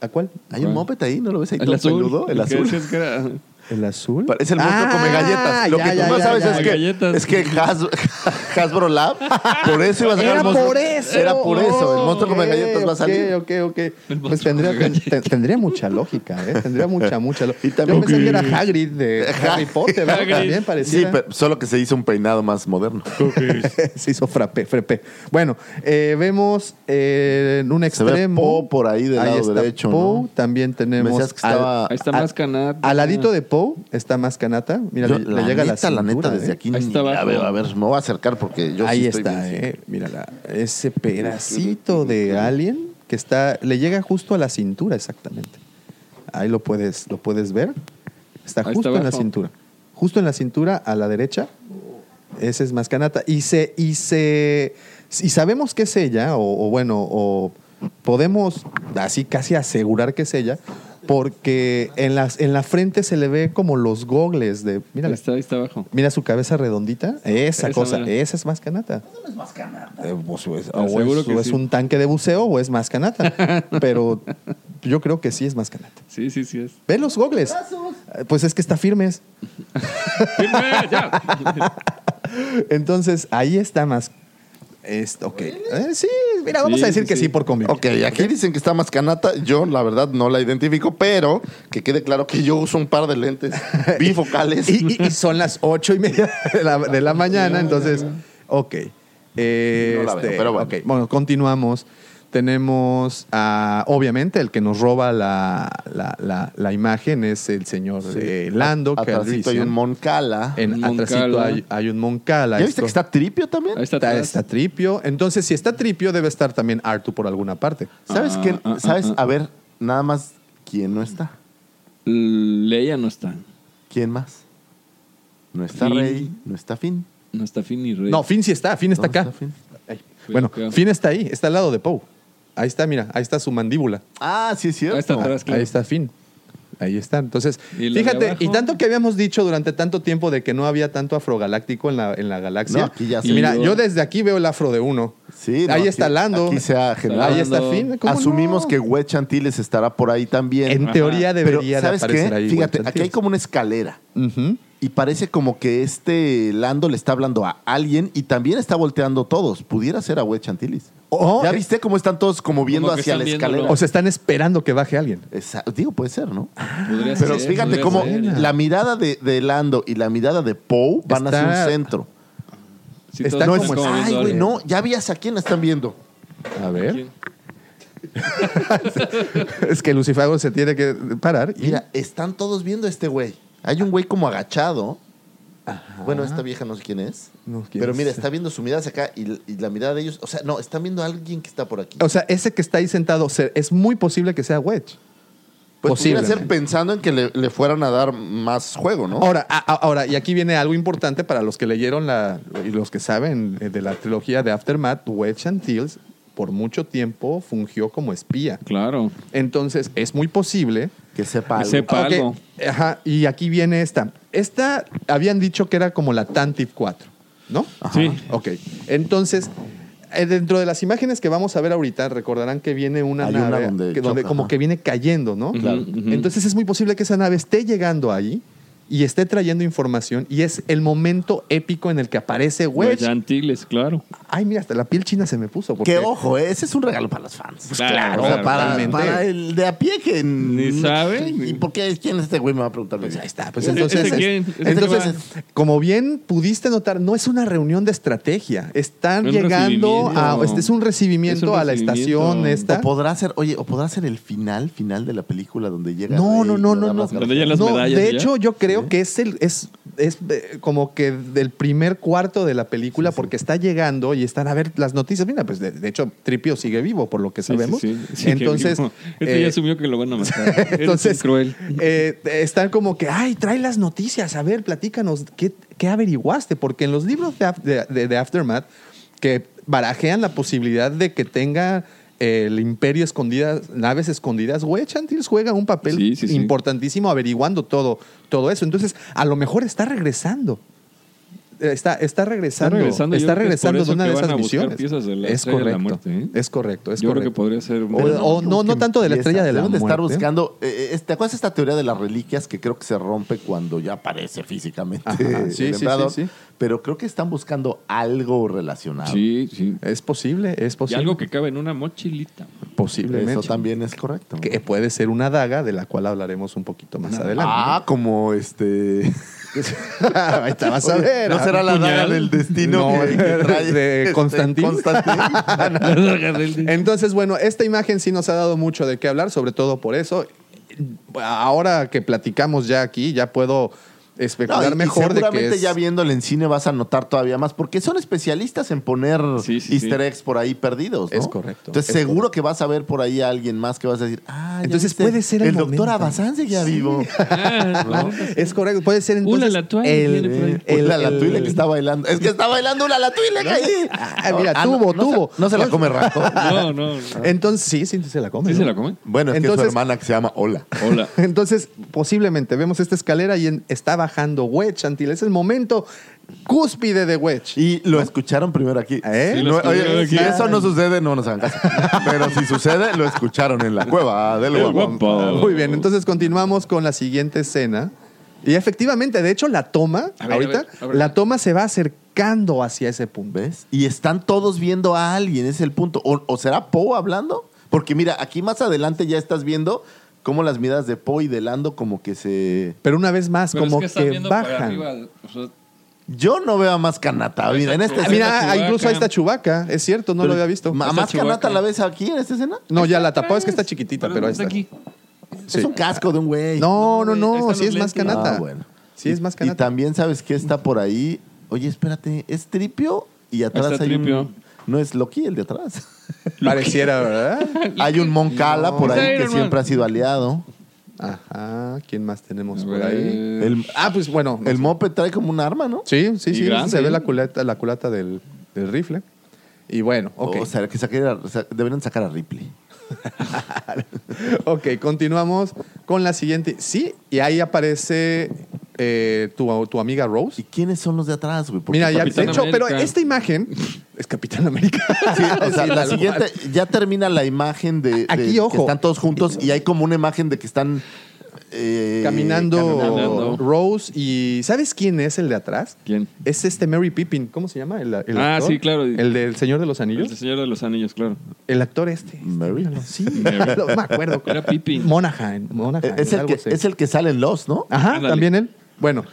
¿A cuál?
¿Hay un
¿Cuál?
Moped ahí? ¿No lo ves ahí
el
todo
azul.
peludo? El
¿Qué
azul.
decías que era?
¿El azul?
Es el monstruo
Ah,
come galletas. Lo
ya,
que tú
ya,
no
ya,
sabes
ya,
es
ya.
que,
Galletas.
es que Has- Hasbro Lab, por eso iba a sacar
Era
el monstruo.
por eso.
Era por eso. El monstruo
Ok,
come galletas va a salir.
Ok, ok, ok. Pues
monstruo
tendría,
come
ten- tendría mucha lógica, ¿eh? Tendría mucha, mucha lógica.
Y también-
Yo pensé que era
Ok.
Hagrid de Harry Potter, ¿verdad?
Hagrid.
También parecía.
Sí, pero solo que se hizo un peinado más moderno.
Se hizo frappé, frappé. Bueno, eh, vemos eh, en un
Se ve
extremo.
Poe por ahí del lado derecho,
Poe.
¿no?
También tenemos.
Me decías que estaba-
Ahí está más canata.
Al ladito de Poe está más canata. Mira,
Yo,
le, le llega a
neta,
la
la neta,
cintura,
desde
¿eh?
aquí
Ahí
ni
está
la
abajo.
veo. A ver, me voy a acercar porque yo sí
Ahí
estoy
está,
bien
eh. Mírala. Ese pedacito de alien que está. Le llega justo a la cintura, exactamente. Ahí lo puedes, lo puedes ver. Está
Ahí está
justo en la
abajo.
cintura. Justo en la cintura, a la derecha. Ese es más canata. Y se, y se. Y sabemos que es ella, o, o bueno, o podemos así casi asegurar que es ella, porque en, las, en la frente se le ve como los gogles de.
Ahí
Mírala.
está, ahí está abajo.
Mira su cabeza redondita. Esa,
Esa
cosa,
mera.
esa es más canata. Eh, pues, es- o
Seguro
es,
que
o es
sí.
un tanque de buceo o es más canata. Pero yo creo que sí es más canata.
Sí, sí, sí es.
Ve los gogles. Eh, Pues es que está firmes.
¡Firme, ya!
Entonces, ahí está más. Es- ok. Eh, sí, mira, vamos
Sí,
a decir
sí,
que
sí.
sí por convivir.
Ok, aquí dicen que está más canata. Yo, la verdad, no la identifico, pero que quede claro que yo uso un par de lentes bifocales.
Y, y- y son las ocho y media de la, de la mañana, entonces, ok. Eh,
No la veo,
este,
pero bueno.
ok, bueno, continuamos. Tenemos, a, obviamente, el que nos roba la, la, la- la imagen es el señor eh, Lando
Atrásito hay
Calrissian.
un Moncala.
En
Un
atrásito
Moncala.
hay, hay un Moncala.
¿Ya viste
Esto-
que está Tripio también?
Ahí está
está,
atrás.
está Tripio. Entonces, si está Tripio, debe estar también Artu por alguna parte.
¿Sabes
Ah,
qué?
ah,
¿Sabes?
ah, ah.
A ver, nada más, ¿quién no está?
Leia no está.
¿Quién más? No está
Finn.
Rey, no está Finn.
No está Finn ni Rey.
No, Finn sí está. Finn está
No
acá.
Finn.
Ay, bueno,
Cuidado.
Finn está ahí. Está al lado de Poe. Ahí está, mira. Ahí está su mandíbula.
Ah, sí es cierto.
Ahí está atrás, claro.
Ahí está Finn. Ahí está. Entonces,
¿Y lo de
fíjate,
abajo?
y tanto que habíamos dicho durante tanto tiempo de que no había tanto afrogaláctico en la, en la galaxia.
No, aquí ya
y
se-
mira,
Y lo-
yo desde aquí veo el afro de uno.
Sí, no,
ahí
aquí-
está Lando.
aquí se ha generado.
Ahí está
Lando.
Finn. ¿Cómo
Ah, Asumimos
no?
que Wedge Antilles estará por ahí también.
En teoría
Pero,
debería de
¿sabes
aparecer
qué?
ahí.
Fíjate,
Walter
aquí hay
Hill.
como una escalera.
Ujú.
y parece como que este Lando le está hablando a alguien y también está volteando todos. Pudiera ser a Wed Chantilis.
Oh,
¿Ya
eh.
viste cómo están todos como viendo
Como que
hacia
están
la
viéndolo.
escalera?
O sea, están esperando que baje alguien.
Esa- digo, puede ser, ¿no?
Podría
Pero
ser,
fíjate
podría
cómo
ser.
la mirada de, de Lando y la mirada de Poe van hacia
Está-
un centro.
Sí,
está
todos
No es,
están como
ay,
viendo
güey,
al-
no, ya vías a quién están viendo.
A ver.
¿Quién?
Es que Lucifago se tiene que parar. y-
Mira, están todos viendo a este güey. Hay un güey como agachado. Bueno, esta vieja no sé quién es.
Ah. No, ¿quién
pero
es?
mira, está viendo su mirada hacia acá y, y la mirada de ellos. O sea, no, están viendo a alguien que está por aquí.
O sea, ese que está ahí sentado se- es muy posible que sea Wedge.
Pues pudiera ser
posiblemente.
pensando en que le, le fueran a dar más juego, ¿no?
Ahora, a- a- ahora, y aquí viene algo importante para los que leyeron la, y los que saben eh, de la trilogía de Aftermath, Wedge and Teals por mucho tiempo fungió como espía.
Claro.
Entonces, es muy posible
que sepa
Que
algo.
sepa.
Ah, Ok,
algo.
Ajá, y aquí viene esta. Esta habían dicho que era como la Tantive 4, ¿no?
Sí.
Ok. Entonces, eh, dentro de las imágenes que vamos a ver ahorita, recordarán que viene una
Hay una
nave
donde
que- donde
choca,
como
ajá.
que viene cayendo, ¿no?
Claro. ujú.
Entonces es muy posible que esa nave esté llegando ahí y esté trayendo información y es el momento épico en el que aparece
Los
Wedge.
Yantiles, claro.
Ay, mira, hasta la piel china se me puso. porque-
Que ojo, eh, ese es un regalo para los
Claro,
fans.
Pues claro,
O sea, para,
totalmente.
para el de a pie que.
Ni sabe.
¿Y por qué? ¿Quién es este güey? Me va a preguntar. Pues ahí está.
Pues
Ese-
entonces,
ese
es-
quién, ese
entonces,
quién
como bien pudiste notar, no es una reunión de estrategia. Están
Un
llegando a.
recibimiento.
este es un recibimiento,
Es un
a la
recibimiento.
estación esta.
O podrá ser, oye, o podrá ser el final, final de la película donde llega.
No,
Rey
no,
y
no,
le
no,
da
no.
las
Donde ya las
No,
medallas.
de
ya.
hecho, yo creo que es el es, es eh, como que del primer cuarto de la película, porque está llegando y están a ver las noticias. Mira, pues de, de hecho, Tripio sigue vivo, por lo que
Sí, sí,
sabemos.
sí, sí, que
Entonces,
vivo. Este
eh,
ya asumió que lo van a matar. Entonces.
Entonces,
Es cruel.
eh, están como que, ay, trae las noticias, a ver, platícanos, ¿qué, qué averiguaste? Porque en los libros de, Af- de- de- de Aftermath, que barajean la posibilidad de que tenga el imperio escondidas, naves escondidas, güey, Chantils juega un papel
Sí, sí, sí.
importantísimo averiguando todo, todo eso. Entonces, a lo mejor está regresando. Eh, Está, está regresando. Está regresando,
regresando, yo creo que es por
de
eso
una
que
de
van
esas
a buscar
misiones.
piezas de la
es,
Estrella de
correcto,
la Muerte, ¿eh?
es correcto.
pues
Es
Yo creo que
correcto.
podría ser. un-
O-
Pero
o no-
busquen
no tanto de la
piezas,
estrella de la
deben estar
muerte.
buscando. eh, eh, ¿Te acuerdas de esta teoría de las reliquias que creo que se rompe cuando ya aparece físicamente?
Ajá, sí,
el
sí, sí,
emperador?
sí.
Pero creo que están buscando algo relacionado.
Sí, sí.
Es posible, es
Y
posible.
algo que cabe en una mochilita.
posiblemente.
Eso también es correcto. ¿no?
que puede ser una daga de la cual hablaremos un poquito más adelante.
Ah, como este.
Ahí te vas a ver. Ah,
¿No será la daga
puñal?
del destino
No,
que, que trae
de
este,
Constantino.
Constantino?
Entonces, bueno, esta imagen sí nos ha dado mucho de qué hablar, sobre todo por eso. Ahora que platicamos ya aquí, ya puedo
No,
especular
y- y
mejor de
seguramente
que es...
ya viéndole en cine vas a notar todavía más, porque son especialistas en poner
Sí, sí,
easter
sí.
eggs por ahí perdidos. ¿no?
Es correcto,
Entonces
es
seguro
correcto.
que vas a ver por ahí a alguien más que vas a decir, ah, ya
Entonces,
viste,
puede ser el
el, doctor
momento".
Abazán ya vivo. Pues,
Ah, Es correcto, puede ser entonces
Ula la toalla, viene por ahí.
el,
El,
el,
la latuile que está bailando. Es que está bailando una latuile que ahí.
Ah, mira,
no,
tuvo,
no se-
tuvo.
no se la come Raco.
No, no. no.
Eh,
Entonces, sí, sí, se la come.
Ah. ¿Sí
¿no?
se la comen?
Bueno, es que
Entonces-
su hermana que se llama Ola.
Hola.
Entonces, posiblemente vemos esta escalera y en- está bajando Wedge, Chantil. Es el momento cúspide de Wedge.
Y lo escucharon primero aquí.
¿Eh?
Si
Sí,
lo
no-
escucharon
oye, si
aquí.
eso no sucede, no nos hagan caso. Pero si sucede, lo escucharon en la cueva del
El
guapo.
guapo.
Ah, Muy bien, entonces continuamos con la siguiente escena. Y efectivamente, de hecho, la toma,
A ver,
ahorita,
a ver, a ver.
la toma se va acercando hacia ese punto.
¿Ves? Y están todos viendo a alguien, ese es el punto. ¿O, o será Poe hablando? Porque mira, aquí más adelante ya estás viendo cómo las miradas de Poe y de Lando como que se...
Pero una vez más,
Pero
como
es que,
que,
viendo para
bajan.
arriba. o sea,
Yo no veo a más Canata. Mira, en esta
Ah,
Ah,
escena...
Mira,
Chewbacca.
incluso ahí está Chubaca, es cierto, no
Pero-
lo había visto.
¿A
Está
más Canata
Chewbacca.
la ves aquí en esta escena?
No, ya la tapó,
atrás.
Ah, es que está chiquitita, pero ahí está.
aquí.
Sí.
Es un casco de un güey.
No, no,
No, güey, ahí
no,
están
sí es
los
más
lentes.
canata.
Ah, bueno.
Sí es más
Y
canata.
también sabes que está por ahí... Oye, espérate, ¿es Tripio? Y atrás
Está
hay
Tripio.
un... No es Loki el de atrás.
Pareciera, ¿verdad?
hay un Moncala por
Está
ahí que
Iron Man.
siempre ha sido aliado.
Ajá, ¿quién más tenemos
A
por
ver.
ahí?
El,
Ah, pues bueno. no
el
sé.
Moped trae como un arma, ¿no?
Sí, sí,
Eh, Y
sí.
grande,
se ve
¿eh?
la culata, la culata del, del rifle. Y bueno, ok.
O sea, que sacar- o sea, deberían sacar a Ripley.
ok, continuamos con la siguiente. Sí, y ahí aparece eh, tu, tu amiga
¿Y
Rose.
quiénes son los de atrás, güey? Porque
Mira, ya, de
Capitán
hecho,
América.
pero esta imagen es Capitán América.
Sí, o sea,
Sí,
la
tal
siguiente,
cual.
ya termina la imagen de, de
Aquí, ojo.
que están todos juntos y hay como una imagen de que están eh,
Caminando,
Caminando.
Rose y ¿sabes quién es el de atrás?
¿Quién?
Es este Mary Pippin, ¿cómo se llama? El, el
Ah,
actor?
sí, claro.
El del Señor de los
El
Anillos.
Señor de los Anillos, claro.
El actor este.
Mary.
Sí,
Mary.
no me acuerdo.
Era Pippin.
Monaghan. Monaghan,
eh, Es el,
algo
que,
así.
es el que sale en Los, ¿no?
Ajá,
Ándale.
también él. Bueno,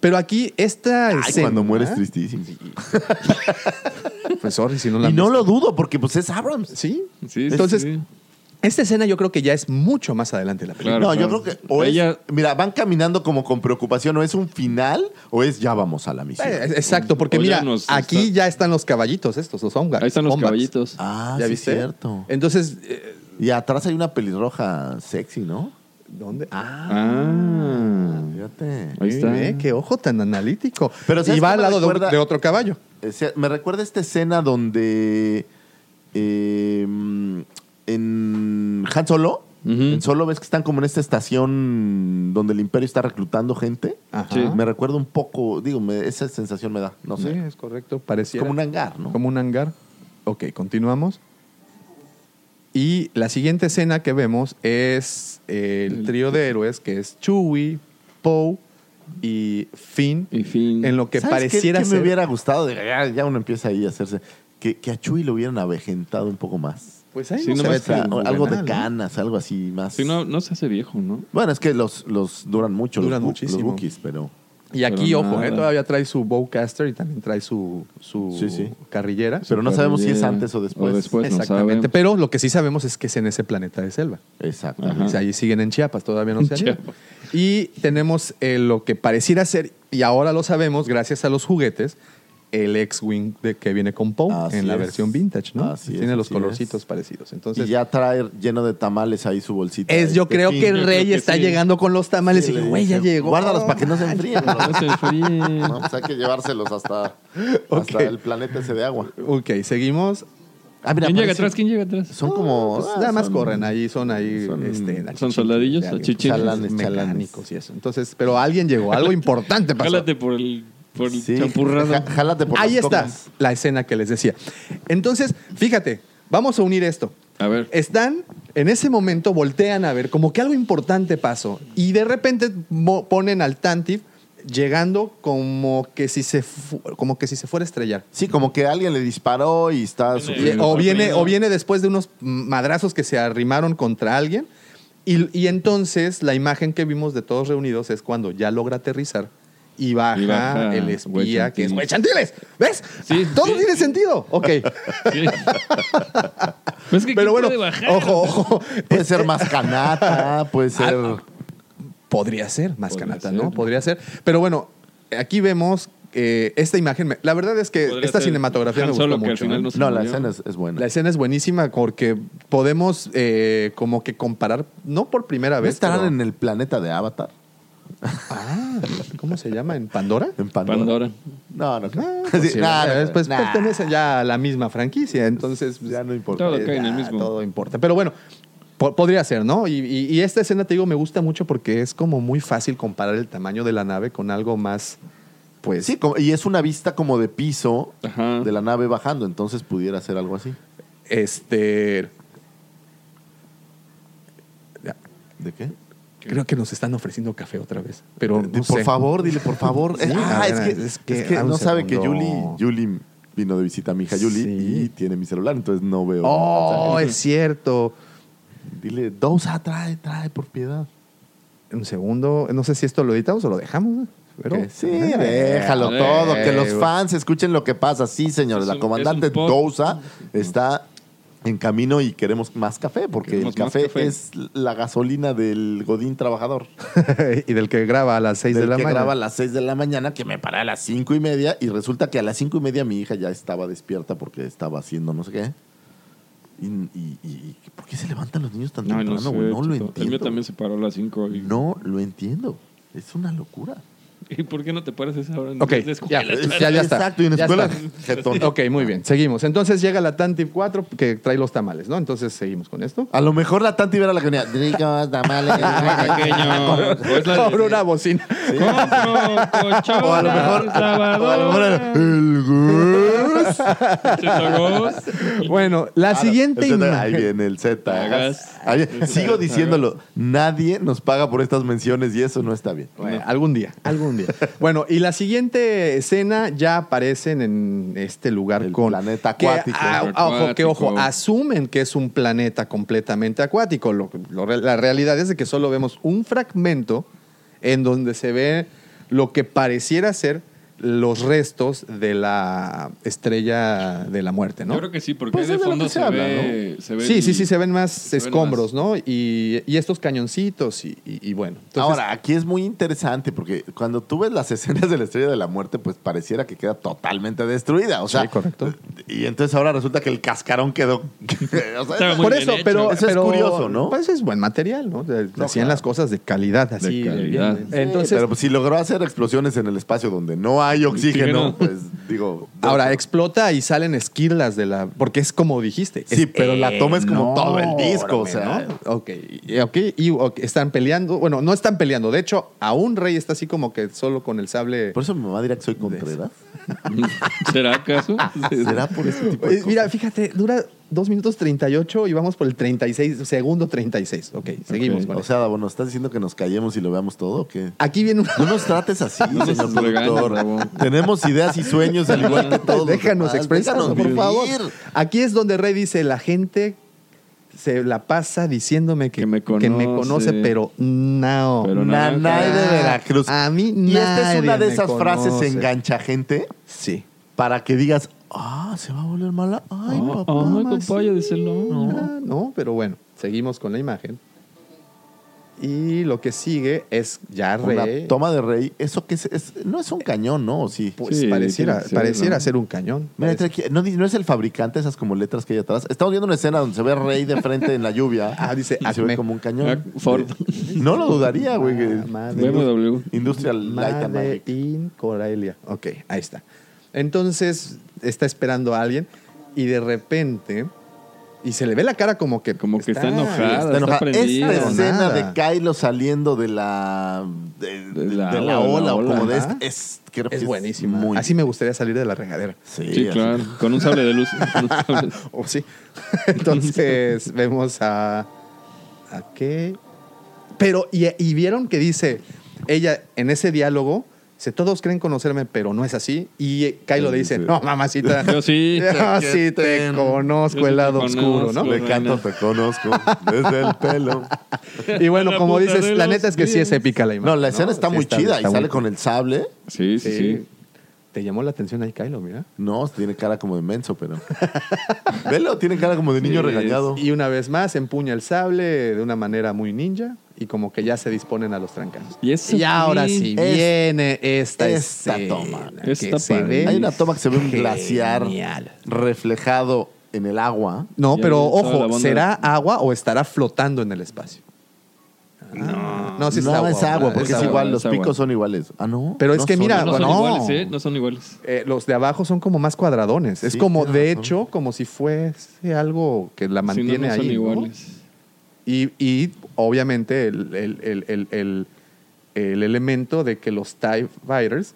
pero aquí esta
Ay,
escena- Ah,
cuando mueres tristísimo.
Pues sorry si no la
Y
han
no
visto.
lo dudo, porque pues es Abrams.
Sí.
Sí,
Entonces,
sí.
esta escena yo creo que ya es mucho más adelante en la película.
Claro,
no,
claro.
yo creo que o
Ella-
es, mira, van caminando como con preocupación, o es un final, o es ya vamos a la misión.
Eh, Exacto, porque
O ya
mira,
nos-
aquí
está-
ya están los caballitos estos, los Omgars.
Ahí están los
Omgars.
caballitos.
ah,
¿Ya
sí,
viste?
cierto.
Entonces, eh,
Y atrás hay una pelirroja sexy, ¿no?
¿dónde? Ah,
Ah.
Fíjate.
Ahí está.
eh, qué ojo tan analítico.
Pero ¿sabes
y va
qué
al
me
lado de un-
recuerda?
de otro caballo.
O eh, sea, me recuerda esta escena donde eh, mm, en Han Solo,
Ujú.
en Solo ves que están como en esta estación donde el imperio está reclutando gente.
Ajá.
Sí.
Me recuerda un poco, digo, me- esa sensación me da, no
Sí,
sé.
es correcto,
Es
parecía.
como un hangar, ¿no?
Como un hangar. Ok, continuamos. Y la siguiente escena que vemos es eh, el trío de héroes, que es Chewie, Poe y Finn.
Y fin.
En lo que
¿Sabes qué-
pareciera
qué
ser.
me hubiera gustado, de- ya, ya uno empieza ahí a hacerse, que, que a Chuy lo hubieran avejentado un poco más.
Pues ahí
Sí, no
no se
me
ve
O sea,
está-
tan
Sí,
algo de
juvenal, ¿no?
canas, algo así más.
Sí, no, no se hace viejo, ¿no?
Bueno, es que los, los duran mucho, los
Duran
bu-
muchísimo.
los Wookiees, pero...
Y aquí,
Pero
ojo,
nada.
eh, todavía trae su bowcaster y también trae su, su
Sí, sí.
carrillera.
Pero no pues, sabemos si es
Superviviente.
antes o después.
O después, no
Exactamente.
sabemos.
Pero lo que sí sabemos es que es en ese planeta de selva.
Exacto.
Ajá.
O sea, Ahí siguen en Chiapas, todavía no se han ido.
Chiapas.
Y tenemos eh, lo que pareciera ser, y ahora lo sabemos gracias a los juguetes, el X-Wing de- que viene con Poe
Así
en la
es.
versión vintage, ¿no?
Así es,
Tiene los
así
colorcitos
es.
parecidos. Entonces,
y ya trae lleno de tamales ahí su bolsita.
es, yo
de
creo
fin.
que
Yo creo
Rey
que
está
sí.
llegando con los tamales
Sí,
y
le
dice, güey, ya
dice,
llegó.
Guárdalos para que no se enfríen. ¿no?
No se enfríe.
No, pues hay que llevárselos hasta,
Ok.
hasta el planeta ese de agua.
Ok, seguimos.
Ah, mira,
¿Quién llega
parece-
atrás? ¿Quién llega atrás?
Son como.
Pues
ah,
nada más
son-
corren ahí, son ahí.
son-
este,
son
achichiches
soldadillos,
de alguien,
achichiches.
chalanes,
Chalanes.
mecánicos y eso. Entonces, pero alguien llegó, algo importante pasó.
Jálate por el, por el
Sí,
champurrado.
já- jálate por
Ahí
las
está
comas.
la escena que les decía. Entonces, fíjate, vamos a unir esto.
A ver.
Están, en ese momento voltean a ver como que algo importante pasó y de repente mo- ponen al Tantif llegando como que si se fu- como que si se fuera a estrellar.
Sí, como que alguien le disparó y está.
Eh,
sufriendo.
o viene
primero.
o viene después de unos madrazos que se arrimaron contra alguien y, y entonces la imagen que vimos de todos reunidos es cuando ya logra aterrizar y baja,
Y baja
el
Güey
espía
Chantiles.
que es güey Chantiles. ¿Ves? Ah,
Sí,
Todo
sí.
tiene sentido. Ok.
Sí. Pues es que
Pero
¿quién
bueno,
puede bajar? Pues,
ojo, ojo. Este,
Puede ser más
Ah,
canata, puede ser.
Podría ser más
Podría
canata,
ser.
¿no? Podría ser. Pero bueno, aquí vemos eh, esta imagen. me- La verdad es que
Podría
esta
ser
cinematografía
Han
me gustó
Solo, que
mucho.
al final
¿no?
no se
No, la
murió.
escena es, es buena.
La escena es buenísima porque podemos eh, como que comparar, no por primera
¿No
vez.
estarán
pero-
en el planeta de Avatar?
Ah, ¿cómo se llama? ¿En Pandora?
¿En Pandora?
Pandora.
No, no. creo.
Ah,
Sí,
pues sí,
nah, no
pues,
creo,
pues,
nah.
pertenecen ya a la misma franquicia, entonces pues,
Ya no importa.
Todo cae en el
ya
mismo.
todo importa. Pero bueno, po- podría ser, ¿no? Y, y- y esta escena, te digo, me gusta mucho porque es como muy fácil comparar el tamaño de la nave con algo más, pues...
Sí, como- y es una vista como de piso
Ajá.
de la nave bajando, entonces pudiera ser algo así.
Este...
¿De qué?
Creo que nos están ofreciendo café otra vez, pero
De-
no
Eh, por
sé.
favor, dile por favor.
Sí,
ah,
a
es,
ver,
que,
es que-
es que
ah, un
no sabe que
segundo.
Yuli, Yuli vino de visita a mi hija Yuli
Sí.
y tiene mi celular, entonces no veo.
Oh,
mensajes.
es cierto.
Dile, Dousa, trae, trae, por piedad.
Un segundo, no sé si esto lo editamos o lo dejamos. Pero,
Que sí, déjalo
eh,
todo, que los
eh,
fans escuchen lo que pasa. Sí, señores,
Es
la
un-
comandante
es un pod-
Dousa está en camino y queremos más café, porque el
Queremos más
café,
café.
es la gasolina del Godín trabajador.
y del que graba a las 6 de
del
la
que
mañana.
graba a las 6 de la mañana, que me paré a las 5 y media, y resulta que a las 5 y media mi hija ya estaba despierta porque estaba haciendo no sé qué. Y, y- y- y- ¿Por qué se levantan los niños tan
No, no,
temprano?
sé,
güey? No
chico.
lo
El mío
entiendo.
también se paró a las 5. Y,
No lo entiendo. Es una locura.
¿Y por qué no te paras a esa hora? en
Ok,
vez de
ya,
escuela?
ya, ya está.
Exacto, y en
Ya
escuela.
está.
jetón.
Ok, muy bien, seguimos. Entonces llega la Tantif 4 que trae los tamales, ¿no? Entonces seguimos con esto.
A lo mejor la Tanti era la que venía. Ricos, tamales.
Pequeño. O
pues,
es la de- pues,
Con una bocina.
Compro
O a lo mejor.
colchones,
o a lo mejor era,
lavadoras.
el güey
Bueno, la siguiente
el Z,
imagen.
Ahí viene el Z.
Hagas.
Ahí-
Hagas.
sigo diciéndolo. Nadie nos paga por estas menciones y eso no está bien.
Bueno, algún día, algún día. bueno, y la siguiente escena ya aparecen en este lugar
El
con
planeta
que,
acuático.
ah, ojo, que ojo,
Acuático.
asumen que es un planeta completamente acuático. Lo- lo- la realidad es de que solo vemos un fragmento en donde se ve lo que pareciera ser los restos de la estrella de la muerte, ¿no?
Yo creo que sí, porque
Pues
ahí
es
de
de lo
fondo
que
se,
se habla,
ve, se ve
sí,
el-
sí, sí, se ven más
se ven
escombros, ¿no? Y, y estos cañoncitos y, y- y bueno. Entonces,
Ahora, aquí es muy interesante porque cuando tú ves las escenas de la Estrella de la Muerte, pues pareciera que queda totalmente destruida. O sea,
Sí, correcto.
Y entonces ahora resulta que el cascarón quedó. o sea,
Estaba muy
Por
bien
eso,
hecho.
pero
Eso es
pero,
curioso, ¿no?
Pues es buen material, ¿no? De-
No,
Hacían
claro.
las cosas de calidad, así.
calidad.
bien.
Sí,
Entonces,
pero pues, si logró hacer explosiones en el espacio donde no hay oxígeno,
Oxígeno.
pues digo.
ahora explota y salen esquirlas de la, porque es como dijiste.
Sí,
es
pero la toma es como todo el
enorme,
disco, o sea.
¿no? Ok, y- ok, y ok, están peleando. Bueno, no están peleando. De hecho, aún Rey está así como que solo con el sable.
Por eso mi mamá dirá que soy Contreras.
¿Será acaso?
¿Será por este tipo de
Eh,
cosas?
Mira, fíjate, dura 2 minutos 38 y vamos por el 36, segundo 36. Ok, seguimos. con
O
eso.
sea, bueno, ¿estás diciendo que nos callemos y lo veamos todo o qué?
Aquí viene una.
No nos trates así,
No nos
señor
regañes,
productor.
Ramón.
Tenemos ideas y sueños al igual que todos. los
Déjanos
demás.
expresarnos,
Déjanos
por favor.
vivir.
Aquí es donde Rey dice, la gente se la pasa diciéndome que,
Que me
que me
conoce.
conoce, pero no.
Pero
Na-
nada.
nadie de Veracruz.
A mí
Y esta
nadie
es una de
me
esas frases
conoce.
engancha gente
Sí.
para que digas, ah, se va a volver mala. Ay,
Ah,
papá.
ah,
más-
papaya, díselo.
Ah, no, pero bueno, seguimos con la imagen. Y lo que sigue es ya
Una
Rey.
toma de rey. Eso que es, es- no es un cañón, ¿no? ¿O sí?
Pues
Sí,
pareciera,
tiene que ser,
pareciera
¿no?
ser un cañón.
Mira,
Parece-
entre aquí- no, di- no es el fabricante, esas como letras que hay atrás. Estamos viendo una escena donde se ve a Rey de frente en la lluvia.
Ah, dice,
y se ve
Acme.
como un cañón.
Ac- Ford.
No lo dudaría, güey. que-
Ah, madre.
BMW.
Este,
Industrial Light and
Made
Magic.
in Coralia. Ok, ahí está. Entonces está esperando a alguien y de repente. Y se le ve la cara como que.
Como que está enojada,
Está enojada.
prendida.
Esta escena de
Nada.
Kylo saliendo de la, de,
De
de
la ola,
la,
de la
ola o
ola.
como de
Ajá.
esta, es, creo que
Es buenísima.
muy-
Así me gustaría salir de la regadera.
Sí,
Sí,
así.
claro. Con un sable de luz. Con un sable.
O Oh, sí. Entonces vemos a. ¿A qué? Pero, y, y vieron que dice ella en ese diálogo. dice, todos creen conocerme, pero no es así. Y eh, Kylo le dice, no, mamacita.
Yo sí.
Yo sí te
Yo sí
conozco
te
el lado
conozco.
oscuro, ¿no?
Le canto, te conozco desde el pelo.
Y bueno,
La
como
puta
dices,
de
la
los
neta es que sí
días.
es épica la imagen.
No, la escena está
Sí,
muy chida
está
y
muy
sale
cool.
con el sable.
Sí, sí, sí.
Te llamó la atención ahí, Kylo, mira.
No, tiene cara como de menso, pero. Velo, tiene cara como de niño
Sí,
regañado.
Y una vez más empuña el sable de una manera muy ninja y como que ya se disponen a los trancados.
Y eso
ahora
sí
sí
es-
viene esta,
esta
escena
toma.
que
Esta
se
padre.
ve
Hay una toma que se ve un glaciar
genial.
reflejado en el agua.
No,
Ya
pero
vi toda la
ojo,
banda.
¿será agua o estará flotando en el espacio? Ah, No, no, sí es
no
agua.
es agua,
¿verdad?
porque es,
agua,
igual,
es
los
agua.
picos son iguales. Ah, no.
Pero es
no
que
son
mira,
No
iguales.
son
bueno,
iguales, ¿eh? No son iguales.
Eh, los de abajo son como más cuadradones. es
Sí,
como,
tienes
de
razón.
hecho, como si fuese algo que la
Si no,
mantiene
no son
ahí. ¿no?
iguales.
Y, y, obviamente el, el- el- el- el- el elemento de que los TIE Fighters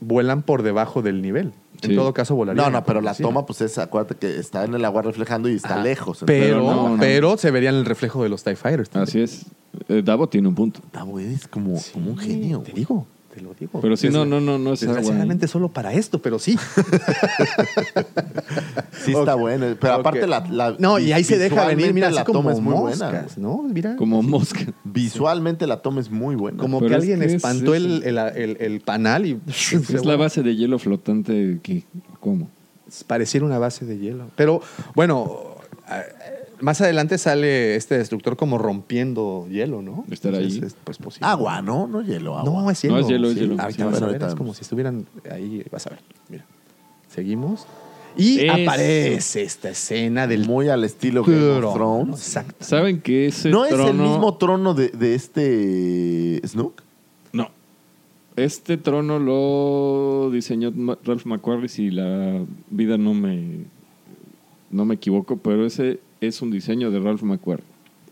vuelan por debajo del nivel. En
Sí.
todo caso volarían.
No, no,
por
pero la
encima.
toma, pues es, acuérdate que está en el agua reflejando y está
Ajá.
lejos. entonces-
Pero,
Pero
pero,
no, no.
se verían el reflejo de los TIE Fighters. también.
Así es. Eh, Davo tiene un punto.
Ah, güey, es como,
Sí,
como un genio.
Te
güey.
digo, te lo digo.
Pero sí,
Desgra-
no, no, no, no es agua.
Desgraciadamente solo para esto, pero sí.
Sí, está
Ok.
bueno. Pero
Ok.
aparte, la, la-
No, y ahí se deja
visualmente
venir, mira, así
la
como
toma es muy buena.
moscas, ¿no? Mira.
Como mosca.
Visualmente, la toma es muy buena.
Como
Pero
que
es
alguien
que es
espantó el,
eso.
el- el- el panal y
Es la base de hielo flotante que... ¿Cómo?
pareciera una base de hielo. Pero bueno, eh, más adelante sale este destructor como rompiendo hielo, ¿no?
Estará
Entonces,
ahí.
es, pues, posible.
Agua, ¿no? No hielo, agua.
No, es hielo.
es hielo, es
sí.
hielo.
Ahorita
Sí,
vas
bueno,
a ver,
ahorita
es como
vemos.
si estuvieran ahí, vas a ver. Mira. Seguimos. Y
Eso.
aparece esta escena del
Muy al estilo Game
trono,
of Thrones.
Exacto.
¿Saben que ese
¿No es el
trono-
mismo trono de, de este Snook?
No. Este trono lo diseñó Ma- Ralph McQuarrie, si la vida no me, no me equivoco, pero ese es un diseño de Ralph McQuarrie.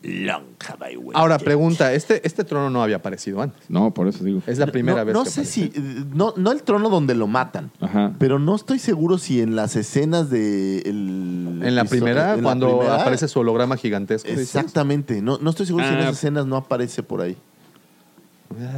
long have I waited.
Ahora pregunta, este, este trono no había aparecido antes.
No, por eso digo.
Es la primera
no,
vez.
no
que
sé
aparece.
si. eh, No, no el trono donde lo matan.
Ajá.
Pero no estoy seguro si en las escenas de. el
En la
episodio-
primera,
en la
cuando
primera-
aparece su holograma gigantesco. dices.
Exactamente. No, no estoy seguro si en
Ah.
esas escenas no aparece por ahí.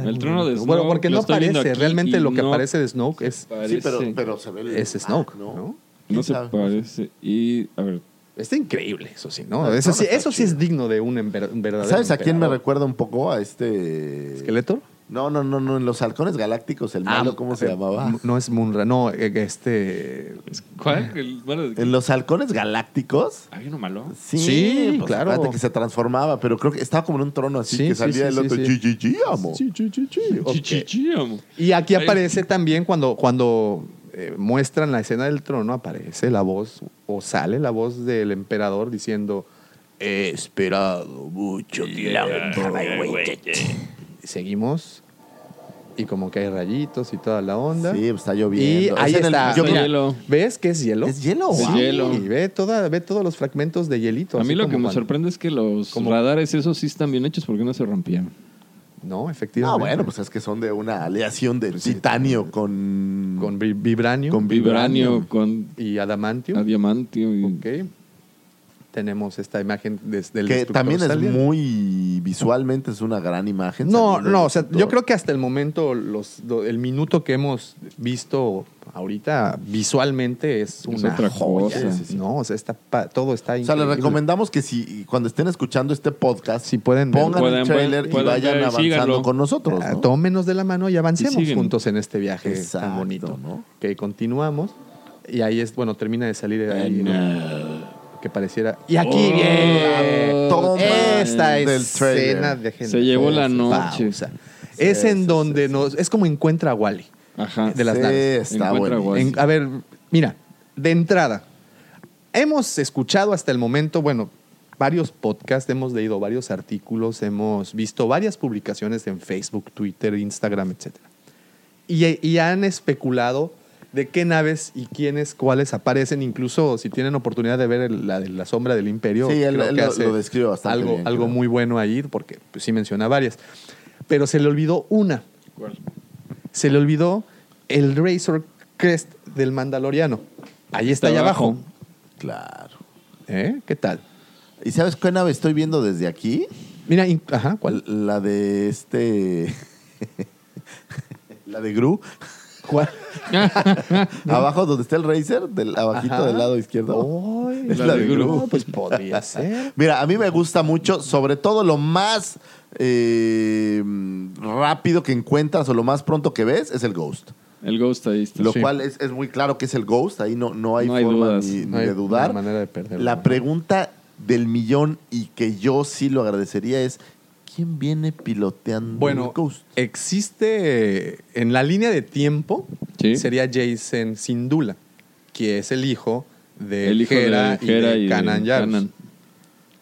El trono de Snoke.
Bueno, porque
lo
"Ah, no
estoy viendo
aparece.
aquí
Realmente
y
lo que
no
aparece de Snoke es,
parece-
Sí, pero, pero se ve. el-
es
ah,
Snoke.
no.
¿no?
No
¿Quién
se
sabe?
parece. Y, a ver,
Está increíble, eso sí, ¿no?
No, Ah,
eso
no,
sí,
está
eso sí es digno de un, emper- un verdadero.
¿Sabes a quién me
emperador.
recuerda un poco? A este.
¿Esqueleto?
No, no, no, no. En los halcones galácticos, el malo, ¿cómo se
eh,
llamaba?
M- No es Munra, no, eh, este.
¿cuál? El- bueno,
En los halcones galácticos.
¿Hay uno malo?
Sí,
Sí, claro.
acuérdate que se transformaba, pero creo que estaba como en un trono así,
Sí,
que
sí,
salía
sí,
el
sí,
otro.
sí.
"Chi, chi, chi, amo". Ah,
Ok.
Chichichi, amo.
Y aquí
Ay.
aparece también cuando, cuando eh, muestran la escena del trono, aparece la voz o sale la voz del emperador diciendo: He esperado mucho tiempo. Seguimos. Y como que hay rayitos y toda la onda.
Sí, pues, está lloviendo.
Y
Es
ahí
en el-
está.
yo
Está
creo-
hielo.
¿Ves que es hielo?
¿Es hielo?
Sí,
Wow. hielo.
Y ve, toda, ve todos los fragmentos de hielito.
A
así
mí lo que
como
me
cuando-
sorprende es que los
como-
radares esos sí están bien hechos porque no se rompían.
No,
Ah,
efectivamente.
bueno, pues es que son de una aleación de
sí.
titanio con.
Con vi- vibranio
Con vi- Vibranium.
Vibranio con
y adamantium.
adiamantio y
Ok. Tenemos esta imagen des- del
que
destructor
también es
saliendo.
muy. Visualmente es una gran imagen.
No,
saliendo
no,
del
o sea,
destructor.
yo creo que hasta el momento, los, lo- el minuto que hemos visto ahorita visualmente es una
otra
joya,
cosa.
Sí, sí, sí.
No, o sea, está pa- todo
O sea,
está
les
increíble.
recomendamos que si cuando estén escuchando este podcast,
Si pueden ver-
pongan
Pueden
el
ver,
trailer y
pueden
vayan
ver,
avanzando
síganlo.
con nosotros.
Ah,
¿no?
Tómenos de la mano y
Y
avancemos
siguen.
juntos en este viaje
Exacto,
tan bonito.
¿no?
Que continuamos y ahí es, bueno, termina de salir ahí, ¿no? que pareciera. Y aquí
Oh,
viene
la
toma
esta
del
escena
trailer.
de gente.
Se llevó la
pausa.
noche.
es
Sí,
en
sí,
donde
sí,
nos. Es como encuentra a Wally.
Ajá.
De las
sí,
naves.
está
Encuentra
bueno.
Pues
En-
sí.
a ver, mira, de entrada, hemos escuchado hasta el momento, bueno, varios podcasts, hemos leído varios artículos, hemos visto varias publicaciones en Facebook, Twitter, Instagram, etc. Y, y han especulado de qué naves y quiénes, cuáles aparecen, incluso si tienen oportunidad de ver el- la de la sombra del imperio.
Sí, él-
creo
él
que
lo-
hace
lo describe bastante
algo,
bien,
algo
creo.
muy bueno ahí, porque pues, sí menciona varias. Pero se le olvidó una se le olvidó el Razor Crest del Mandaloriano. Ahí está, allá abajo.
Claro.
¿Eh? ¿Qué tal?
¿Y sabes qué nave estoy viendo desde aquí?
Mira, in- ajá, ¿cuál?
La de este. la de Gru.
¿Cuál?
Abajo donde está el Racer, del, abajito
Ajá.
del lado izquierdo.
Ay,
Es la de Gru.
No, pues podría ser.
Mira, a mí me gusta mucho, sobre todo lo más eh, rápido que encuentras o lo más pronto que ves es el Ghost.
El Ghost ahí está.
Lo
Sí.
cual es, es muy claro que es el Ghost, ahí no, no hay
No hay
forma
dudas.
ni, ni
No hay
de dudar.
manera de perderlo.
La pregunta del millón y que yo sí lo agradecería es, ¿quién viene piloteando el
Bueno,
Ghost?
existe eh, en la línea de tiempo,
Sí.
sería Jason Sindula, que es el hijo de
El hijo de
Hera y
Hera
de
y de
Kanan Jarrus.
Kanan.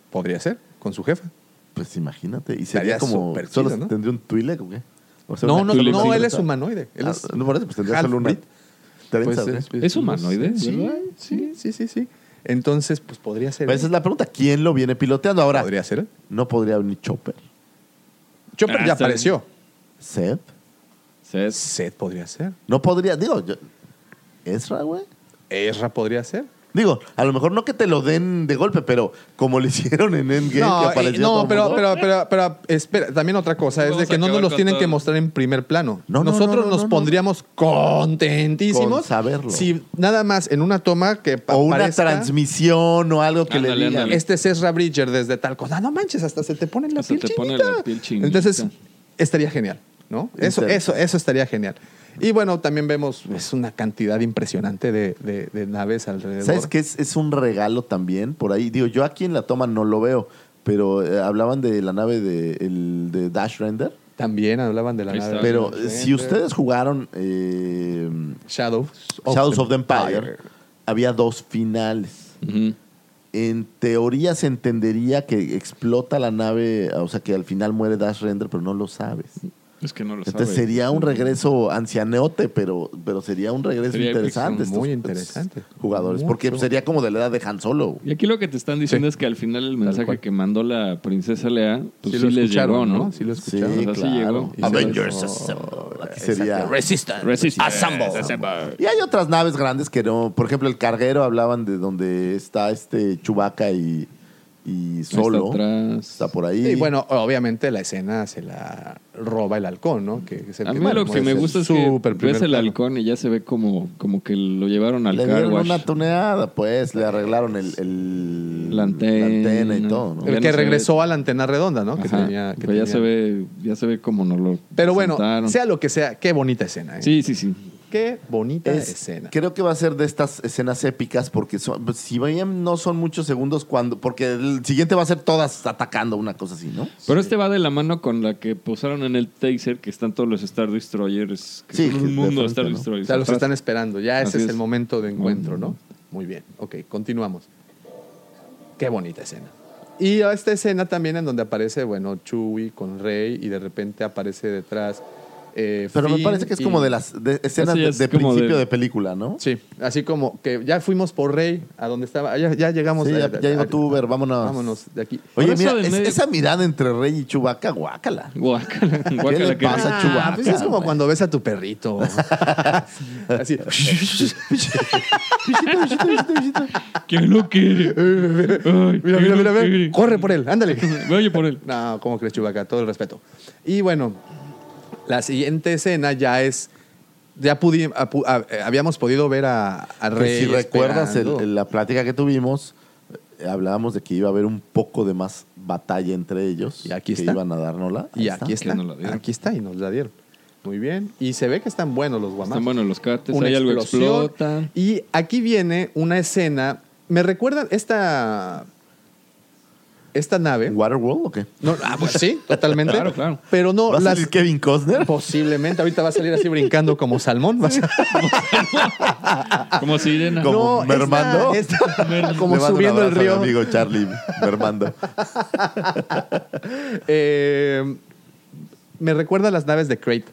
Podría ser, con su jefa.
Pues imagínate, y sería
Estaría
como,
súper
solo
chido, ¿no?
tendría un Twi'lek o qué? O sea,
No,
una
no,
Tulip
no,
Singer.
él es humanoide. Él
Ah,
es
no, por eso, pues, tendría solo un
half-breed.
¿Te
Pues,
avisa,
es-
¿eh?
Es humanoide,
Sí,
¿verdad?
sí, sí, sí, sí. Entonces, pues podría ser.
Pues esa es la pregunta, ¿quién lo viene piloteando ahora?
Podría ser.
No podría venir Chopper.
Chopper
Ah,
ya
está
apareció.
Seth.
Seth.
Seth podría ser.
No podría, digo, yo, Ezra, güey.
Ezra podría ser.
Digo, a lo mejor no que te lo den de golpe, pero como lo hicieron en Endgame que
no,
apareció
eh, no,
todo el
pero,
mundo.
pero, pero, pero, espera, también otra cosa es
Vamos
de que
a
no nos
acabar
los
con
tienen
todo.
que mostrar en primer plano.
No, no,
Nosotros
no, no,
nos
no, no.
pondríamos contentísimos
Con saberlo.
si nada más en una toma que
o una
aparezca,
transmisión o algo que le
Ándale,
digan.
ándale.
Este es Ezra Bridger desde tal cosa. Ah, no manches, hasta se te pone la
Hasta
piel
te pone la piel chinita.
Entonces, estaría genial, ¿no? Eso,
Interesante.
eso, eso estaría genial. Y bueno, también vemos es una cantidad impresionante de, de- de naves alrededor.
¿Sabes qué? Es, es un regalo también por ahí. Digo, yo aquí en la toma no lo veo, pero eh, hablaban de la nave de, el- de Dash Render.
También hablaban de la
Ahí
nave.
está.
Pero
Render,
eh, si ustedes jugaron eh,
Shadows of
Shadows
the
of the Empire, había dos finales.
Ujú.
En teoría se entendería que explota la nave, o sea que al final muere Dash Render, pero no lo sabes.
Es que no lo
Entonces
sabe.
Este sería un regreso ancianeote, pero, pero sería un regreso
Sería
interesante. estos-
muy interesante.
estos Jugadores, porque
Mucho.
sería como de la edad de Han Solo.
Y aquí lo que te están diciendo es que al final el mensaje
cual.
que mandó la princesa Lea, pues sí,
Sí lo
les llegó,
escucharon,
¿no?
¿no? Sí lo
Sí,
escucharon.
o sea, sí
claro.
llegó.
Avengers
Sí.
Assemble. Aquí sería.
Resistance. Assemble.
Y hay otras naves grandes que no. Por ejemplo, el carguero hablaban de donde está este Chubaca y, y solo.
Está atrás.
Está por ahí.
Y bueno, obviamente la escena se la roba el halcón, ¿no? Que es el
A mí
primero,
lo
¿no?
que me
el
gusta es que
super primer
ves el
plano.
halcón y ya se ve como, como que lo llevaron al
le
car
dieron
wash.
una tuneada, pues. Le arreglaron el, el-
La antena.
y todo, ¿no?
Ya
El que
no se
regresó a la antena redonda, ¿no? Que
Ajá,
tenía- que
pero ya
tenía-
se ve, ya se ve como nos lo
Pero bueno,
presentaron.
sea lo que sea, qué bonita escena. ¿eh?
Sí, sí, sí.
Qué bonita
Es-
escena.
Creo que va a ser de estas escenas épicas porque son- pues, si bien no son muchos segundos cuando porque el siguiente va a ser todas atacando una cosa así, ¿no?
Pero este va de la mano con la que posaron en el taser, que están todos los Star Destroyers. Que
Sí,
son
que
un
de
mundo
frente,
de Star
¿no?
Destroyers.
O sea, los
atrás.
están esperando. Ya ese
Así
es,
es.
el momento de encuentro,
Mm.
¿no? Muy bien. Ok, continuamos. Qué bonita escena. Y esta escena también en donde aparece, bueno, Chewie con Rey y de repente aparece detrás. eh,
Pero me
Finn
parece que es
y-
como de las de- escenas
Eso ya
de,
es
de
como
principio
de-
de... película, ¿no?
Sí, así como que ya fuimos por Rey a donde estaba. Ya, ya llegamos.
Sí,
a-
ya, ya llegó
a-
tu Uber, vámonos.
Vámonos de aquí.
Oye,
Por eso
mira,
del
es-
medio-
esa mirada entre Rey y Chubaca, guácala.
Guácala, guácala Ah.
le
que-
pasa? a Chewbacca,
pues es como
güey.
cuando ves a tu perrito. Así.
que no quiere. Ay,
mira,
que
mira,
no
mira,
quiere.
mira. Corre por él, ándale.
Oye por él.
No, ¿cómo crees, Chubaca? Todo el respeto. Y bueno, la siguiente escena ya es. Ya pudi- apu- a- eh, habíamos podido ver a, a
Que
Rey.
si recuerdas el-
esperando.
el- la plática que tuvimos, eh, hablábamos de que iba a haber un poco de más batalla entre ellos.
Y aquí
que
está.
iban a dárnosla. Ahí
Y aquí está.
Que nos la dieron.
Aquí está y nos la dieron. Muy bien. Y se ve que están buenos los guamás.
Están buenos los cates,
una
hay algo
explosión.
explota.
Y aquí viene una escena. ¿Me recuerdan esta. Esta nave?
¿Waterworld o qué?
No, ah, pues sí, totalmente.
Claro, claro.
Pero no,
¿Va a
las-
salir Kevin Costner?
posiblemente ahorita va a salir así brincando como salmón. va a ser-
Ah,
Como sirena.
Como
No,
mermando.
esta- esta- como
Le mando un
subiendo el
abrazo a mi
río.
amigo Charlie mermando.
Eh, me recuerda a las naves de Crate.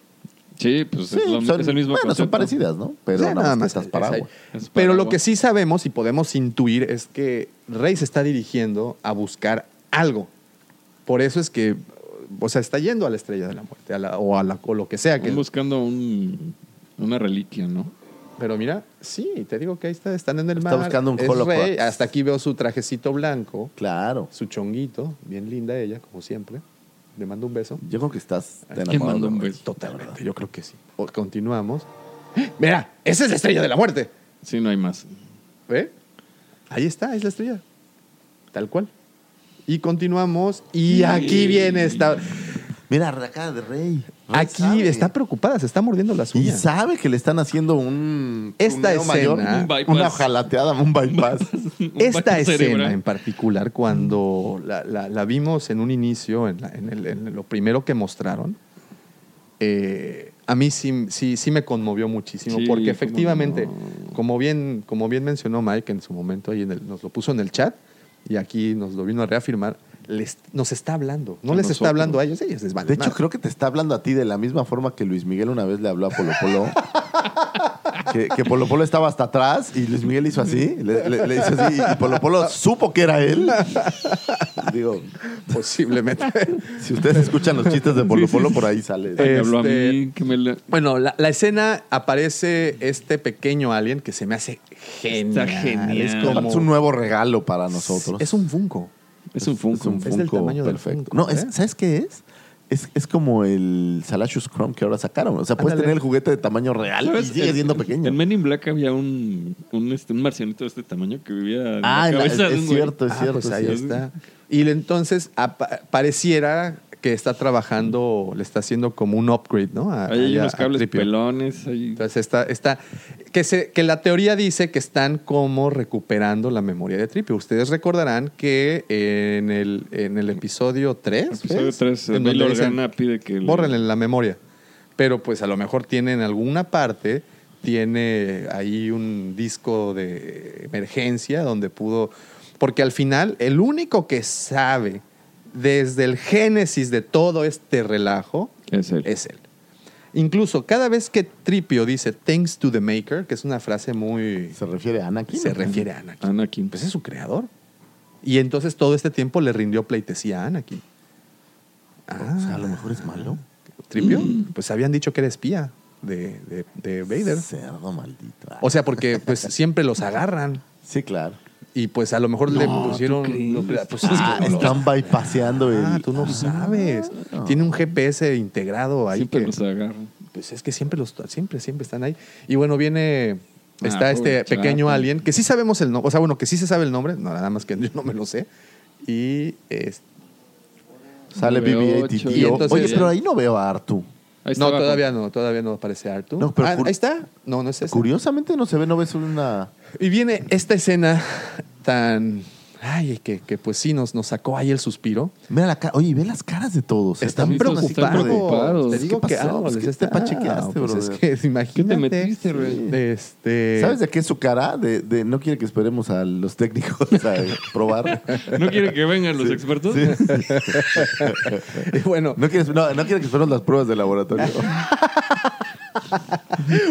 Sí, pues
Sí,
es, lo-
son,
es el mismo
bueno, son
concepto.
parecidas, ¿no? Pero
O sea,
nada, más, que estas
es- es
paraguas.
ahí.
Es paraguas.
Pero lo que sí sabemos y podemos intuir es que Rey se está dirigiendo a buscar algo. Por eso es que, o sea, está yendo a la estrella de la muerte a la- o a la- o lo que sea. Que,
Están buscando un, una reliquia, ¿no?
pero mira, sí, te digo que ahí está, están en el
Está
mar.
buscando un
es
Holocaust.
Rey, Hasta aquí veo su trajecito blanco,
Claro.
su chonguito, bien linda ella, como siempre. Le mando un beso.
Yo creo que estás te
Le mando un
enamorado.
beso.
Totalmente, yo creo que sí. O- Continuamos. ¡Eh! Mira, esa es la estrella de la muerte.
Sí, no hay más.
¿Ve? Ahí está, es la estrella. Tal cual. Y continuamos. Y aquí viene esta.
Mira, la cara de Rey. Rey
Aquí
sabe.
está preocupada, se está mordiendo las
Y
uñas.
sabe que le están haciendo un.
Esta
tuneo mayor,
escena-
Un bypass.
una jalateada, un bypass.
Un
Esta
baño
escena
cerebral.
en particular, cuando la, la- la vimos en un inicio, en, la- en el- en lo primero que mostraron, eh, a mí sí, sí, sí me conmovió muchísimo,
Sí,
porque
cómo
efectivamente,
no.
como, bien, como bien mencionó Mike en su momento, ahí en el- nos lo puso en el chat y aquí nos lo vino a reafirmar, les- nos está hablando, no
A
les
nosotros.
está hablando a ellos, ellos les vale
De hecho,
madre.
creo que te está hablando a ti de la misma forma que Luis Miguel una vez le habló a Polo Polo. que, que Polo Polo estaba hasta atrás y Luis Miguel hizo así. Le, le- le hizo así y Polo Polo supo que era él. Digo,
posiblemente.
si ustedes escuchan los chistes de Polo Polo, por ahí sale.
Me habló a
Este-
mí, que me la-
Bueno, la, la escena aparece este pequeño alien que se me hace genial.
genial.
Es
Es un
como.
nuego regalo para nosotros.
Es un Funko.
Es un Funko.
Es un
Es del
Funko
tamaño del
perfecto.
Funko,
no, es-
¿eh?
¿sabes qué es? es? Es como el Salacious Chrome que ahora sacaron. O sea, puedes
Ándale.
tener el juguete de tamaño real y
¿Sabes?
sigue
En-
siendo
En
pequeño.
Men in Black había un, un, este, un marcianito de este tamaño que vivía en
Ah,
la
en la-
cabeza de
es
un güey.
cierto, es
Ah,
cierto.
pues
es
ahí
cierto.
está. Y le- entonces apa- pareciera que está trabajando, le está haciendo como un upgrade, ¿no? A-
Ahí hay
allá
unos
a
cables
Tripio.
pelones. ahí-
Entonces está, está que, se, que la teoría dice que están como recuperando la memoria de Tripio. Ustedes recordarán que en el, en el episodio 3,
Episodio 3,
en
Bail
donde dicen,
Organa pide que... le-
Bórrenle la memoria. Pero pues a lo mejor tiene en alguna parte, tiene ahí un disco de emergencia donde pudo... Porque al final el único que sabe desde el génesis de todo este relajo,
Es él.
es él. Incluso cada vez que Tripio dice thanks to the maker, que es una frase muy...
¿Se refiere a Anakin?
Se refiere a Anakin.
Anakin.
Pues es su creador. Y entonces todo este tiempo le rindió pleitesía a Anakin. Ah,
O sea, a lo mejor es malo.
¿Tripio?
Mm.
Pues habían dicho que era espía de, de- de Vader.
Cerdo maldito. Ah.
O sea, porque pues siempre los agarran.
sí, claro.
Y pues a lo mejor le pusieron... no, pues, es que
Ah,
no lo-
están bypaseando el...
Ah, tú no sabes. Tiene un GPS integrado ahí.
Siempre
que-
los agarran.
Pues es que siempre los siempre, siempre están ahí. Y bueno, viene.
Ah,
Está este
pobre chato.
pequeño alien, que sí sabemos el nombre, o sea, bueno, que sí se sabe el nombre, no, nada más que yo no me lo sé. Y es-
Sale
Nueve,
BB-8
ocho,
tío.
y entonces-
Oye, pero ahí no veo a Artu.
Ahí está
no,
abajo.
todavía no, todavía no aparece Artu.
No, pero
Ah,
cur-
ahí está. No, no es ese.
Curiosamente no se ve, no ves una...
Y viene esta escena tan. Ay, que, que pues sí, nos, nos sacó ahí el suspiro.
Mira la cara. Oye, ve las caras de todos.
Están
sí, están
preocupados.
preocupados.
Te
¿Qué
digo que
pasó?
algo
Pues,
les
¿qué
está
te pachequeaste,
Ah, pues,
brother?
es que imagínate.
metiste, güey?
Este,
¿Sabes de qué es su cara? De, de no quiere que esperemos a los técnicos a probar.
¿No quieren que vengan los expertos?
Y bueno,
No quiere, no, no quiere que esperemos las pruebas de laboratorio.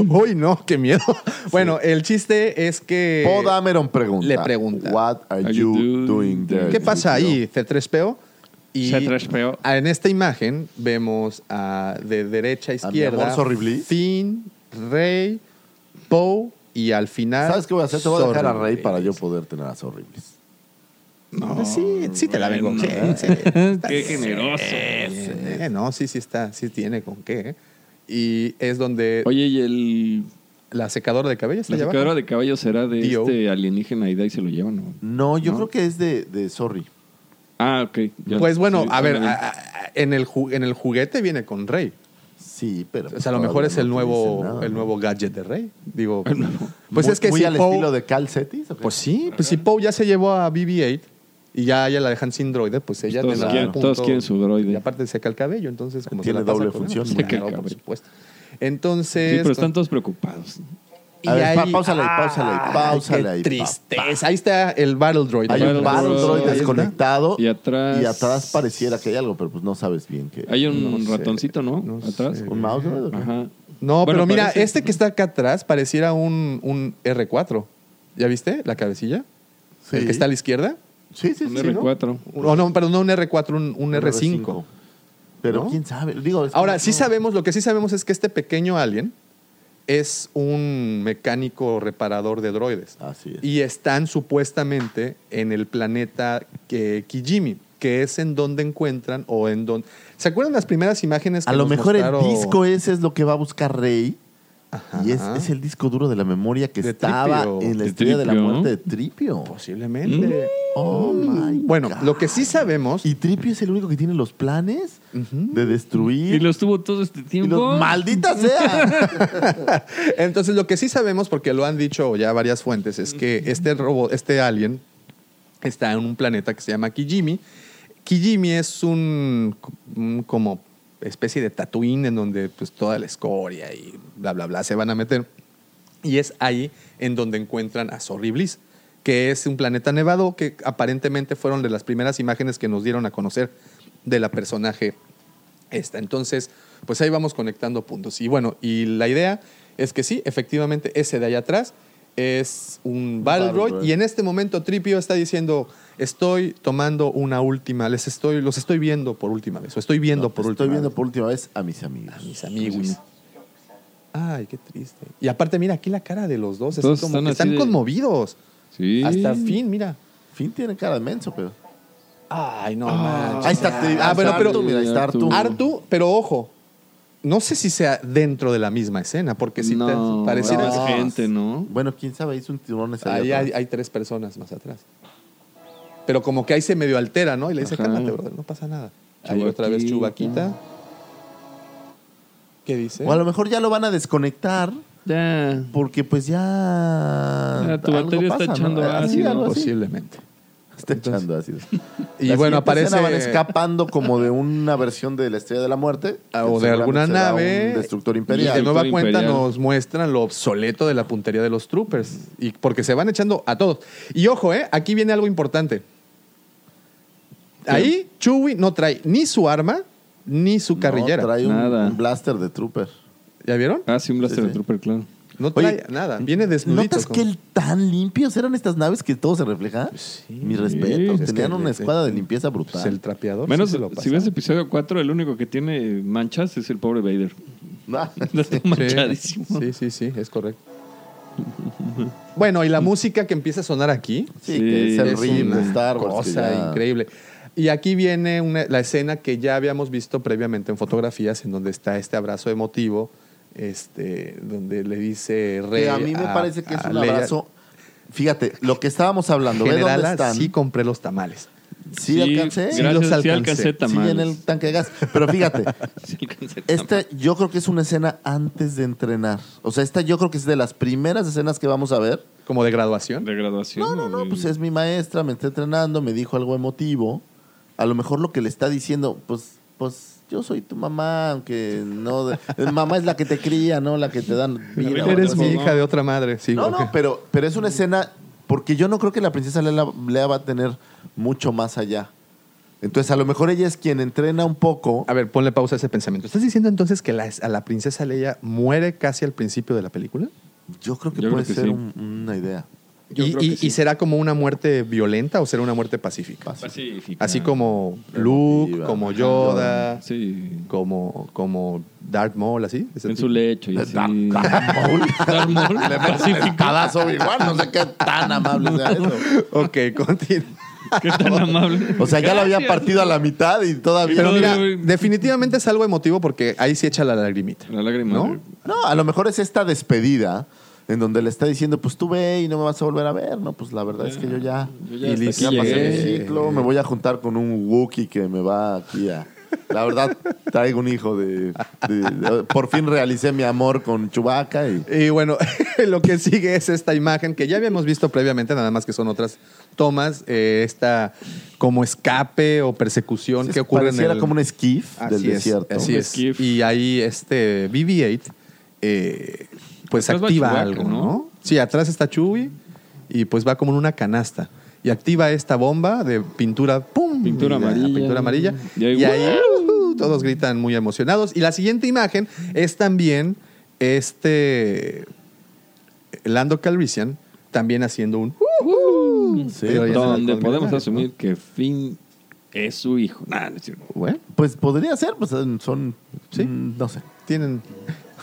Uy, no, qué miedo. Bueno, el chiste es que.
Poe Dameron pregunta.
le pregunta.
What are you doing there?
¿Qué pasa ahí? C3PO. Y
C3PO.
a- En esta imagen vemos a, de derecha a
Ah, mi
izquierda.
amor Sorribli.
Finn, Rey, Poe y al final.
¿Sabes qué voy a hacer? Te voy a dejar a Rey
Sorribli.
para yo poder tener a horribles.
No, sí, sí te la vengo. Sí, sí.
Qué generoso.
Eh, no, sí, sí está. Sí tiene con qué. ¿eh? Y es donde
Oye, ¿y el,
la secadora de cabello está
la
allá abajo.
secadora de caballo será de
Dio.
este alienígena Ida y se lo llevan? ¿o?
Mm.
No, yo
¿No?
creo que es de, de Sorry.
Ah, ok. ya.
Pues bueno,
Sí,
a ver,
suena bien.
a- a- a- en, el ju- en el juguete viene con Rey.
Sí, pero.
O sea, a lo mejor es el
no te
nuevo,
dicen nada,
el
¿no?
nuevo gadget de Rey. Digo,
El nuevo.
pues
Muy-
es que
muy
si
al
Poe-
estilo de Cal Cetis. ¿o qué?
Pues sí, pues si Poe ya se llevó a BB-8 y ya, ya la dejan sin droide, pues ella
Todos
te la
quieren-
da
todos quieren su droide.
Y aparte seca el cabello, entonces como
Tiene
se la pasa
doble
con él,
función,
pues,
muy
claro,
bien.
por supuesto.
Sí,
Entonces,
pero están todos preocupados.
A ver, pa-
ahí-
páusale ahí,
¡Ah!
páusale ahí, páusale
Qué
ahí,
Tristeza. Ahí está el Battle Droid.
Hay
Ahí
un
Battle
está.
bar, un
Droid.
droid
Ahí está.
desconectado.
Y atrás-
Y atrás pareciera que hay algo, pero pues no sabes bien qué.
Hay un
No sé,
ratoncito, ¿no?
no
Atrás.
sé.
¿Un mouse droid o qué?
Ajá. Bueno,
No, pero mira,
parece-
este que está acá atrás pareciera un, un R4. ¿Ya viste la cabecilla?
Sí.
El que está a la izquierda.
Sí, sí,
Un
sí. ¿no?
R4.
No, no, perdón, no un R4, un, un R5.
Pero
¿No?
quién sabe. Digo, es que
Ahora,
no-
sí sabemos, lo que sí sabemos es que este pequeño alien es un mecánico reparador de droides.
Así es.
Y están supuestamente en el planeta que- Kijimi, que es en donde encuentran o en donde... ¿Se acuerdan las primeras imágenes que
a lo
nos
mejor
mostraron?
el disco ese es lo que va a buscar Rey.
Ajá.
Y es, es el disco duro de la memoria que
De
estaba
Tripio.
en la
De
estrella de la
Tripio, ¿no?
muerte de Tripio.
Posiblemente.
Oh my.
Bueno,
God.
lo que sí sabemos.
Y Tripio es el único que tiene los planes de destruir.
Y los tuvo todo este
y
tiempo.
los- ¡Maldita sea!
Entonces, lo que sí sabemos, porque lo han dicho ya varias fuentes, es que este robot, este alien, está en un planeta que se llama Kijimi. Kijimi es un, un como especie de Tatooine en donde pues toda la escoria y bla bla bla se van a meter. Y es ahí en donde encuentran a Sorry Bliss, que es un planeta nevado que aparentemente fueron de las primeras imágenes que nos dieron a conocer de la personaje esta. Entonces, pues ahí vamos conectando puntos. Y bueno, y la idea es que sí, efectivamente, ese de allá atrás es un Battle
Battle
Droid.
Droid.
Y en este momento Tripio está diciendo, estoy tomando una última, les estoy, los estoy viendo por última vez, o estoy viendo por
Estoy
última
viendo
vez
por última vez a mis amigos.
a mis amigos. Ay, qué triste. Y aparte, mira aquí la cara de los dos. así
Todos
como
están
que
así
están
de-
conmovidos.
Sí.
Hasta fin, mira.
Fin tiene cara de menso, pero.
Ay,
Ah,
no. manches.
Ahí está, Tri-
Ah,
ahí
bueno,
está
pero
Artu, mira, ahí está Artu.
Artu, pero ojo. No sé si sea dentro de la misma escena, porque si
no,
te pareciera.
no es gente, ¿no?
Bueno, quién sabe, hizo un tirón ese
Ahí hay, hay tres personas más atrás. Pero como que ahí se medio altera, ¿no? Y le dice,
Ajá.
cálmate, brother, no pasa nada. Ahí otra vez
Chubaquita.
Chubaquita. ¿Qué dice?
O a lo mejor ya lo van a desconectar
Ya.
porque pues ya...
Ya, tu
algo
batería está echando
Así,
ácido,
algo así.
Posiblemente.
Está echando ácido.
Y
La siguiente
bueno,
escena
aparece.
van escapando como de una versión de la Estrella de la Muerte.
Ah,
que
o de
seguramente
alguna
será
nave.
Un destructor
Y de
imperial.
no-
nueva
Destructor
cuenta
imperial.
nos muestran lo obsoleto de la puntería de los troopers. Y porque se van echando a todos. Y ojo, ¿eh? aquí viene algo importante. Ahí Chewie no trae ni su arma ni su carrillera.
No, trae un,
Nada.
un blaster de trooper.
¿Ya vieron?
Ah, sí, un Blaster
Sí,
de
sí.
Trooper, claro.
No trae
Oye,
nada. Viene desnudito.
¿Notas
como-
que el tan limpios eran estas naves que todo se refleja? Mi respeto.
Pues Es que
Tenían una
le-
escuadra de limpieza brutal.
Pues el trapeador.
Menos
sí se lo
si
pasa.
ves episodio 4, el único que tiene manchas es el pobre Vader.
Ah,
Está manchadísimo.
Sí, sí, sí, es correcto. bueno, y la música que empieza a sonar aquí
sí, que es el
es
ritmo
una
de Star Wars. que
cosa
ya-
increíble. Y aquí viene una- la escena que ya habíamos visto previamente en fotografías, en donde está este abrazo emotivo, este, donde le dice Rey.
Que a mí me
a-
parece que es
a
un
Leia,
abrazo. Fíjate, lo que estábamos hablando, ¿ve dónde
Generala,
están?
sí
Sí,
compré los tamales.
alcancé.
Sí, los
Gracias, sí
alcancé.
alcancé
Sí,
tamales.
en el tanque de gas. Pero fíjate,
Sí alcancé tamales.
Esta yo creo que es una escena antes de entrenar. O sea, esta yo creo que es de las primeras escenas que vamos a ver.
Como de graduación.
De graduación.
No, no,
o
no,
de-
pues es mi maestra, me está entrenando, me dijo algo emotivo. A lo mejor lo que le está diciendo, pues, pues yo soy tu mamá, aunque no... de- eh, mamá es la que te cría, ¿no? La que te dan vida. o
Eres
algo
mi
así.
hija de otra madre. Sí,
No,
ok.
no, pero, pero es una escena... Porque yo no creo que la princesa Lea, Lea va a tener mucho más allá. Entonces, a lo mejor ella es quien entrena un poco.
A ver, ponle pausa a ese pensamiento. ¿Estás diciendo entonces que la- a la princesa Leia muere casi al principio de la película?
Yo creo que
Yo creo
puede
que
ser
sí.
un- una idea.
Yo
y,
creo que
y-
sí.
y será como una muerte violenta o será una muerte pacífica?
Pasa.
Pacífica.
Así como Luke,
Emotiva.
como Yoda,
Sí.
como, como Darth Maul, así. ese
En
tipo.
su lecho y así.
Dar- Darth Maul.
Darth Maul.
Le metes un
Pacífico.
espadazo Obi-Wan, no sé qué tan amable sea eso.
Ok, continúa.
Qué tan amable.
O sea, ya lo había
Gracias.
partido a la mitad y todavía...
Pero
No,
mira,
no, no.
definitivamente es algo emotivo porque ahí sí echa la lagrimita.
La lágrima.
¿No?
No, a lo mejor es esta despedida en donde le está diciendo, pues tú ve y no me vas a volver a ver, ¿no? Pues la verdad es que yo ya,
Yo ya
Y
hasta
Liz
aquí
ya pasé mi
llegué.
ciclo, me voy a juntar con un Wookiee que me va aquí a... La verdad, traigo un hijo de... de- de- por fin realicé mi amor con Chubaca y...
Y bueno, lo que sigue es esta imagen que ya habíamos visto previamente, nada más que son otras tomas, eh, esta como escape o persecución que ocurre en
Pareciera
el...
como un esquif del
Así es,
desierto.
así
Un
es.
esquif.
Y ahí este BB-8 eh, pues
Atrás va
activa
Chewbacca,
algo, ¿no?
¿no?
Sí, atrás está Chewie y pues va como en una canasta. Y activa esta bomba de pintura, ¡pum!
Pintura
Y la
amarilla.
Pintura amarilla.
Y ahí,
Y ahí ¡uh! todos gritan muy emocionados. Y la siguiente imagen es también este Lando Calrissian también haciendo un... ¡uh!
Sí, pues,
Pero ya se la
Donde
colgó.
podemos asumir que Finn es su hijo. Nah, no es cierto.
Bueno,
Pues podría ser, pues son...
Sí.
mm, No sé.
tienen.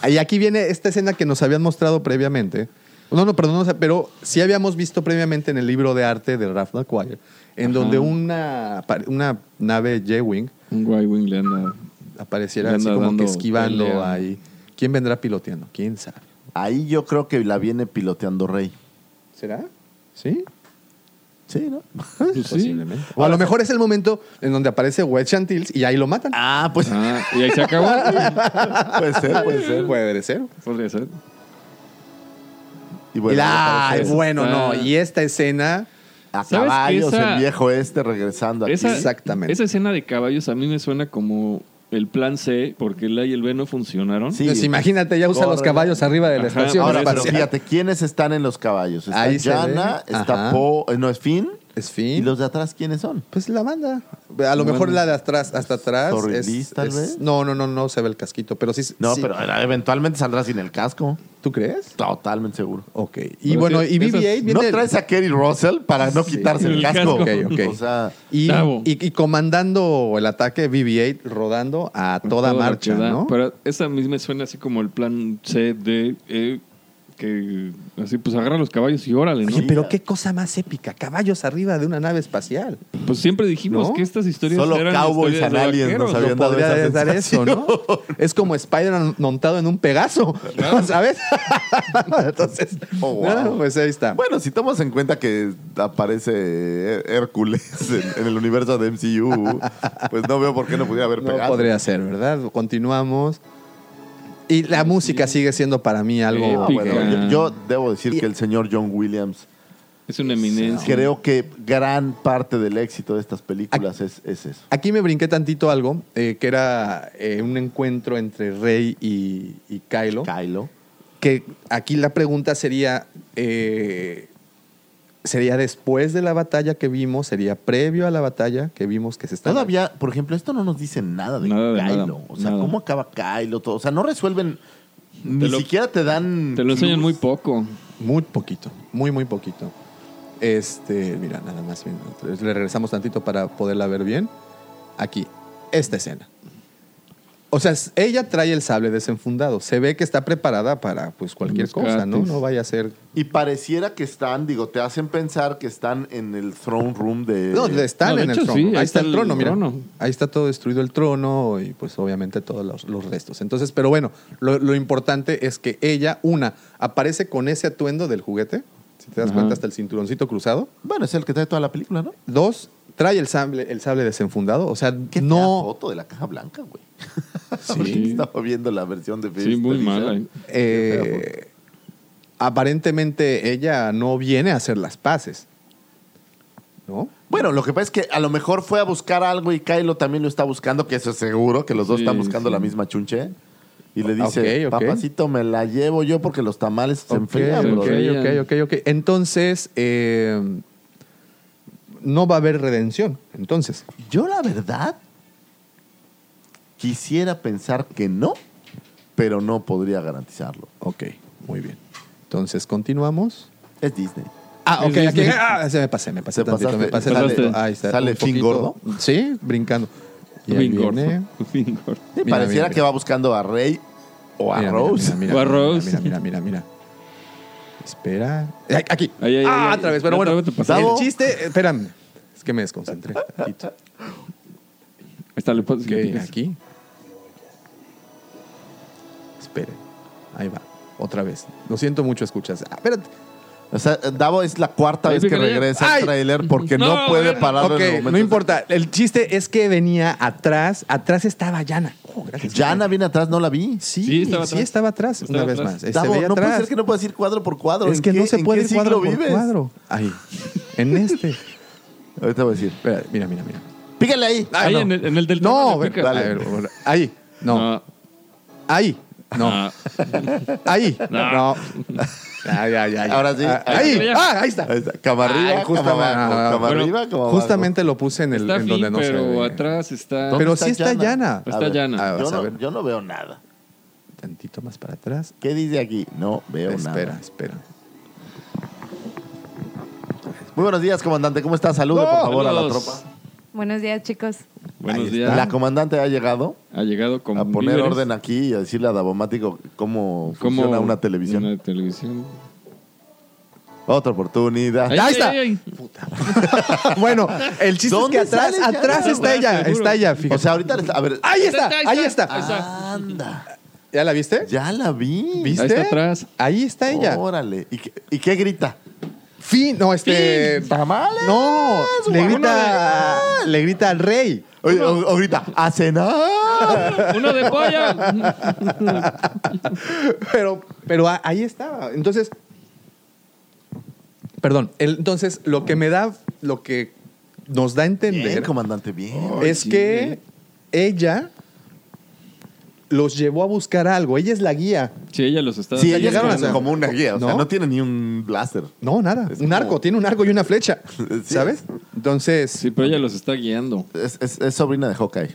Ah, Y aquí viene esta escena que nos habían mostrado previamente. No, no, perdón, o sea, pero sí habíamos visto previamente en el libro de arte de Ralph McQuire, en
Ajá.
donde una, pa- una nave J-Wing
Un Y-Wing le anda.
apareciera
Le
así
anda
como que
dando
esquivando
pelea.
ahí. ¿Quién vendrá piloteando? ¿Quién sabe?
Ahí yo creo que la viene piloteando Rey.
¿Será? ¿Sí?
Sí, ¿no?
Pues sí.
O a lo mejor es el momento en donde aparece Wed Chantills y ahí lo matan.
Ah, pues
Ah, y ahí se acabó.
puede ser, puede ser.
Puede ser.
Podría ser.
Y
Y la-
aparece
bueno, no.
Ah.
Y esta escena,
A
¿Sabes que
caballos,
esa-
el viejo este regresando aquí.
Esa,
Exactamente.
Esa escena de caballos a mí me suena como el plan C, porque el A y el B no funcionaron.
Sí.
pues imagínate, ya usa los
Corre.
caballos arriba de la
Ajá,
estación.
Ahora, pero
espacial.
fíjate, ¿quiénes están en los caballos? Está
Ahí se
Yana,
ve. Ajá.
está Po, eh, no es Finn.
Es
¿Y
fin.
los de atrás quiénes son?
Pues la banda. A
Bueno.
lo mejor la de atrás, hasta atrás.
Torrilis,
es-
tal
es-
vez.
No, no, no, no se ve el casquito, pero sí.
No,
sí.
pero eh, eventualmente saldrá sin el casco.
¿Tú crees?
Totalmente seguro.
Ok. Y
Pero
bueno,
sí,
y BB-8
esas-
viene.
No traes a Kerry Russell para no quitarse el
El
casco.
casco.
Ok, ok.
O sea,
y,
Bravo.
y- y comandando el ataque BB-8 rodando a
Con
toda
todo lo
marcha,
que da.
¿no?
Pero esa a mí me suena así como el plan C, D, E, que así pues agarra los caballos y órale, ¿no?
Oye, pero qué cosa más épica. Caballos arriba de una nave espacial.
Pues siempre dijimos
¿No?
que estas historias
solo
eran
cowboys
historias
and
de
aliens
vaqueros,
nos
¿no?
habían dado
Podría
esa
dar eso,
sensación.
¿no? es como Spider-Man montado en un Pegaso, ¿sabes? Entonces,
Oh, wow.
no, pues ahí está.
Bueno, si tomas en cuenta que aparece Hé- Hércules en, en el universo de MCU, pues no veo por qué no pudiera haber
No
pegado.
podría ser, ¿verdad? Continuamos. Y la música sigue siendo para mí algo.
Ah,
Épica.
bueno, yo, yo debo decir que el señor John Williams, eh,
Es una eminencia.
creo que gran parte del éxito de estas películas es, es eso.
Aquí me brinqué tantito algo, eh, que era eh, un encuentro entre Rey y, y Kylo.
Kylo.
que aquí la pregunta sería: eh, sería después de la batalla que vimos, sería previo a la batalla que vimos que se está.
Todavía, por ejemplo, esto no nos dice nada de
Nada de
Kylo.
nada,
o sea,
nada.
cómo acaba Kylo, todo. O sea, no resuelven. ni
lo-
siquiera te dan.
Te lo enseñan
clues.
muy poco.
Muy poquito, muy, muy poquito. Este, mira, nada más, mira, le regresamos tantito para poderla ver bien. Aquí, esta escena. O sea, es- ella trae el sable desenfundado. Se ve que está preparada para pues cualquier
Los
cosa, ¿no?
gatos.
No vaya a ser.
Y pareciera que están, digo, te hacen pensar que están en el throne room de.
No,
Eh,
están
No, de
en el
hecho,
trono.
sí,
ahí está el trono, mira.
trono.
Ahí está todo destruido el trono y pues obviamente todos los, los restos. Entonces, pero bueno, lo, lo importante es que ella, una, aparece con ese atuendo del juguete. Si te das
Ajá.
cuenta, hasta el cinturoncito cruzado.
Bueno, es el que trae toda la película, ¿no?
Dos, trae el sable, el sable desenfundado. O sea,
¿Qué fea
no.
foto de la caja blanca, güey. Ahorita
Sí,
Estaba viendo la versión de
sí
First
muy
Edition.
mala.
eh,
Qué fea
aparentemente ella no viene a hacer las paces. ¿No?
Bueno, lo que pasa es que a lo mejor fue a buscar algo y Kylo también lo está buscando, que eso es seguro, que los dos
Sí,
están buscando
sí.
la misma chunche. Y le dice,
Ok, ok.
papacito, me la llevo yo porque los tamales se
Ok,
enfrían,
ok,
brother".
ok, ok, ok. Entonces, eh, no va a haber redención. Entonces,
Yo la verdad quisiera pensar que no, pero no podría garantizarlo.
ok, muy bien. Entonces, continuamos.
Es Disney.
Ah, ok,
Sí, sí,
aquí.
sí.
ah, se me pasé, me pasé
Te
tantito,
pasaste.
me pasé
Sale-
tantito. Ahí está.
sale
un
fin
poquito.
gordo.
Sí, brincando. Y ahí
Fingor.
viene.
Fingor.
Y
Mira,
pareciera
mira,
que
mira.
va buscando a Rey o a
Mira, mira,
Rose.
Mira, mira,
O a
mira,
Rose.
Mira, mira, mira, mira. Espera. Ay, Aquí.
Ay, ay,
ah,
ay, ay.
otra vez. Pero
Otra
bueno,
vez te pasaste.
el chiste. Espérame. Es que me desconcentré. tantito.
Ahí está, le pones-
Ok,
le picas.
aquí. Espere. Ahí va. Otra vez. Lo siento mucho, escuchas. Ah, espérate.
O sea, Davo es la cuarta
Ahí
vez que
picaría.
regresa al
¡Ay!
trailer porque no,
No,
puede
bueno.
parar
Ok,
en el momento.
no importa. El chiste es que venía atrás. Atrás estaba Yana. Oh, gracias.
Yana viene atrás, no la vi.
Sí, sí
Sí,
estaba
estaba
atrás.
atrás.
una
Estaba
vez
atrás.
más. Eh,
Davo,
se veía
no puede
atrás.
ser que no puedas ir cuadro por cuadro.
es
¿En
que
qué-
no se
en
puede
qué
ir cuadro
siglo
por
vives?
cuadro. Ahí. En este.
Ahorita voy a decir.
Espera, mira, mira, mira.
Pícale ahí.
Ahí
no.
en, el, en el del
No,
trono
ve-
le picas.
dale, a ver, bueno, ahí. No.
No,
Ahí. No.
no.
Ahí. No.
No.
Ya, ya, ya, ya.
Ahora sí.
Ah, Ahí.
Ya.
Ah, ahí está.
Ahí está. Cama arriba,
Ay,
cama abajo.
ah,
Cama
bueno,
arriba, cama abajo.
Justamente lo puse en el
Está
en donde
fin,
no se
pero
ve.
atrás está.
¿Dónde
Pero sí está llana.
Está
A ver,
llana.
Ah,
Yo
vas a
no,
ver.
yo no veo nada.
Tantito más para atrás.
¿Qué dice aquí? No veo
espera,
nada.
espera.
Muy buenos días, comandante. ¿Cómo está? Salude,
No,
por favor,
saludos.
a la tropa.
Buenos días, chicos.
Buenos
Ahí
días.
La comandante ha llegado
Ha llegado con
a poner
víveres.
orden aquí y a decirle a Davomático cómo
Como
funciona una televisión.
Una televisión.
Otra oportunidad.
Ahí está. bueno, el chiste es que
¿Dónde
atrás,
sale Yana,
atrás está
güey?
ella,
Seguro.
está ella, fíjate.
O sea, ahorita le está- A ver.
ahí está,
Ahí está,
ahí
ahí
está.
está.
anda.
¿Ya la viste?
Ya la vi.
¿Viste?
Ahí está atrás.
Ahí está ella.
Órale. ¿Y qué, y qué grita?
Fin, no, este.
¡Tamales!
No, le
Uno
grita, le grita al rey.
Oye, o- o grita, ¡a cenar!
¡Uno de pollo!
Pero, pero a- ahí estaba. Entonces, perdón. el- entonces, lo que me da, lo que nos da a entender
Bien, comandante, bien.
es
sí.
que ella los llevó a buscar algo. Ella es la guía.
Sí, ella los está
Sí,
dando.
ella
llegaron
es
a-
como, como una guía, o sea,
¿No?
no tiene ni un blaster.
No, nada.
Es
un
como-
arco, tiene un arco y una flecha.
Sí.
¿Sabes? Entonces,
Sí, pero ella los está guiando.
Es, es- es sobrina de Hawkeye.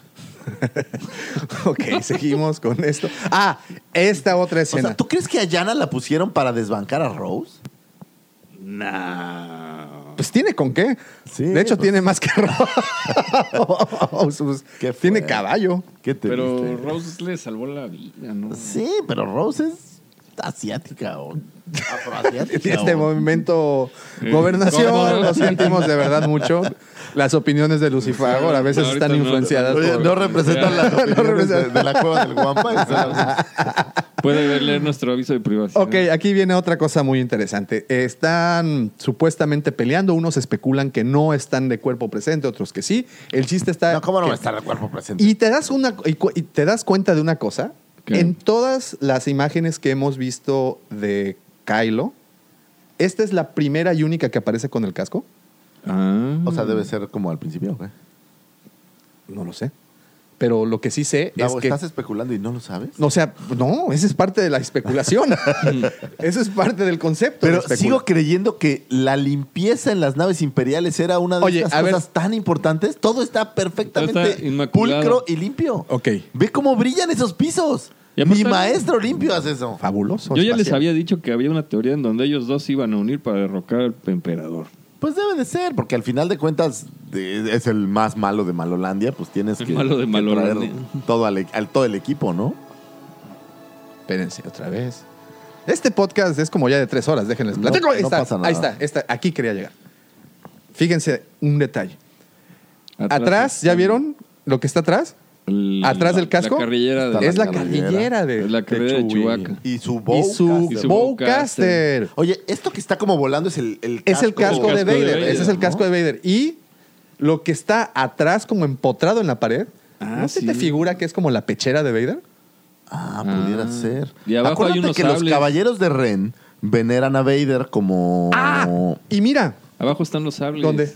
ok, seguimos con esto. Ah, esta otra
O
escena.
sea, ¿tú crees que a Yana la pusieron para desbancar a Rose?
Pues tiene con qué.
Sí,
de hecho,
pues.
tiene más que Rose. Pues,
Qué
tiene
fue.
caballo.
¿Qué te
Pero
viste?
Rose le salvó la vida, ¿no?
Sí, pero Rose es asiática o afroasiática.
Este
o-
momento
Eh,
gobernación,
gobernación.
lo sentimos de verdad mucho. Las opiniones de Lucifer a veces
No, ahorita
están
no.
influenciadas.
Oye,
por-
no representan las opiniones de,
representan.
de la cueva del Guampa. o sea,
Puede ver, leer nuestro aviso de privacidad.
Ok, aquí viene otra cosa muy interesante. Están supuestamente peleando, unos especulan que no están de cuerpo presente, otros que sí. El chiste está...
No, ¿cómo no
que-
va a estar el cuerpo presente?
Y te das una y, cu- y te das cuenta de una cosa.
¿Qué?
En todas las imágenes que hemos visto de Kylo, esta es la primera y única que aparece con el casco.
Ah.
O sea, debe ser como al principio, güey.
No lo sé. pero lo que sí sé
Davo,
es que...
¿Estás especulando y no lo sabes?
O sea, no, esa es parte de la especulación. eso es parte del concepto. de
Pero
especula-
sigo creyendo que la limpieza en las naves imperiales era una de
Oye,
las
a ver.
cosas tan importantes. Todo está perfectamente
inmaculado.
pulcro y limpio.
Ok.
Ve cómo brillan esos pisos.
Y aparte-
Mi maestro limpio hace eso.
Fabuloso.
Yo ya les
espacial.
había dicho que había una teoría en donde ellos dos se iban a unir para derrocar al emperador.
Pues debe de ser, porque al final de cuentas de- es el más malo de Malolandia, pues tienes
El
que,
malo de
que
Malolandia.
traer todo, al, e- al- todo el equipo, ¿no?
Espérense otra vez. Este podcast es como ya de tres horas, déjenles
No,
platico. ahí,
no
está,
pasa nada.
ahí está, está, aquí quería llegar. Fíjense un detalle. Atrás, ¿ya vieron lo que está atrás?
El-
¿Atrás del
la-
casco?
La carrillera de,
es la
carrillera.
carrillera de,
Es la carrillera de
Chewie.
Chewbacca.
Y su
Y su,
Bowcaster.
Y su
Bowcaster.
Oye, esto que está como volando es el, el
Es el casco
casco
de
de
Vader.
Vader,
Ese es el
¿no?
casco de Vader. Y lo que está atrás, como empotrado en la pared,
Ah,
¿no se
sí.
te figura que es como la pechera de Vader?
Ah.
Ah, pudiera ser.
Y abajo
Acuérdate
hay unos
que los
sables.
caballeros de Ren veneran a Vader como.
¡Ah! Y mira,
Abajo están los sables.
¿dónde?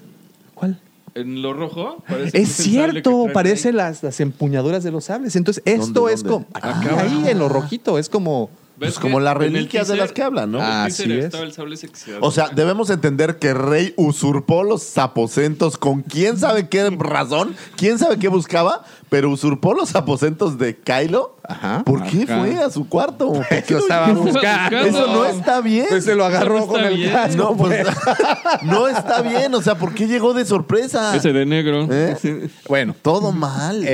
¿Cuál?
En lo rojo. parece
Es
que el sable que
cierto,
traen
parece
ahí.
las, las empuñaduras de los sables. Entonces, esto
¿Dónde,
es
dónde?
como.
Ah,
aquí, ahí en lo rojito, es como.
¿Ves
pues como
que
las
en el
reliquias de
teaser-
las que hablan, ¿no?
en el
Así
teaser
es.
estaba el sable ese que se
O sea, debemos entender que Rey usurpó los aposentos con quién sabe qué razón, quién sabe qué buscaba, pero usurpó los aposentos de Kylo.
Ajá.
¿Por qué
Acá.
fue a su cuarto? ¿Por qué
Lo estaba
llevó?
buscando.
Eso no está bien.
Pues se lo agarró
No está
con el
bien.
casco.
no, pues, no está bien. O sea, ¿por qué llegó de sorpresa?
Ese de negro.
¿Eh?
Ese-
Bueno.
Todo mal.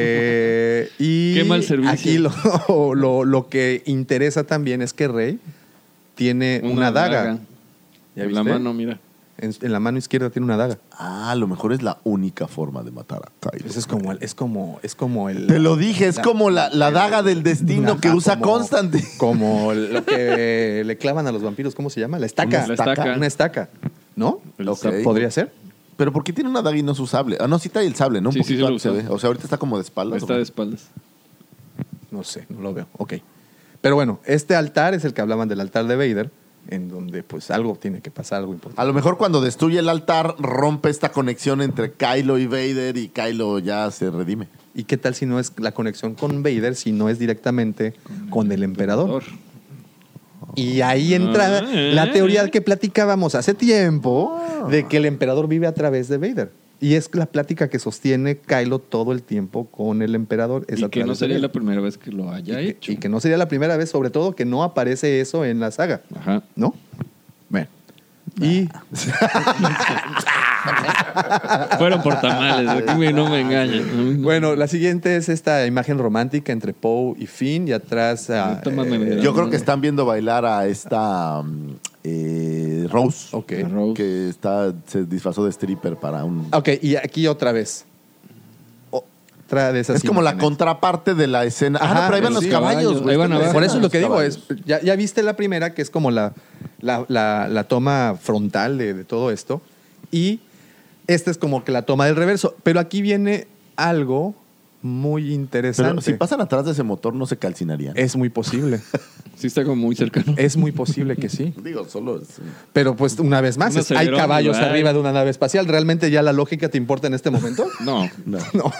eh, y
Qué mal servicio.
Aquí lo, lo, lo que interesa también es que Rey tiene una, daga. ¿Ya
En la
viste?
mano, mira.
En, en la mano izquierda tiene una daga.
Ah, a lo mejor es la única forma de matar a Kylo.
Pues es como el, es como, es como el.
Te lo dije, es
la-
como la, la daga del destino
Ajá,
que usa
como-
Constantine.
Como lo que le clavan a los vampiros, ¿cómo se llama? La estaca.
Una estaca.
Una estaca. ¿No?
El
Ok.
estaca.
¿Podría ser?
Pero ¿por qué tiene una daga y no su sable? Ah, no, sí trae el sable, ¿no? Un
Sí, sí,
poquito
sí lo
antes se
usa.
ve. O sea, ahorita está como de espaldas.
Está de espaldas.
No sé, no lo veo. Ok. Pero bueno, este altar es el que hablaban del altar de Vader, en donde pues algo tiene que pasar, algo importante.
A lo mejor cuando destruye el altar, rompe esta conexión entre Kylo y Vader y Kylo ya se redime.
¿Y qué tal si no es la conexión con Vader, si no es directamente con el emperador? Y ahí entra
Ah, eh. Ah.
la teoría que platicábamos hace tiempo de que el emperador vive a través de Vader. Y es la plática que sostiene Kylo todo el tiempo con el emperador. Es
Y
a
que no
través de
sería la
Vader.
primera vez que lo haya
Y que-
hecho.
y que no sería la primera vez, sobre todo, que no aparece eso en la saga.
Ajá.
¿No? Bueno. Y
Fueron por tamales. Aquí me- no me engañen.
bueno, la siguiente es esta imagen romántica entre Poe y Finn y atrás ah, eh, a,
Esta más me la-
Yo creo que están viendo bailar a esta mm, eh, Rose,
Ok.
A Rose.
que está, se disfrazó de stripper para un...
Ok, y aquí otra vez. Otra de esas
es como la
imágenes.
contraparte de la escena. ah,
Ajá,
no, pero ahí van
sí,
los caballos.
caballos.
güey.
Ahí van
Está
abajo.
la
Por
escena
eso es
de
lo que
los caballos.
digo, es, ya, ya viste la primera, que es como la, la, la- la toma frontal de, de todo esto, y esta es como que la toma del reverso, pero aquí viene algo muy interesante. Eh,
Pero si pasan atrás de ese motor, no se calcinarían.
Es muy posible,
Sí está como muy cercano.
Eh,
es muy posible que sí.
Digo, solo es...
Pero pues una vez más,
Un
es- hay
acelerón,
caballos
¿verdad?
arriba de una nave espacial, ¿realmente ya la lógica te importa en este momento?
No.
No.
No,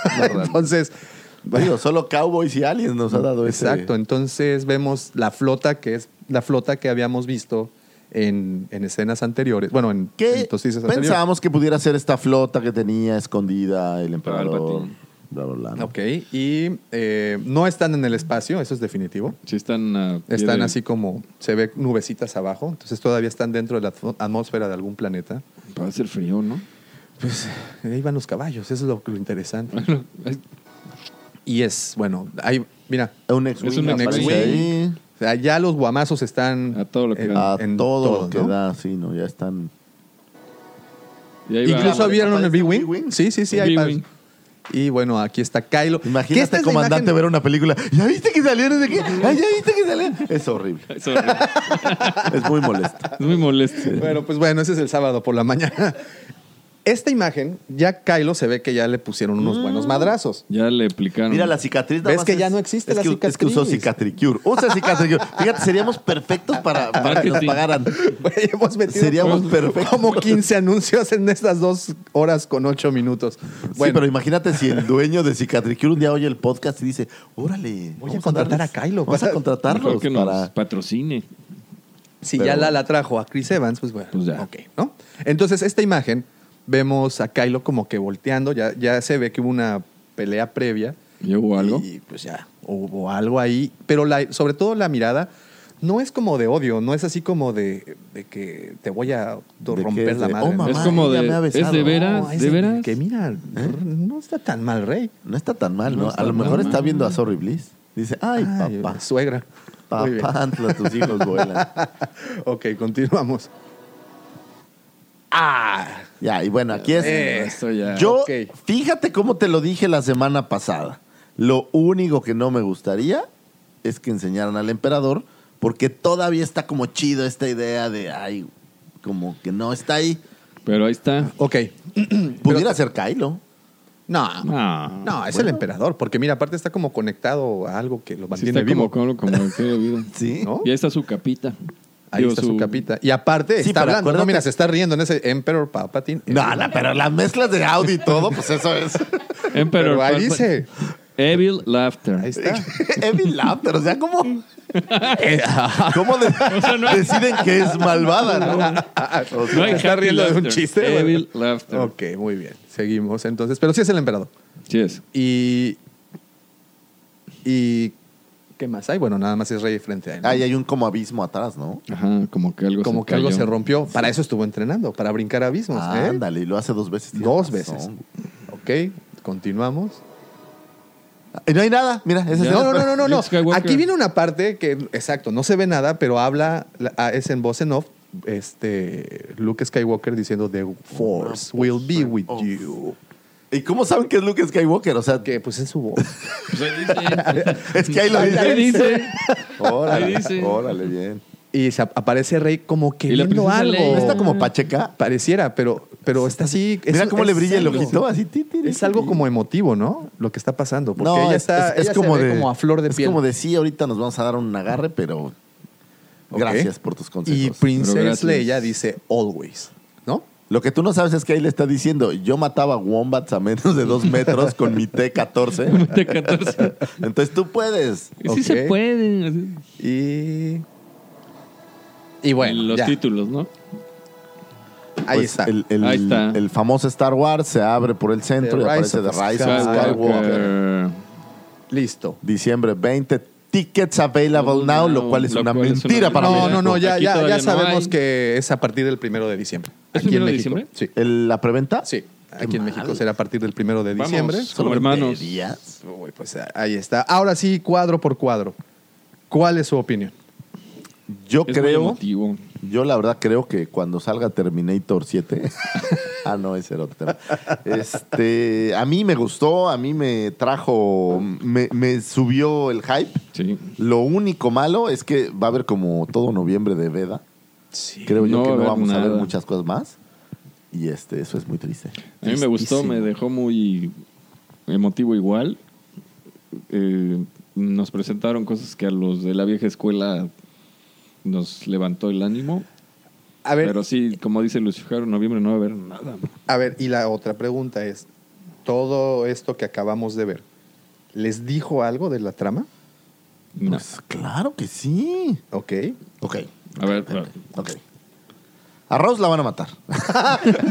entonces...
Digo, solo Cowboys y Aliens nos ha dado ese-
Exacto, entonces vemos la flota que es la flota que habíamos visto en, en escenas anteriores. Bueno, en
¿Qué
en tostillas anteriores.
pensábamos que pudiera ser esta flota que tenía escondida el emperador?
Palpatine.
Bla, bla, bla. ¿no?
Ok, y eh, no están en el espacio, eso es definitivo.
Sí están. a pie
Están
de-
así como, se ve nubecitas abajo, entonces todavía están dentro de la atmo- atmósfera de algún planeta.
Va a ser frío, ¿no?
Pues ahí van los caballos, eso es lo, lo interesante.
Bueno, es-
Y es, bueno, ahí, mira,
Un
Es un
X-Wing aparece
X-Wing.
ahí.
o sea, ya los guamazos están
A todo lo que
en-
da.
A
en
todo, lo
todo,
que
¿no?
da, sí, ¿no? Ya están...
y ahí va-
Incluso vieron el
¿Aparece un
B-Wing.
B-Wing?
Sí, sí, sí.
Un
hay
B-Wing.
pa- Y bueno, aquí está Kylo. Que esta
Imagínate,
es la
comandante,
imagen-
ver una película. ¿Ya viste que salieron de qué? Ay, ¿Ya viste que salieron? Es horrible.
Es horrible.
es muy molesto.
Es muy molesto.
Bueno, pues bueno, ese es el sábado por la mañana. Esta imagen, ya Kylo se ve que ya le pusieron unos
Mm.
buenos madrazos.
Ya le aplicaron.
Mira la cicatriz. nada
¿Ves
más
que ya no existe
es
la
que, Es que usó
cicatriz?
cicatricure. Usa cicatricure. Fíjate, seríamos perfectos para, para que nos
Marketing.
pagaran.
Güey, hemos metido
Seríamos
como-
perfectos.
como 15 anuncios en estas dos horas con ocho minutos.
Sí,
Bueno,
pero imagínate si el dueño de Cicatricure un día oye el podcast y dice, órale,
Voy a
vamos
contratar
darles-
a Kylo
Vamos
pues.
a
para-
Mejor
contratarlos
que nos
para...
patrocine.
si
pero-
ya la, la trajo a Chris Evans, pues bueno.
Pues ya.
ok, ¿no? Entonces, esta imagen, vemos a Kylo como que volteando, ya, ya se ve que hubo una pelea previa.
¿Ya hubo algo?
Y pues ya, hubo algo ahí. Pero la- sobre todo la mirada no es como de odio, no es así como de, de que te voy a
¿De qué
romper
es?
la
De,
madre.
"Oh,
¿no?
mamá,
Es como
ella
de-
me ha
es
besado".
de veras.
No, es
¿De
de
veras? ¿Eh?
Que mira, no está tan mal, rey.
No está tan mal,
No
¿no?
está
a lo
tan
mejor está
mal.
viendo a Sorry Bliss. Dice, ay,
Ay,
papá,
Suegra. Muy bien.
papá, Antla, tus hijos vuelan.
ok, continuamos. Ah,
Ya, y bueno, aquí es.
Eh,
esto ya,
Yo,
ok.
fíjate cómo te lo dije la semana pasada. Lo único que no me gustaría es que enseñaran al emperador, porque todavía está como chido esta idea de, ay, como que no está ahí.
Pero ahí está.
ok.
Pudiera ser Kylo.
No, no,
No.
es el emperador, porque mira, aparte está como conectado a algo que lo
Sí
mantiene
está
vivo.
como, como, como que vivo.
Sí.
¿No?
Y ahí está su capita.
Ahí
Digo,
está su... capita. Y aparte
Sí,
está
pero
hablando. No,
acuérdate-
mira, se está riendo en ese Emperor Palpatine.
No, no, pero las mezclas de audio y todo, pues eso es.
Emperor.
Pero ahí
Palpa-
dice.
Evil Laughter.
Ahí está.
Evil Laughter, o sea, ¿cómo? ¿Cómo de- deciden que es malvada, no? O sea,
No hay
está
happy
riendo de un
laughter.
chiste, güey.
Evil Laughter.
Ok, muy bien. Seguimos entonces. Pero sí es el emperador.
Sí es.
Y. ¿Y qué más hay? Bueno, nada más es Rey frente a él. ¿no?
ahí hay un como abismo atrás, ¿no?
Ajá, como que algo
Como
se
que algo
cayó.
se rompió. Para eso estuvo entrenando, para brincar abismos.
Ah,
¿eh?
Ándale, y lo hace dos veces. tienes
Dos
razón.
veces. Ok, continuamos.
Y no hay nada, mira, ese es el-
No, no, no, no, no.
Luke Skywalker.
Aquí viene una parte que, exacto, no se ve nada, pero habla, la- ah, es en voz en off, este, Luke Skywalker diciendo, The Force will be with
Off.
you.
¿Y cómo saben que es Luke Skywalker? O sea,
Que pues es su voz.
Pues ahí dice.
es que ahí lo
Ahí
dice.
dice.
Órale,
Ahí dice.
órale, bien.
Y se ap- aparece Rey como que
Y la
viendo
princesa
algo.
Leia.
¿No está como pacheca?
Pareciera, pero, pero está así. es-
Mira cómo
es
le brilla el
algo.
ojito, así. ti, ti, ti,
Es algo
ti.
como emotivo, ¿no? Lo que está pasando. Porque ella está ella se ve como a flor de
es
piel.
como de sí, ahorita nos vamos a dar un agarre, pero
Ok.
gracias por tus
y
consejos.
Pero gracias.
Princess Leia dice always, ¿no?
Lo que tú no sabes es que ahí le está diciendo, yo mataba wombats a menos de dos metros con mi T-14.
De 14.
Entonces tú puedes.
Sí se
Ok.
puede. así.
Y. Y bueno,
Los
ya.
títulos, ¿no?
ahí
Pues
está.
El, el-
Ahí está.
el famoso Star Wars se abre por el centro
The
y aparece
Rise of
The Rise of
Skywalker.
Skywalker.
Listo.
Diciembre 20. Tickets available
No, no,
now, lo cual es
lo
una
cual es una
mentira para
no,
mí.
no, no, ya,
Aquí
ya,
todavía
ya
no
sabemos
hay.
que es a partir del primero de diciembre.
¿Es
Aquí en
primero de
México.
diciembre?
Sí.
El- ¿La preventa?
Sí. Aquí en
mal.
México será a partir del primero de
Vamos.
diciembre.
Como hermanos.
días.
Uy, pues ahí está. Ahora sí, cuadro por cuadro. ¿Cuál es su opinión?
Yo
Es muy
creo,
emotivo.
yo la verdad creo que cuando salga Terminator 7. ah, no, ese era otro tema. Este, a mí me gustó, a mí me trajo, me, me subió el hype.
Sí.
Lo único malo es que va a haber como todo noviembre de veda.
Sí.
Creo yo
No
que
va a
no
haber
vamos a ver
nada.
muchas cosas más. Y este, eso es muy triste.
A mí me gustó, me dejó muy emotivo igual. Eh, nos presentaron cosas que a los de la vieja escuela nos levantó el ánimo.
A
Pues,
ver,
Pero
eh,
sí, como dice Luis Fijaro, en noviembre no va a haber nada.
a ver, y la otra pregunta es: ¿todo esto que acabamos de ver, ¿les dijo algo de la trama?
No.
Pues claro que sí.
Ok.
Ok,
A ver, pero-
ok. A Rose la van a matar.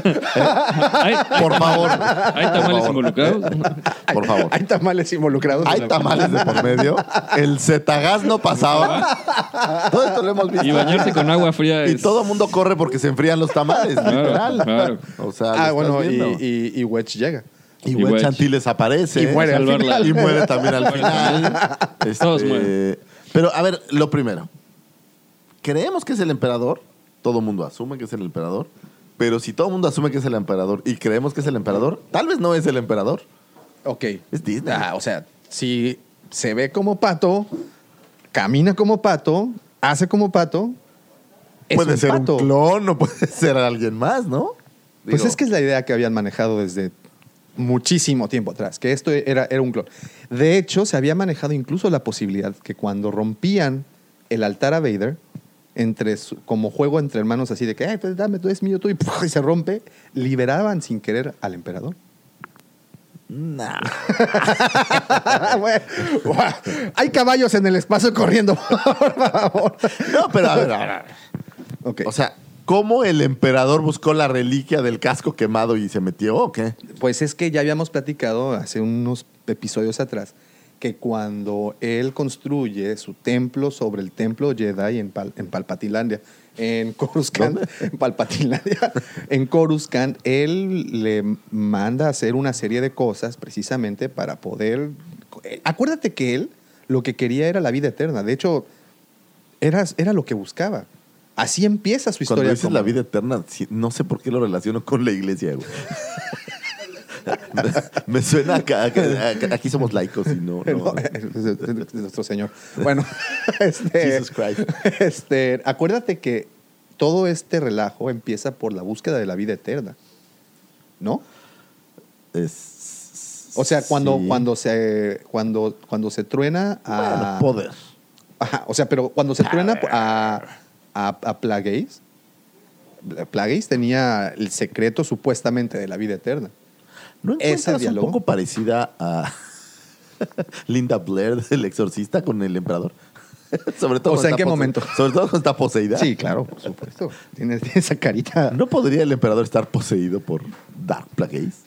¿Hay,
Por favor.
hay tamales
favor.
involucrados?
Por favor.
Hay tamales involucrados. en
Hay
la-
tamales de por medio. El Zetagas no pasaba. Todo esto lo hemos visto.
Y bañarse con agua fría
Y
es-
todo el mundo corre porque se enfrían los tamales,
Claro,
literal.
claro.
O sea,
Ah, bueno, y,
y,
y, y Wedge llega.
y,
y Wedge.
Chantiles aparece.
Y muere al
Salvarla. final.
¿eh? Y muere también al final. Este,
Todos mueren.
Pero, a ver, lo primero. Creemos que es el emperador. Todo mundo asume que es el emperador. Pero si todo mundo asume que es el emperador y creemos que es el emperador, tal vez no es el emperador.
Ok.
Es Disney.
Ah, o sea, si se ve como pato, camina como pato, hace como pato, es
puede
un
ser
pato.
un clon o puede ser alguien más, ¿no?
Pues
Digo-
es que es la idea que habían manejado desde muchísimo tiempo atrás, que esto era, era un clon. De hecho, se había manejado incluso la posibilidad que cuando rompían el altar a Vader, entre su- como juego entre hermanos así de que, "Ay, pues dame, tú es mío, tú, y, ¡puf! y se rompe, liberaban sin querer al emperador.
Nah.
Bueno, guau, Hay caballos en el espacio corriendo, por favor.
No, pero a ver, a ver, a ver.
Ok.
O sea, ¿cómo el emperador buscó la reliquia del casco quemado y se metió o qué?
Pues es que ya habíamos platicado hace unos episodios atrás que cuando él construye su templo sobre el templo Jedi en, Pal- en Palpatilandia, en Coruscant, en Palpatilandia, en Coruscant, él le manda a hacer una serie de cosas precisamente para poder... Acuérdate que él lo que quería era la vida eterna. De hecho, era, era lo que buscaba. Así empieza su historia.
Cuando dices
como-
la vida eterna, sí, no sé por qué lo relaciono con la iglesia, güey. me, me suena a que- a que- a que aquí somos laicos y no. no.
No, es- es nuestro Señor. Bueno, este,
Jesus Christ.
este, acuérdate que todo este relajo empieza por la búsqueda de la vida eterna, ¿no?
Es-
O sea, cuando,
sí.
cuando ah, se cuando cuando se truena a
Bueno, poder.
Ajá, o sea, pero cuando se truena a a, a Plagueis, Plagueis tenía el secreto supuestamente de la vida eterna.
¿No
ese
encuentras un
diálogo.
poco parecida a Linda Blair del exorcista con el emperador? Sobre todo
O
cuando
sea, ¿en
está
qué
pose-
momento?
Sobre todo cuando está poseída.
Sí, claro, por supuesto. Tiene, tiene esa carita.
¿No podría el emperador estar poseído por Dark Plagueis?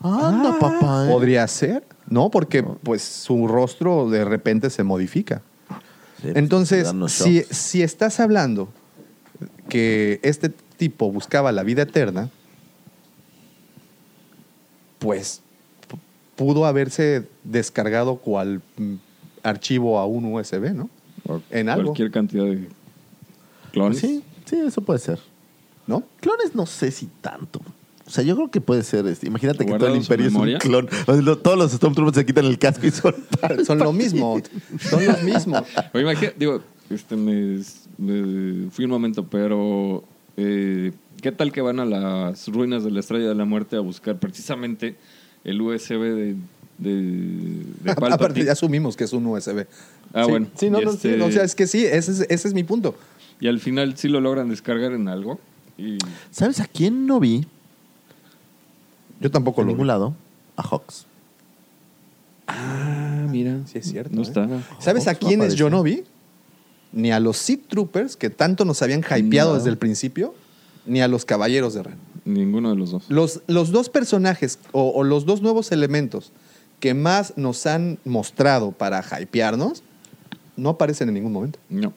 Anda,
Ah,
papá. ¿eh?
Podría ser, ¿no? Porque pues su rostro de repente se modifica.
Sí,
pues,
Entonces,
darnos
si,
shots.
si estás hablando que este tipo buscaba la vida eterna, pues p- pudo haberse descargado cual mm, archivo a un USB, ¿no?
O
En algo.
Cualquier cantidad de clones.
Pues Sí, sí, eso puede ser.
¿No?
Clones no sé si tanto. O sea, yo creo que puede ser. este, Imagínate que todo
Guardado
el
su
imperio es un
memoria.
clon. O sea, lo- todos los Stormtroopers se quitan el casco y son.
Son lo mismo, son los mismos.
O imagina- digo, este, me, me fui un momento, pero eh, ¿qué tal que van a las ruinas de la Estrella de la Muerte a buscar precisamente el USB de, de, de
Aparte,
Palpatine?
ya asumimos que es un USB.
Ah,
Sí.
bueno.
Sí, no,
Y
no, sí,
este-
no, o sea, es que sí, ese es, ese es mi punto.
Y al final sí lo logran descargar en algo. Y
¿Sabes a quién no vi?
Yo tampoco
Por
lo
ningún lado. A Hawks.
ah, mira.
Sí, es cierto,
No
¿eh?
está.
¿Sabes a
Ojo,
quiénes
aparece.
yo no vi? Ni a los Sith Troopers, que tanto nos habían hypeado
No.
desde el principio, ni a los Caballeros de Ren.
Ninguno de los dos.
Los, los dos personajes o, o los dos nuevos elementos que más nos han mostrado para hypearnos no aparecen en ningún momento,
No.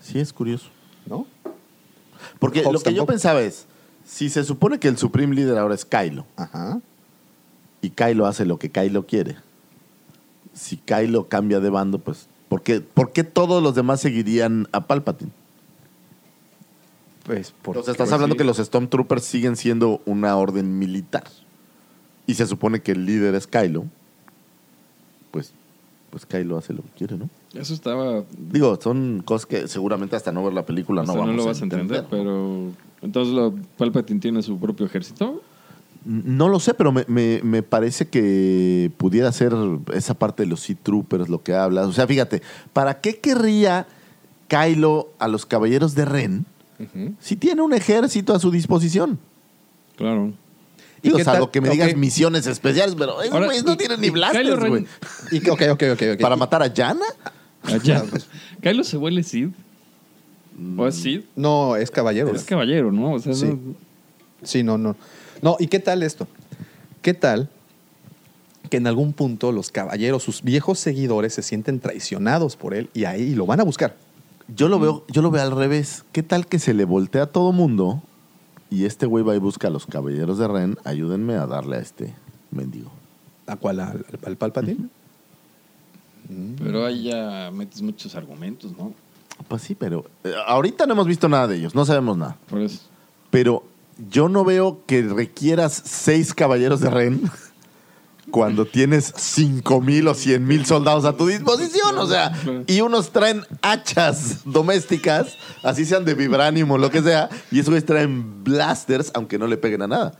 Sí, es curioso.
¿no?
Porque
Hawks
lo que yo
tampoco.
pensaba es: si se supone que el Supreme Leader ahora es Kylo,
Ajá.
y Kylo hace lo que Kylo quiere, si Kylo cambia de bando, pues, ¿por qué, por qué todos los demás seguirían a Palpatine?
Pues por
O sea, estás hablando que los Stormtroopers siguen siendo una orden militar. Y se supone que el líder es Kylo. Pues, pues Kylo hace lo que quiere, ¿no?
Eso estaba.
Digo, son cosas que seguramente hasta no ver la película
o
no
sea, no,
vamos
lo
a
vas a entender,
entender. ¿no?
pero. Entonces, lo, Palpatine tiene su propio ejército.
No lo sé, pero me, me- me parece que pudiera ser esa parte de los Sea Troopers lo que hablas. O sea, fíjate, ¿para qué querría Kylo a los caballeros de Ren si tiene un ejército a su disposición?
Claro.
¿Y
Digo,
qué
salvo
tal?
que me digas
Ok.
misiones especiales, pero esos
Ahora,
güeyes no
y-
tienen
y
ni blasters,
Kylo Ren-
güey.
Y que- ok, ok, ok. ok.
¿Para matar a Yana?
Allá. Kylo se vuelve Sid. ¿O es Sid?
No, es caballero.
Pues Es caballero, ¿no? O sea,
Sí.
no-
Sí, no, no. No, ¿y qué tal esto? ¿Qué tal que en algún punto los caballeros, sus viejos seguidores, se sienten traicionados por él y ahí lo van a buscar?
Yo lo veo, yo lo veo al revés. ¿Qué tal que se le voltea a todo mundo? Y este güey va y busca a los caballeros de Ren. Ayúdenme a darle a este mendigo.
¿A cuál? ¿Al, al Palpatine?
Pero ahí ya metes muchos argumentos, ¿no?
Pues sí, pero eh, ahorita no hemos visto nada de ellos, no sabemos nada.
Por eso.
Pero yo no veo que requieras seis caballeros de Ren cuando tienes 5 mil o 100 mil soldados a tu disposición. O sea, y unos traen hachas domésticas, así sean de vibranium o lo que sea, y esos güeyes traen blasters, aunque no le peguen a nada.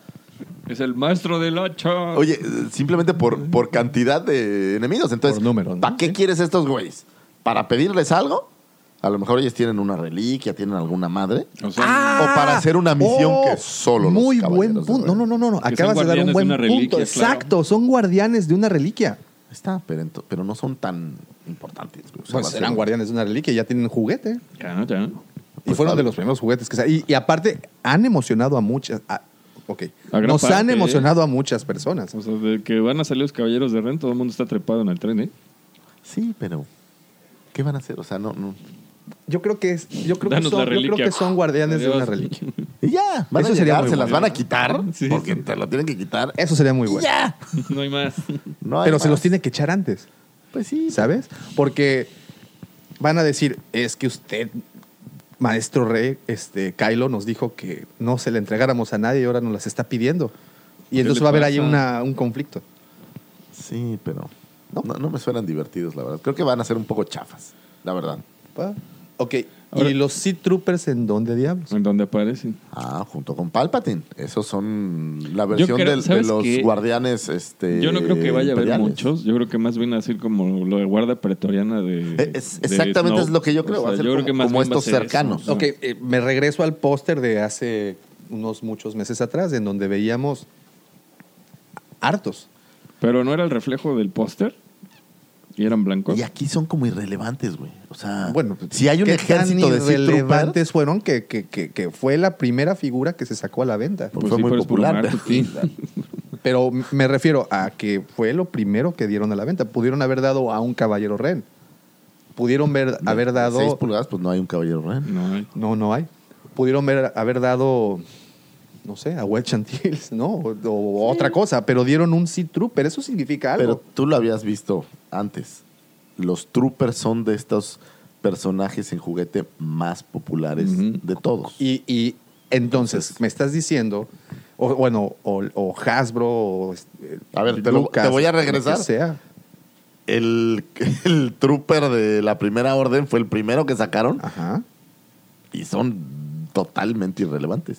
Es el maestro del hacha.
Oye, eh, simplemente por, por cantidad de enemigos. Entonces,
Por número, ¿no?
¿para qué quieres estos güeyes? ¿Para pedirles algo? A lo mejor ellos tienen una reliquia, tienen alguna madre.
O sea,
o para hacer una misión que solo los
Ah. Oh, Muy
caballeros
buen
de
punto. No, no, no, no. no.
Que
Acabas
son
de dar un
guardianes de
buen
una reliquia,
punto.
claro.
Exacto, son guardianes de una reliquia.
Está, pero, ento- pero no son tan importantes. güey. O sea, va
Pues
a ser-
serán guardianes de una reliquia, ya tienen juguete.
ya, ¿no? Ya, ¿no?
y
Pues
fueron
padre.
de los primeros juguetes que sa- y, y aparte han emocionado a muchas. a- ok.
A gran
Nos han
parte, ¿eh?
emocionado a muchas personas. ¿eh?
O sea, de que van a salir los caballeros de Ren, todo el mundo está trepado en el tren, ¿eh?
Sí, pero ¿qué van a hacer? O sea, no, no.
Yo creo que es, yo creo que
Danos
son,
la
yo creo
reliquia.
que son guardianes de
Adiós.
una reliquia.
Y ya, van
Eso
a
sería
llegar,
muy
se las
bueno.
van a quitar,
Sí.
porque te lo tienen que quitar.
Eso sería muy bueno.
Ya.
No hay más.
No hay
Pero se
más.
los tiene que echar antes.
Pues sí.
¿Sabes? Porque van a decir, es que usted, maestro rey, este, Kylo nos dijo que no se le entregáramos a nadie y ahora nos las está pidiendo. Y
¿Qué
entonces
le
va a haber ahí
pasa?
una- un conflicto.
Sí, pero no, no, no me suenan divertidos, la verdad. Creo que van a ser un poco chafas, la verdad.
Pa. Ok.
Ahora-
¿Y los Sea Troopers en dónde diablos?
En donde aparecen.
Ah, junto con Palpatine. Esos son la
Yo
versión
creo-
del- de
¿sabes
los
qué?
guardianes. Este,
Yo no creo que vaya a haber
imperiales.
muchos. Yo creo que más bien así como lo de guarda pretoriana de.
Eh, es-
de
exactamente
Snow.
es lo que yo creo,
O
va a
sea,
ser
yo creo
como-
que más
como
bien va a
estos
ser eso,
cercanos.
o sea.
Ok, eh, me regreso al póster de hace unos muchos meses atrás, en donde veíamos hartos.
Pero no era el reflejo del póster. Y eran blancos.
Y aquí son como irrelevantes, güey. O sea,
Bueno, pues,
si hay un
¿qué tan
ejército de Sith Troopers,
irrelevantes fueron que, que- que- que fue la primera figura que se sacó a la venta.
Pues fue muy
pero es puro
popular.
marketing.
Pero me refiero a que fue lo primero que dieron a la venta. Pudieron haber dado a un caballero ren. Pudieron ver-
de
haber dado.
6 pulgadas, pues no hay un caballero ren.
No hay.
No, no hay. Pudieron ver- haber dado, no sé, a Welch Chantilles, ¿no? O, o otra cosa, pero dieron un Sea Trooper. Eso significa
Pero
algo.
tú lo habías visto antes. Los troopers son de estos personajes en juguete más populares
Ujú.
de todos.
y, y entonces, me estás diciendo, o, bueno, o, o Hasbro, o. eh,
A ver, te lo- te voy a
lo que
regresar.
sea.
El, el trooper de la primera orden fue el primero que sacaron
Ajá.
y son totalmente irrelevantes.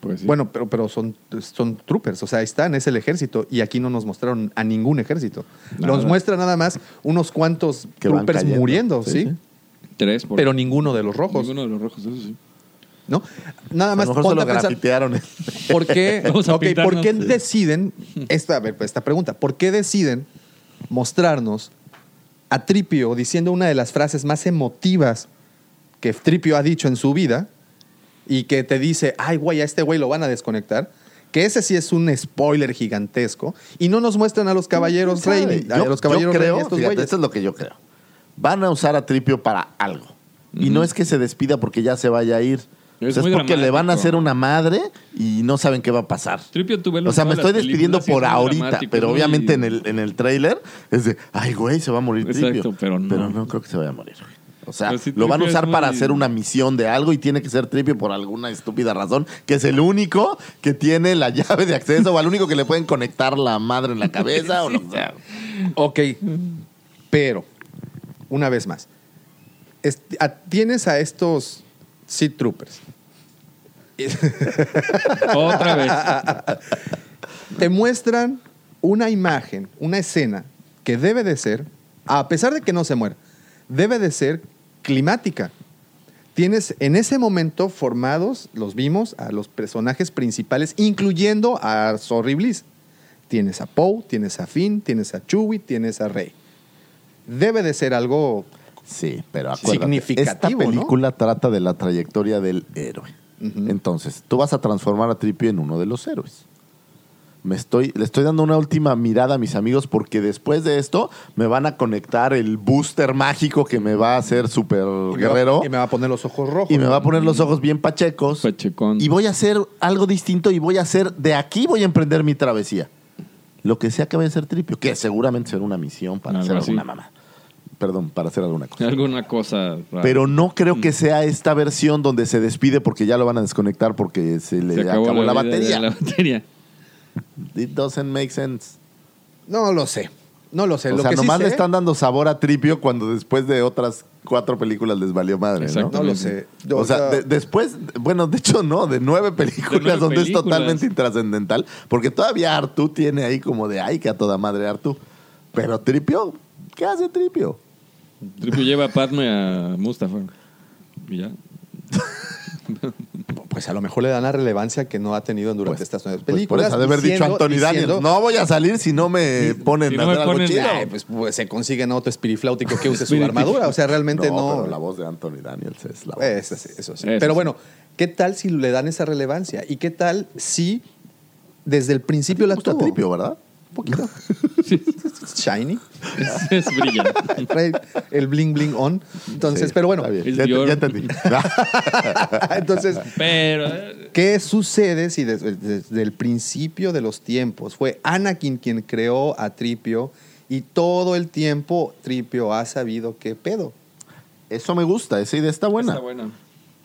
Pues sí.
Bueno, pero, pero son, son troopers, o sea, ahí están, es el ejército, y aquí no nos mostraron a ningún ejército.
Nada.
Nos muestra nada más unos cuantos
Que van
troopers
cayendo.
muriendo,
Sí,
¿sí?
sí.
tres por
Pero ninguno de los rojos,
Ninguno de los rojos, eso sí.
¿no? Nada
a
más
lo mejor
ponte
solo
a pensar,
grafitearon. este
¿por qué,
Vamos a
ok, ¿por
pintarnos.
qué
Sí.
deciden, esta, a ver, esta pregunta, ¿por qué deciden mostrarnos a Tripio diciendo una de las frases más emotivas que Tripio ha dicho en su vida y que te dice, ay, güey, a este güey lo van a desconectar. Que ese sí es un spoiler gigantesco. Y no nos muestran a los caballeros
¿Quién sabe?
rey, a
Yo-
los caballeros
yo
rey,
creo,
estos
fíjate,
güeyes.
esto es lo que yo creo. Van a usar a Tripio para algo. Y no es que se despida porque ya se vaya a ir. O sea, Es,
muy
porque le van a
dramático.
hacer una madre y no saben qué va a pasar.
Tripio tú velo
O sea,
en
me
todas
estoy
las
despidiendo
películas y es
por
muy
ahorita,
dramático,
pero
¿no?
obviamente
Y-
en el, en el tráiler es de, ay, güey, se va a morir
Exacto,
Tripio.
pero no.
Pero no creo que se vaya a morir. güey. O sea,
Pero sí,
lo van a
Tripio es
usar para
muy-
hacer una misión de algo y tiene que ser Tripio por alguna estúpida razón, que es el único que tiene la llave de acceso o al único que le pueden conectar la madre en la cabeza o lo que sea.
Ok, pero, una vez más, es- a- tienes a estos Sea Troopers.
Otra vez.
te muestran una imagen, una escena que debe de ser, a pesar de que no se muera, debe de ser climática. Tienes en ese momento formados, los vimos, a los personajes principales, incluyendo a Sorry Bliss. Tienes a Poe, tienes a Finn, tienes a Chewie, tienes a Rey. Debe de ser algo
Sí, pero acuérdate,
Significativo,
esta
¿no?
película trata de la trayectoria del héroe.
Ujú.
Entonces, tú vas a transformar a Tripio en uno de los héroes. Me estoy, le estoy dando una última mirada a mis amigos porque después de esto me van a conectar el booster mágico que me va a hacer super
y me va-
guerrero
y me va a Mm. poner los ojos rojos.
y me va a poner los ojos bien pachecos
Pachecón.
y voy a hacer algo distinto y voy a hacer, de aquí voy a emprender mi travesía. Lo que sea que vaya a ser Tripio, que seguramente será una misión para
Algo
hacer
así.
alguna mamá. Perdón, para hacer alguna cosa.
Alguna cosa rara.
Pero no creo que sea esta versión donde se despide porque ya lo van a desconectar porque se le acabó, la,
vida de
batería.
La batería.
It doesn't make sense.
No lo sé. No lo sé.
O
lo
sea,
que sí
nomás le
sé-
están dando sabor a Tripio cuando después de otras cuatro películas les valió madre, ¿no?
Exactamente. No lo sé.
O,
O
sea,
sea-
de- después, bueno, de hecho no, de nueve películas
De nueve
donde
películas.
es totalmente intrascendental, porque todavía Artu tiene ahí como de, ay, que a toda madre Artu. Pero Tripio, ¿qué hace Tripio?
Tripio lleva a Padme a Mustafa. Y ya.
Pues a lo mejor le dan la relevancia que no ha tenido durante estas nueve
Pues
películas.
por eso ha de haber dicho
diciendo-
Anthony Daniels,
diciendo-
no voy a salir si no me ponen
si
a
no me
hacer algo
ponen-
chido.
Ay, pues, pues se consiguen a otro espirifláutico que use su
Espiritu-
armadura. O sea, realmente
no,
no.
pero la voz de Anthony Daniels es la voz.
Pues, eso sí, eso sí.
Eso
Pero
sí.
bueno, ¿qué tal si le dan esa relevancia? ¿Y qué tal si desde el principio la
Gusta
tuvo?
Tripio, ¿verdad?
Un poquito. Shiny.
Es, es brillante.
Trae el bling bling on. Entonces,
Sí,
pero bueno.
está bien.
Es
Ya, te-
Dior.
ya entendí.
Entonces,
Pero eh,
¿Qué sucede si des- desde, el principio de los tiempos fue Anakin quien creó a Tripio y todo el tiempo Tripio ha sabido qué pedo?
Eso me gusta, esa idea está buena.
está buena.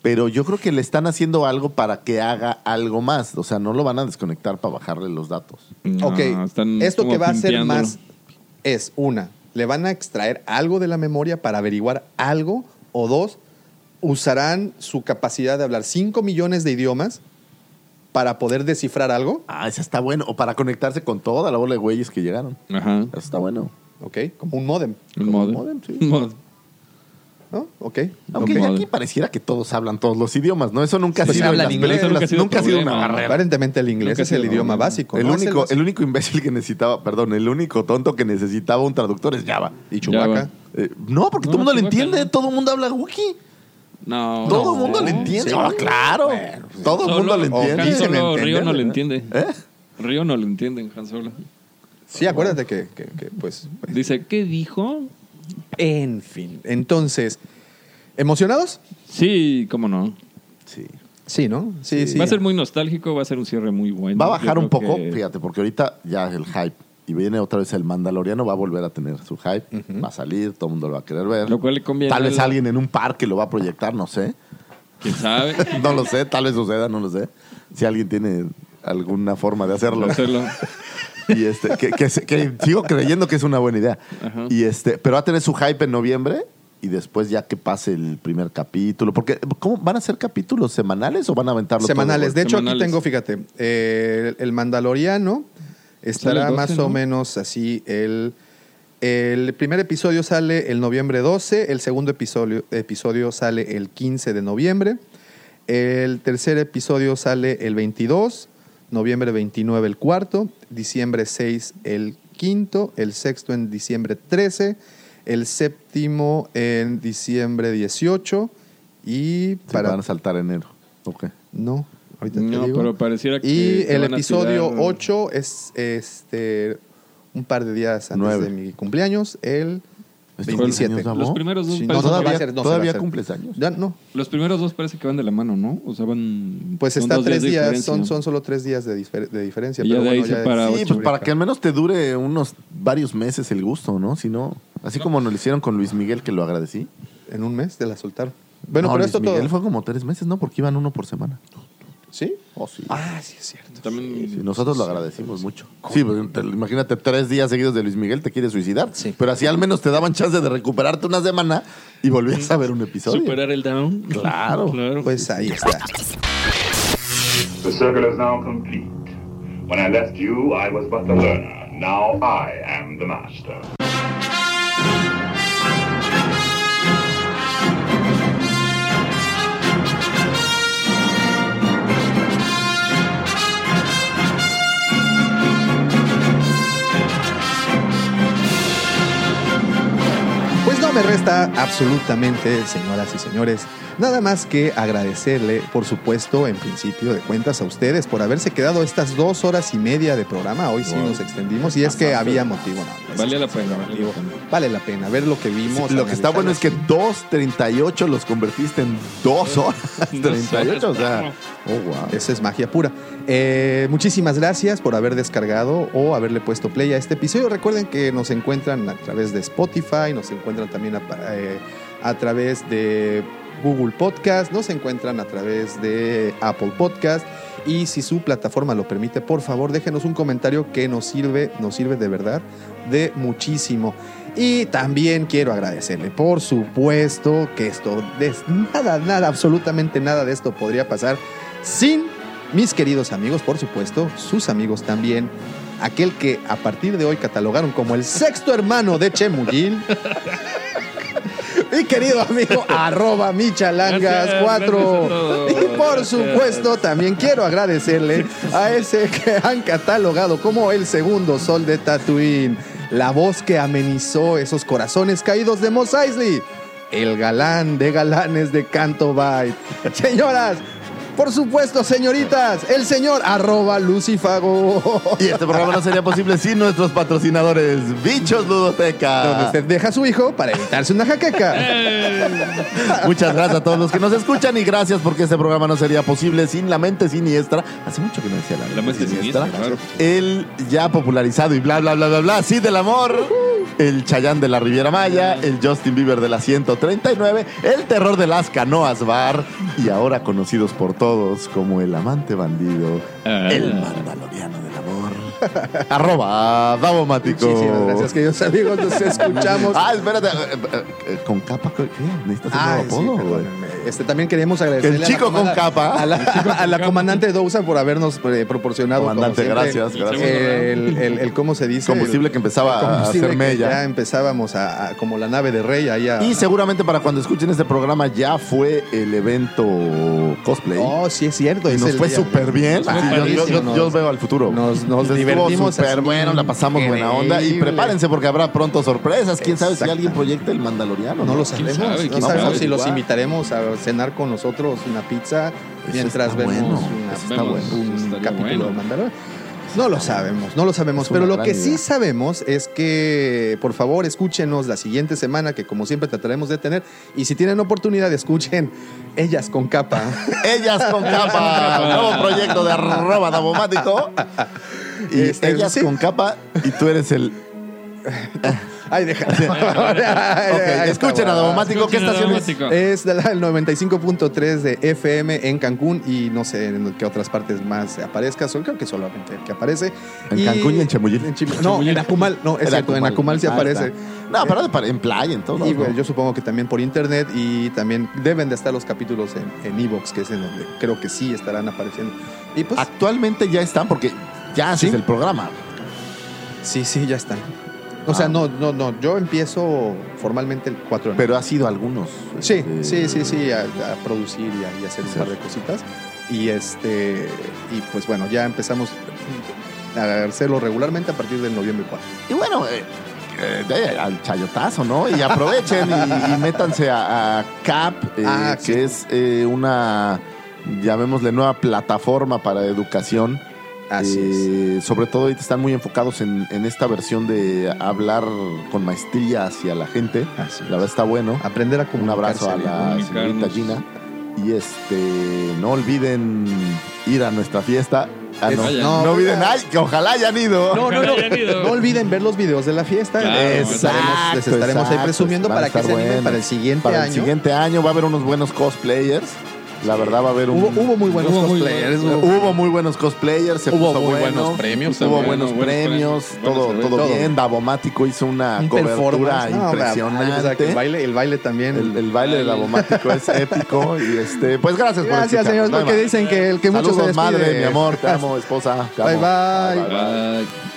Pero yo creo que le están haciendo algo para que haga algo más. O sea, no lo van a desconectar para bajarle los datos.
No,
ok,
están
esto
como
que va a ser
pimpeándolo.
más es una, le van a extraer algo de la memoria para averiguar algo o dos, usarán su capacidad de hablar 5 millones de idiomas para poder descifrar algo,
Ah, esa está bueno. O para conectarse con toda la bola de güeyes que llegaron.
Ajá.
Eso está bueno.
¿ok? Como un modem,
Un modem.
modem, sí.
Un modem.
¿no? ¿Ok?
Aunque
Como-
aquí pareciera que todos hablan todos los idiomas, ¿no? Eso nunca
Pues
ha sido. en
hablan
las
inglés,
películas,
nunca ha sido
nunca ha sido una
problema.
barrera.
Aparentemente el inglés
Nunca
es
ha
el
sido,
idioma
¿no?
básico.
El
¿no? Es
único,
básico.
el único imbécil que necesitaba, perdón, el único tonto que necesitaba un traductor es Java.
Y Chewbacca.
Ya
Eh, no, porque
No,
todo el mundo le
Chewbacca,
entiende,
no.
todo el mundo habla Wookiee.
No.
Todo el
no.
mundo le entiende.
Sí.
Ah, claro.
pues,
todo el
Solo-
mundo le entiende.
Han
Sí, se le
Solo,
entiende,
Río no le
¿verdad?
entiende.
¿Eh?
Río no le entiende, Han Solo.
Sí, acuérdate que, que- que, pues.
Dice, ¿qué dijo?
En fin. Entonces, ¿emocionados?
Sí, cómo no.
Sí.
Sí, ¿no? Sí, sí.
Va a ser muy nostálgico, va a ser un cierre muy bueno.
Va a
Yo
bajar un
creo
poco,
que-
fíjate, porque ahorita ya el hype. Y viene otra vez el Mandaloriano, va a volver a tener su hype, va a salir, todo el mundo lo va a querer ver.
Lo cual le conviene
Tal vez
al-
alguien en un parque lo va a proyectar, no sé.
¿Quién sabe?
No lo sé, tal vez suceda, no lo sé. Si alguien tiene alguna forma de hacerlo.
Hacerlo.
y este, que, que se- que sigo creyendo que es una buena idea.
Ajá.
Y este, pero va a tener su hype en noviembre y después ya que pase el primer capítulo. Porque, ¿cómo van a ser capítulos semanales o van a aventarlo todo
Semanales.
de
De hecho,
Semanales.
aquí tengo, fíjate, eh, el, el Mandaloriano
Sale
estará
el 12,
más
¿no?
o menos así. El, el primer episodio sale el noviembre 12, el segundo episodio, episodio sale el 15 de noviembre, el tercer episodio sale el 22, noviembre 29 el cuarto, diciembre 6 el quinto, el sexto en diciembre 13, el séptimo en diciembre 18 y para...
van a saltar enero. Ok.
No, ahorita
No,
te digo.
pero pareciera que
Y
se
el
van a
episodio
tirar-
8 es este un par de días antes
Nueve.
de mi cumpleaños, el
¿Este
27.
cumpleaños,
Los
¿no?
primeros dos
Sí,
parece que
no,
van-
va
todavía
a ser, no se va
todavía
a hacer.
cumples años.
Ya no,
Los primeros dos parece que van de la mano, ¿no? O sea, van.
pues
son
está
dos
tres
de
días, son,
diferencia.
son solo tres días de, difer- de diferencia.
Y ya
pero
de ahí
bueno,
se
es-
para
Sí,
Ah, ocho.
pues para que al menos te dure unos varios meses el gusto, ¿no? Si no, así como nos lo hicieron con Luis Miguel, que lo agradecí.
En un mes te la soltaron. Bueno,
No,
pero
Luis
esto
Miguel
todo.
fue como tres meses, ¿no? Porque iban uno por semana.
¿Sí?
Oh, sí.
Ah, sí, es cierto.
También-
Sí, nosotros lo agradecimos mucho. Sí, pues, te- imagínate tres días seguidos de Luis Miguel, te quieres suicidar.
Sí.
Pero así al menos te daban chance de recuperarte una semana y volvías a ver un episodio.
Superar el down.
Claro.
claro.
Pues ahí está.
The circle is now complete. When I left you, I was but the learner. Now I am the master.
Pues no me resta absolutamente, señoras y señores, nada más que agradecerle, por supuesto, en principio de cuentas a ustedes por haberse quedado estas dos horas y media de programa. Hoy sí nos extendimos y es que había motivo. no,
Vale
es-
la
es
pena, vale
motivo.
la pena.
Vale la pena ver lo que
Sí,
vimos.
lo que está bueno es que 2.38 los convertiste en 2 horas. 38, o sea. Oh, wow.
Esa es magia pura. Eh, muchísimas gracias por haber descargado o haberle puesto play a este episodio. Recuerden que nos encuentran a través de Spotify, nos encuentran también a- eh, a través de Google Podcast, nos encuentran a través de Apple Podcast y si su plataforma lo permite, por favor, déjenos un comentario que nos sirve, nos sirve de verdad de muchísimo. Y también quiero agradecerle, por supuesto, que esto, des- nada, nada, absolutamente nada de esto podría pasar sin mis queridos amigos, por supuesto, sus amigos también. Aquel que a partir de hoy catalogaron como el sexto hermano de Chemuyil. Mi querido amigo, arroba
Gracias, gracias a
michalangas4.
todos.
Y por
Gracias.
supuesto, también quiero agradecerle a ese que han catalogado como el segundo sol de Tatooine. La voz que amenizó esos corazones caídos de Mos Eisley. El galán de galanes de Canto Bight. Señoras, por supuesto, señoritas, el señor arroba Lucifago.
Y este programa no sería posible sin nuestros patrocinadores, Bichos Ludoteca.
Donde usted deja a su hijo para evitarse una jaqueca.
Eh.
Muchas gracias a todos los que nos escuchan y gracias porque este programa no sería posible sin la mente siniestra. Hace mucho que no decía la mente,
La mente
siniestra.
siniestra, claro.
El ya popularizado y bla, bla, bla, bla, bla, sí del amor. El Chayán de la Riviera Maya, el Justin Bieber de la 139, el terror de las canoas bar y ahora conocidos por todos como el amante bandido,
Ah.
el mandaloriano del amor. Arroba, Davo Mático.
Muchísimas gracias, queridos amigos. Nos escuchamos.
Ah, espérate. eh, eh, eh, Con capa, ¿qué? ¿Necesitas un
Ah,
nuevo
sí,
apodo, güey?
perdónenme. Este, también queremos agradecerle
El
a la
chico con
comanda-
capa.
a la, a la comandante Dousa por habernos eh, proporcionado como
Comandante,
siempre,
gracias, gracias.
El, el- el- cómo se dice
Combustible que empezaba
El
a
combustible
hacer
que
mella.
ya empezábamos a, a- como la nave de rey ahí a-
Y seguramente para cuando escuchen este programa ya fue el evento cosplay.
oh sí es cierto
y
es
nos
el
fue
día.
súper bien.
Fue
Sí, yo- yo, yo-
padrísimo,
yo
nos-
veo al futuro.
nos- nos
Estuvo
divertimos
súper
así,
bueno, la pasamos buena onda. Y
increíble.
prepárense porque habrá pronto sorpresas. ¿Quién sabe si
Exactamente.
alguien proyecta el mandaloriano? pues,
no lo
¿Quién
sabemos
sabe?
no
¿Quién
sabemos
sabe?
si los
Igual.
invitaremos a cenar con nosotros una pizza
Eso
mientras
está
vemos
bueno,
una-
eso
está bueno, eso
un
estaría
capítulo
bueno.
de Mandalorian. No lo sabemos, no lo sabemos,
Es una
pero lo
gran
que
idea.
sí sabemos es que por favor escúchenos la siguiente semana que como siempre trataremos de tener y si tienen oportunidad escuchen Ellas con capa.
Ellas con capa, nuevo proyecto de arroba dabomático. Y
Este,
ellas
sí.
con capa y tú eres el...
Ay, déjalo. Ay,
Ok,
ay,
escuchen
está
a
guapa.
Dabomático. ¿Qué
Escuchen a
estación es?
Dabomático.
Es de la- el 95.3 de FM en Cancún y no sé en qué otras partes más aparezca. Solo creo que solamente el que aparece.
En Cancún y en Chemuyil.
Chim- no, en Acumal. No, es
En
cierto, en Acumal sí
Ah,
aparece.
está. No, pero de par- en playa, en todo.
Y bueno, yo supongo que también por internet y también deben de estar los capítulos en en Evox, que es en donde creo que sí estarán apareciendo. Y
Ah.
pues,
Actualmente ya están porque ya haces
¿Sí?
el programa.
sí, sí, ya están. O sea,
Ah.
no, no, no, yo empiezo formalmente el 4 de
Pero ha sido algunos.
Sí,
este,
sí, sí, sí, a, a producir y a, y a hacer un
Sí.
par de cositas. Y este y pues bueno, ya empezamos a hacerlo regularmente a partir del noviembre 4.
Y bueno, eh, eh, de- al chayotazo, ¿no? Y aprovechen y, y métanse a, a CAP, eh,
Ah,
que
sí.
es eh, una, llamémosle, nueva plataforma para educación. Eh, Sobre todo ahorita están muy enfocados en, en esta versión de hablar con maestría hacia la gente.
Así
La verdad está bueno.
Aprender a
Un
comunicarse.
abrazo a
bien.
la señorita
Comunicarnos.
Gina. Y este, no olviden ir a nuestra fiesta. Ah, no,
Vayan.
no olviden, ay, que ojalá hayan ido.
No, no, no. No olviden ver los videos de la fiesta.
Claro,
les estaremos, les estaremos ahí
exacto,
presumiendo
van a
para que
estar
se animen
buenos.
para el siguiente
Para
año.
el siguiente año va a haber unos buenos cosplayers. La verdad va a haber un...
Hubo, hubo muy buenos
Hubo muy
cosplayers.
buenos-
hubo-
Hubo muy buenos cosplayers, se
Hubo
puso
muy
bueno,
buenos premios
Hubo
también,
buenos,
buenos
premios,
premios,
todo,
buenos
todo,
eventos.
bien. Davomático hizo una
un
cobertura
performance. No,
impresionante.
o sea, que el, baile, el baile también.
El, el baile de Davomático es épico. Y este, pues gracias, por
Gracias,
escucharnos.
señores,
No hay
porque
más.
dicen que el que mucho se
Saludos,
despide.
madre, mi amor, te amo, esposa. te
Bye,
amo.
bye.
Bye.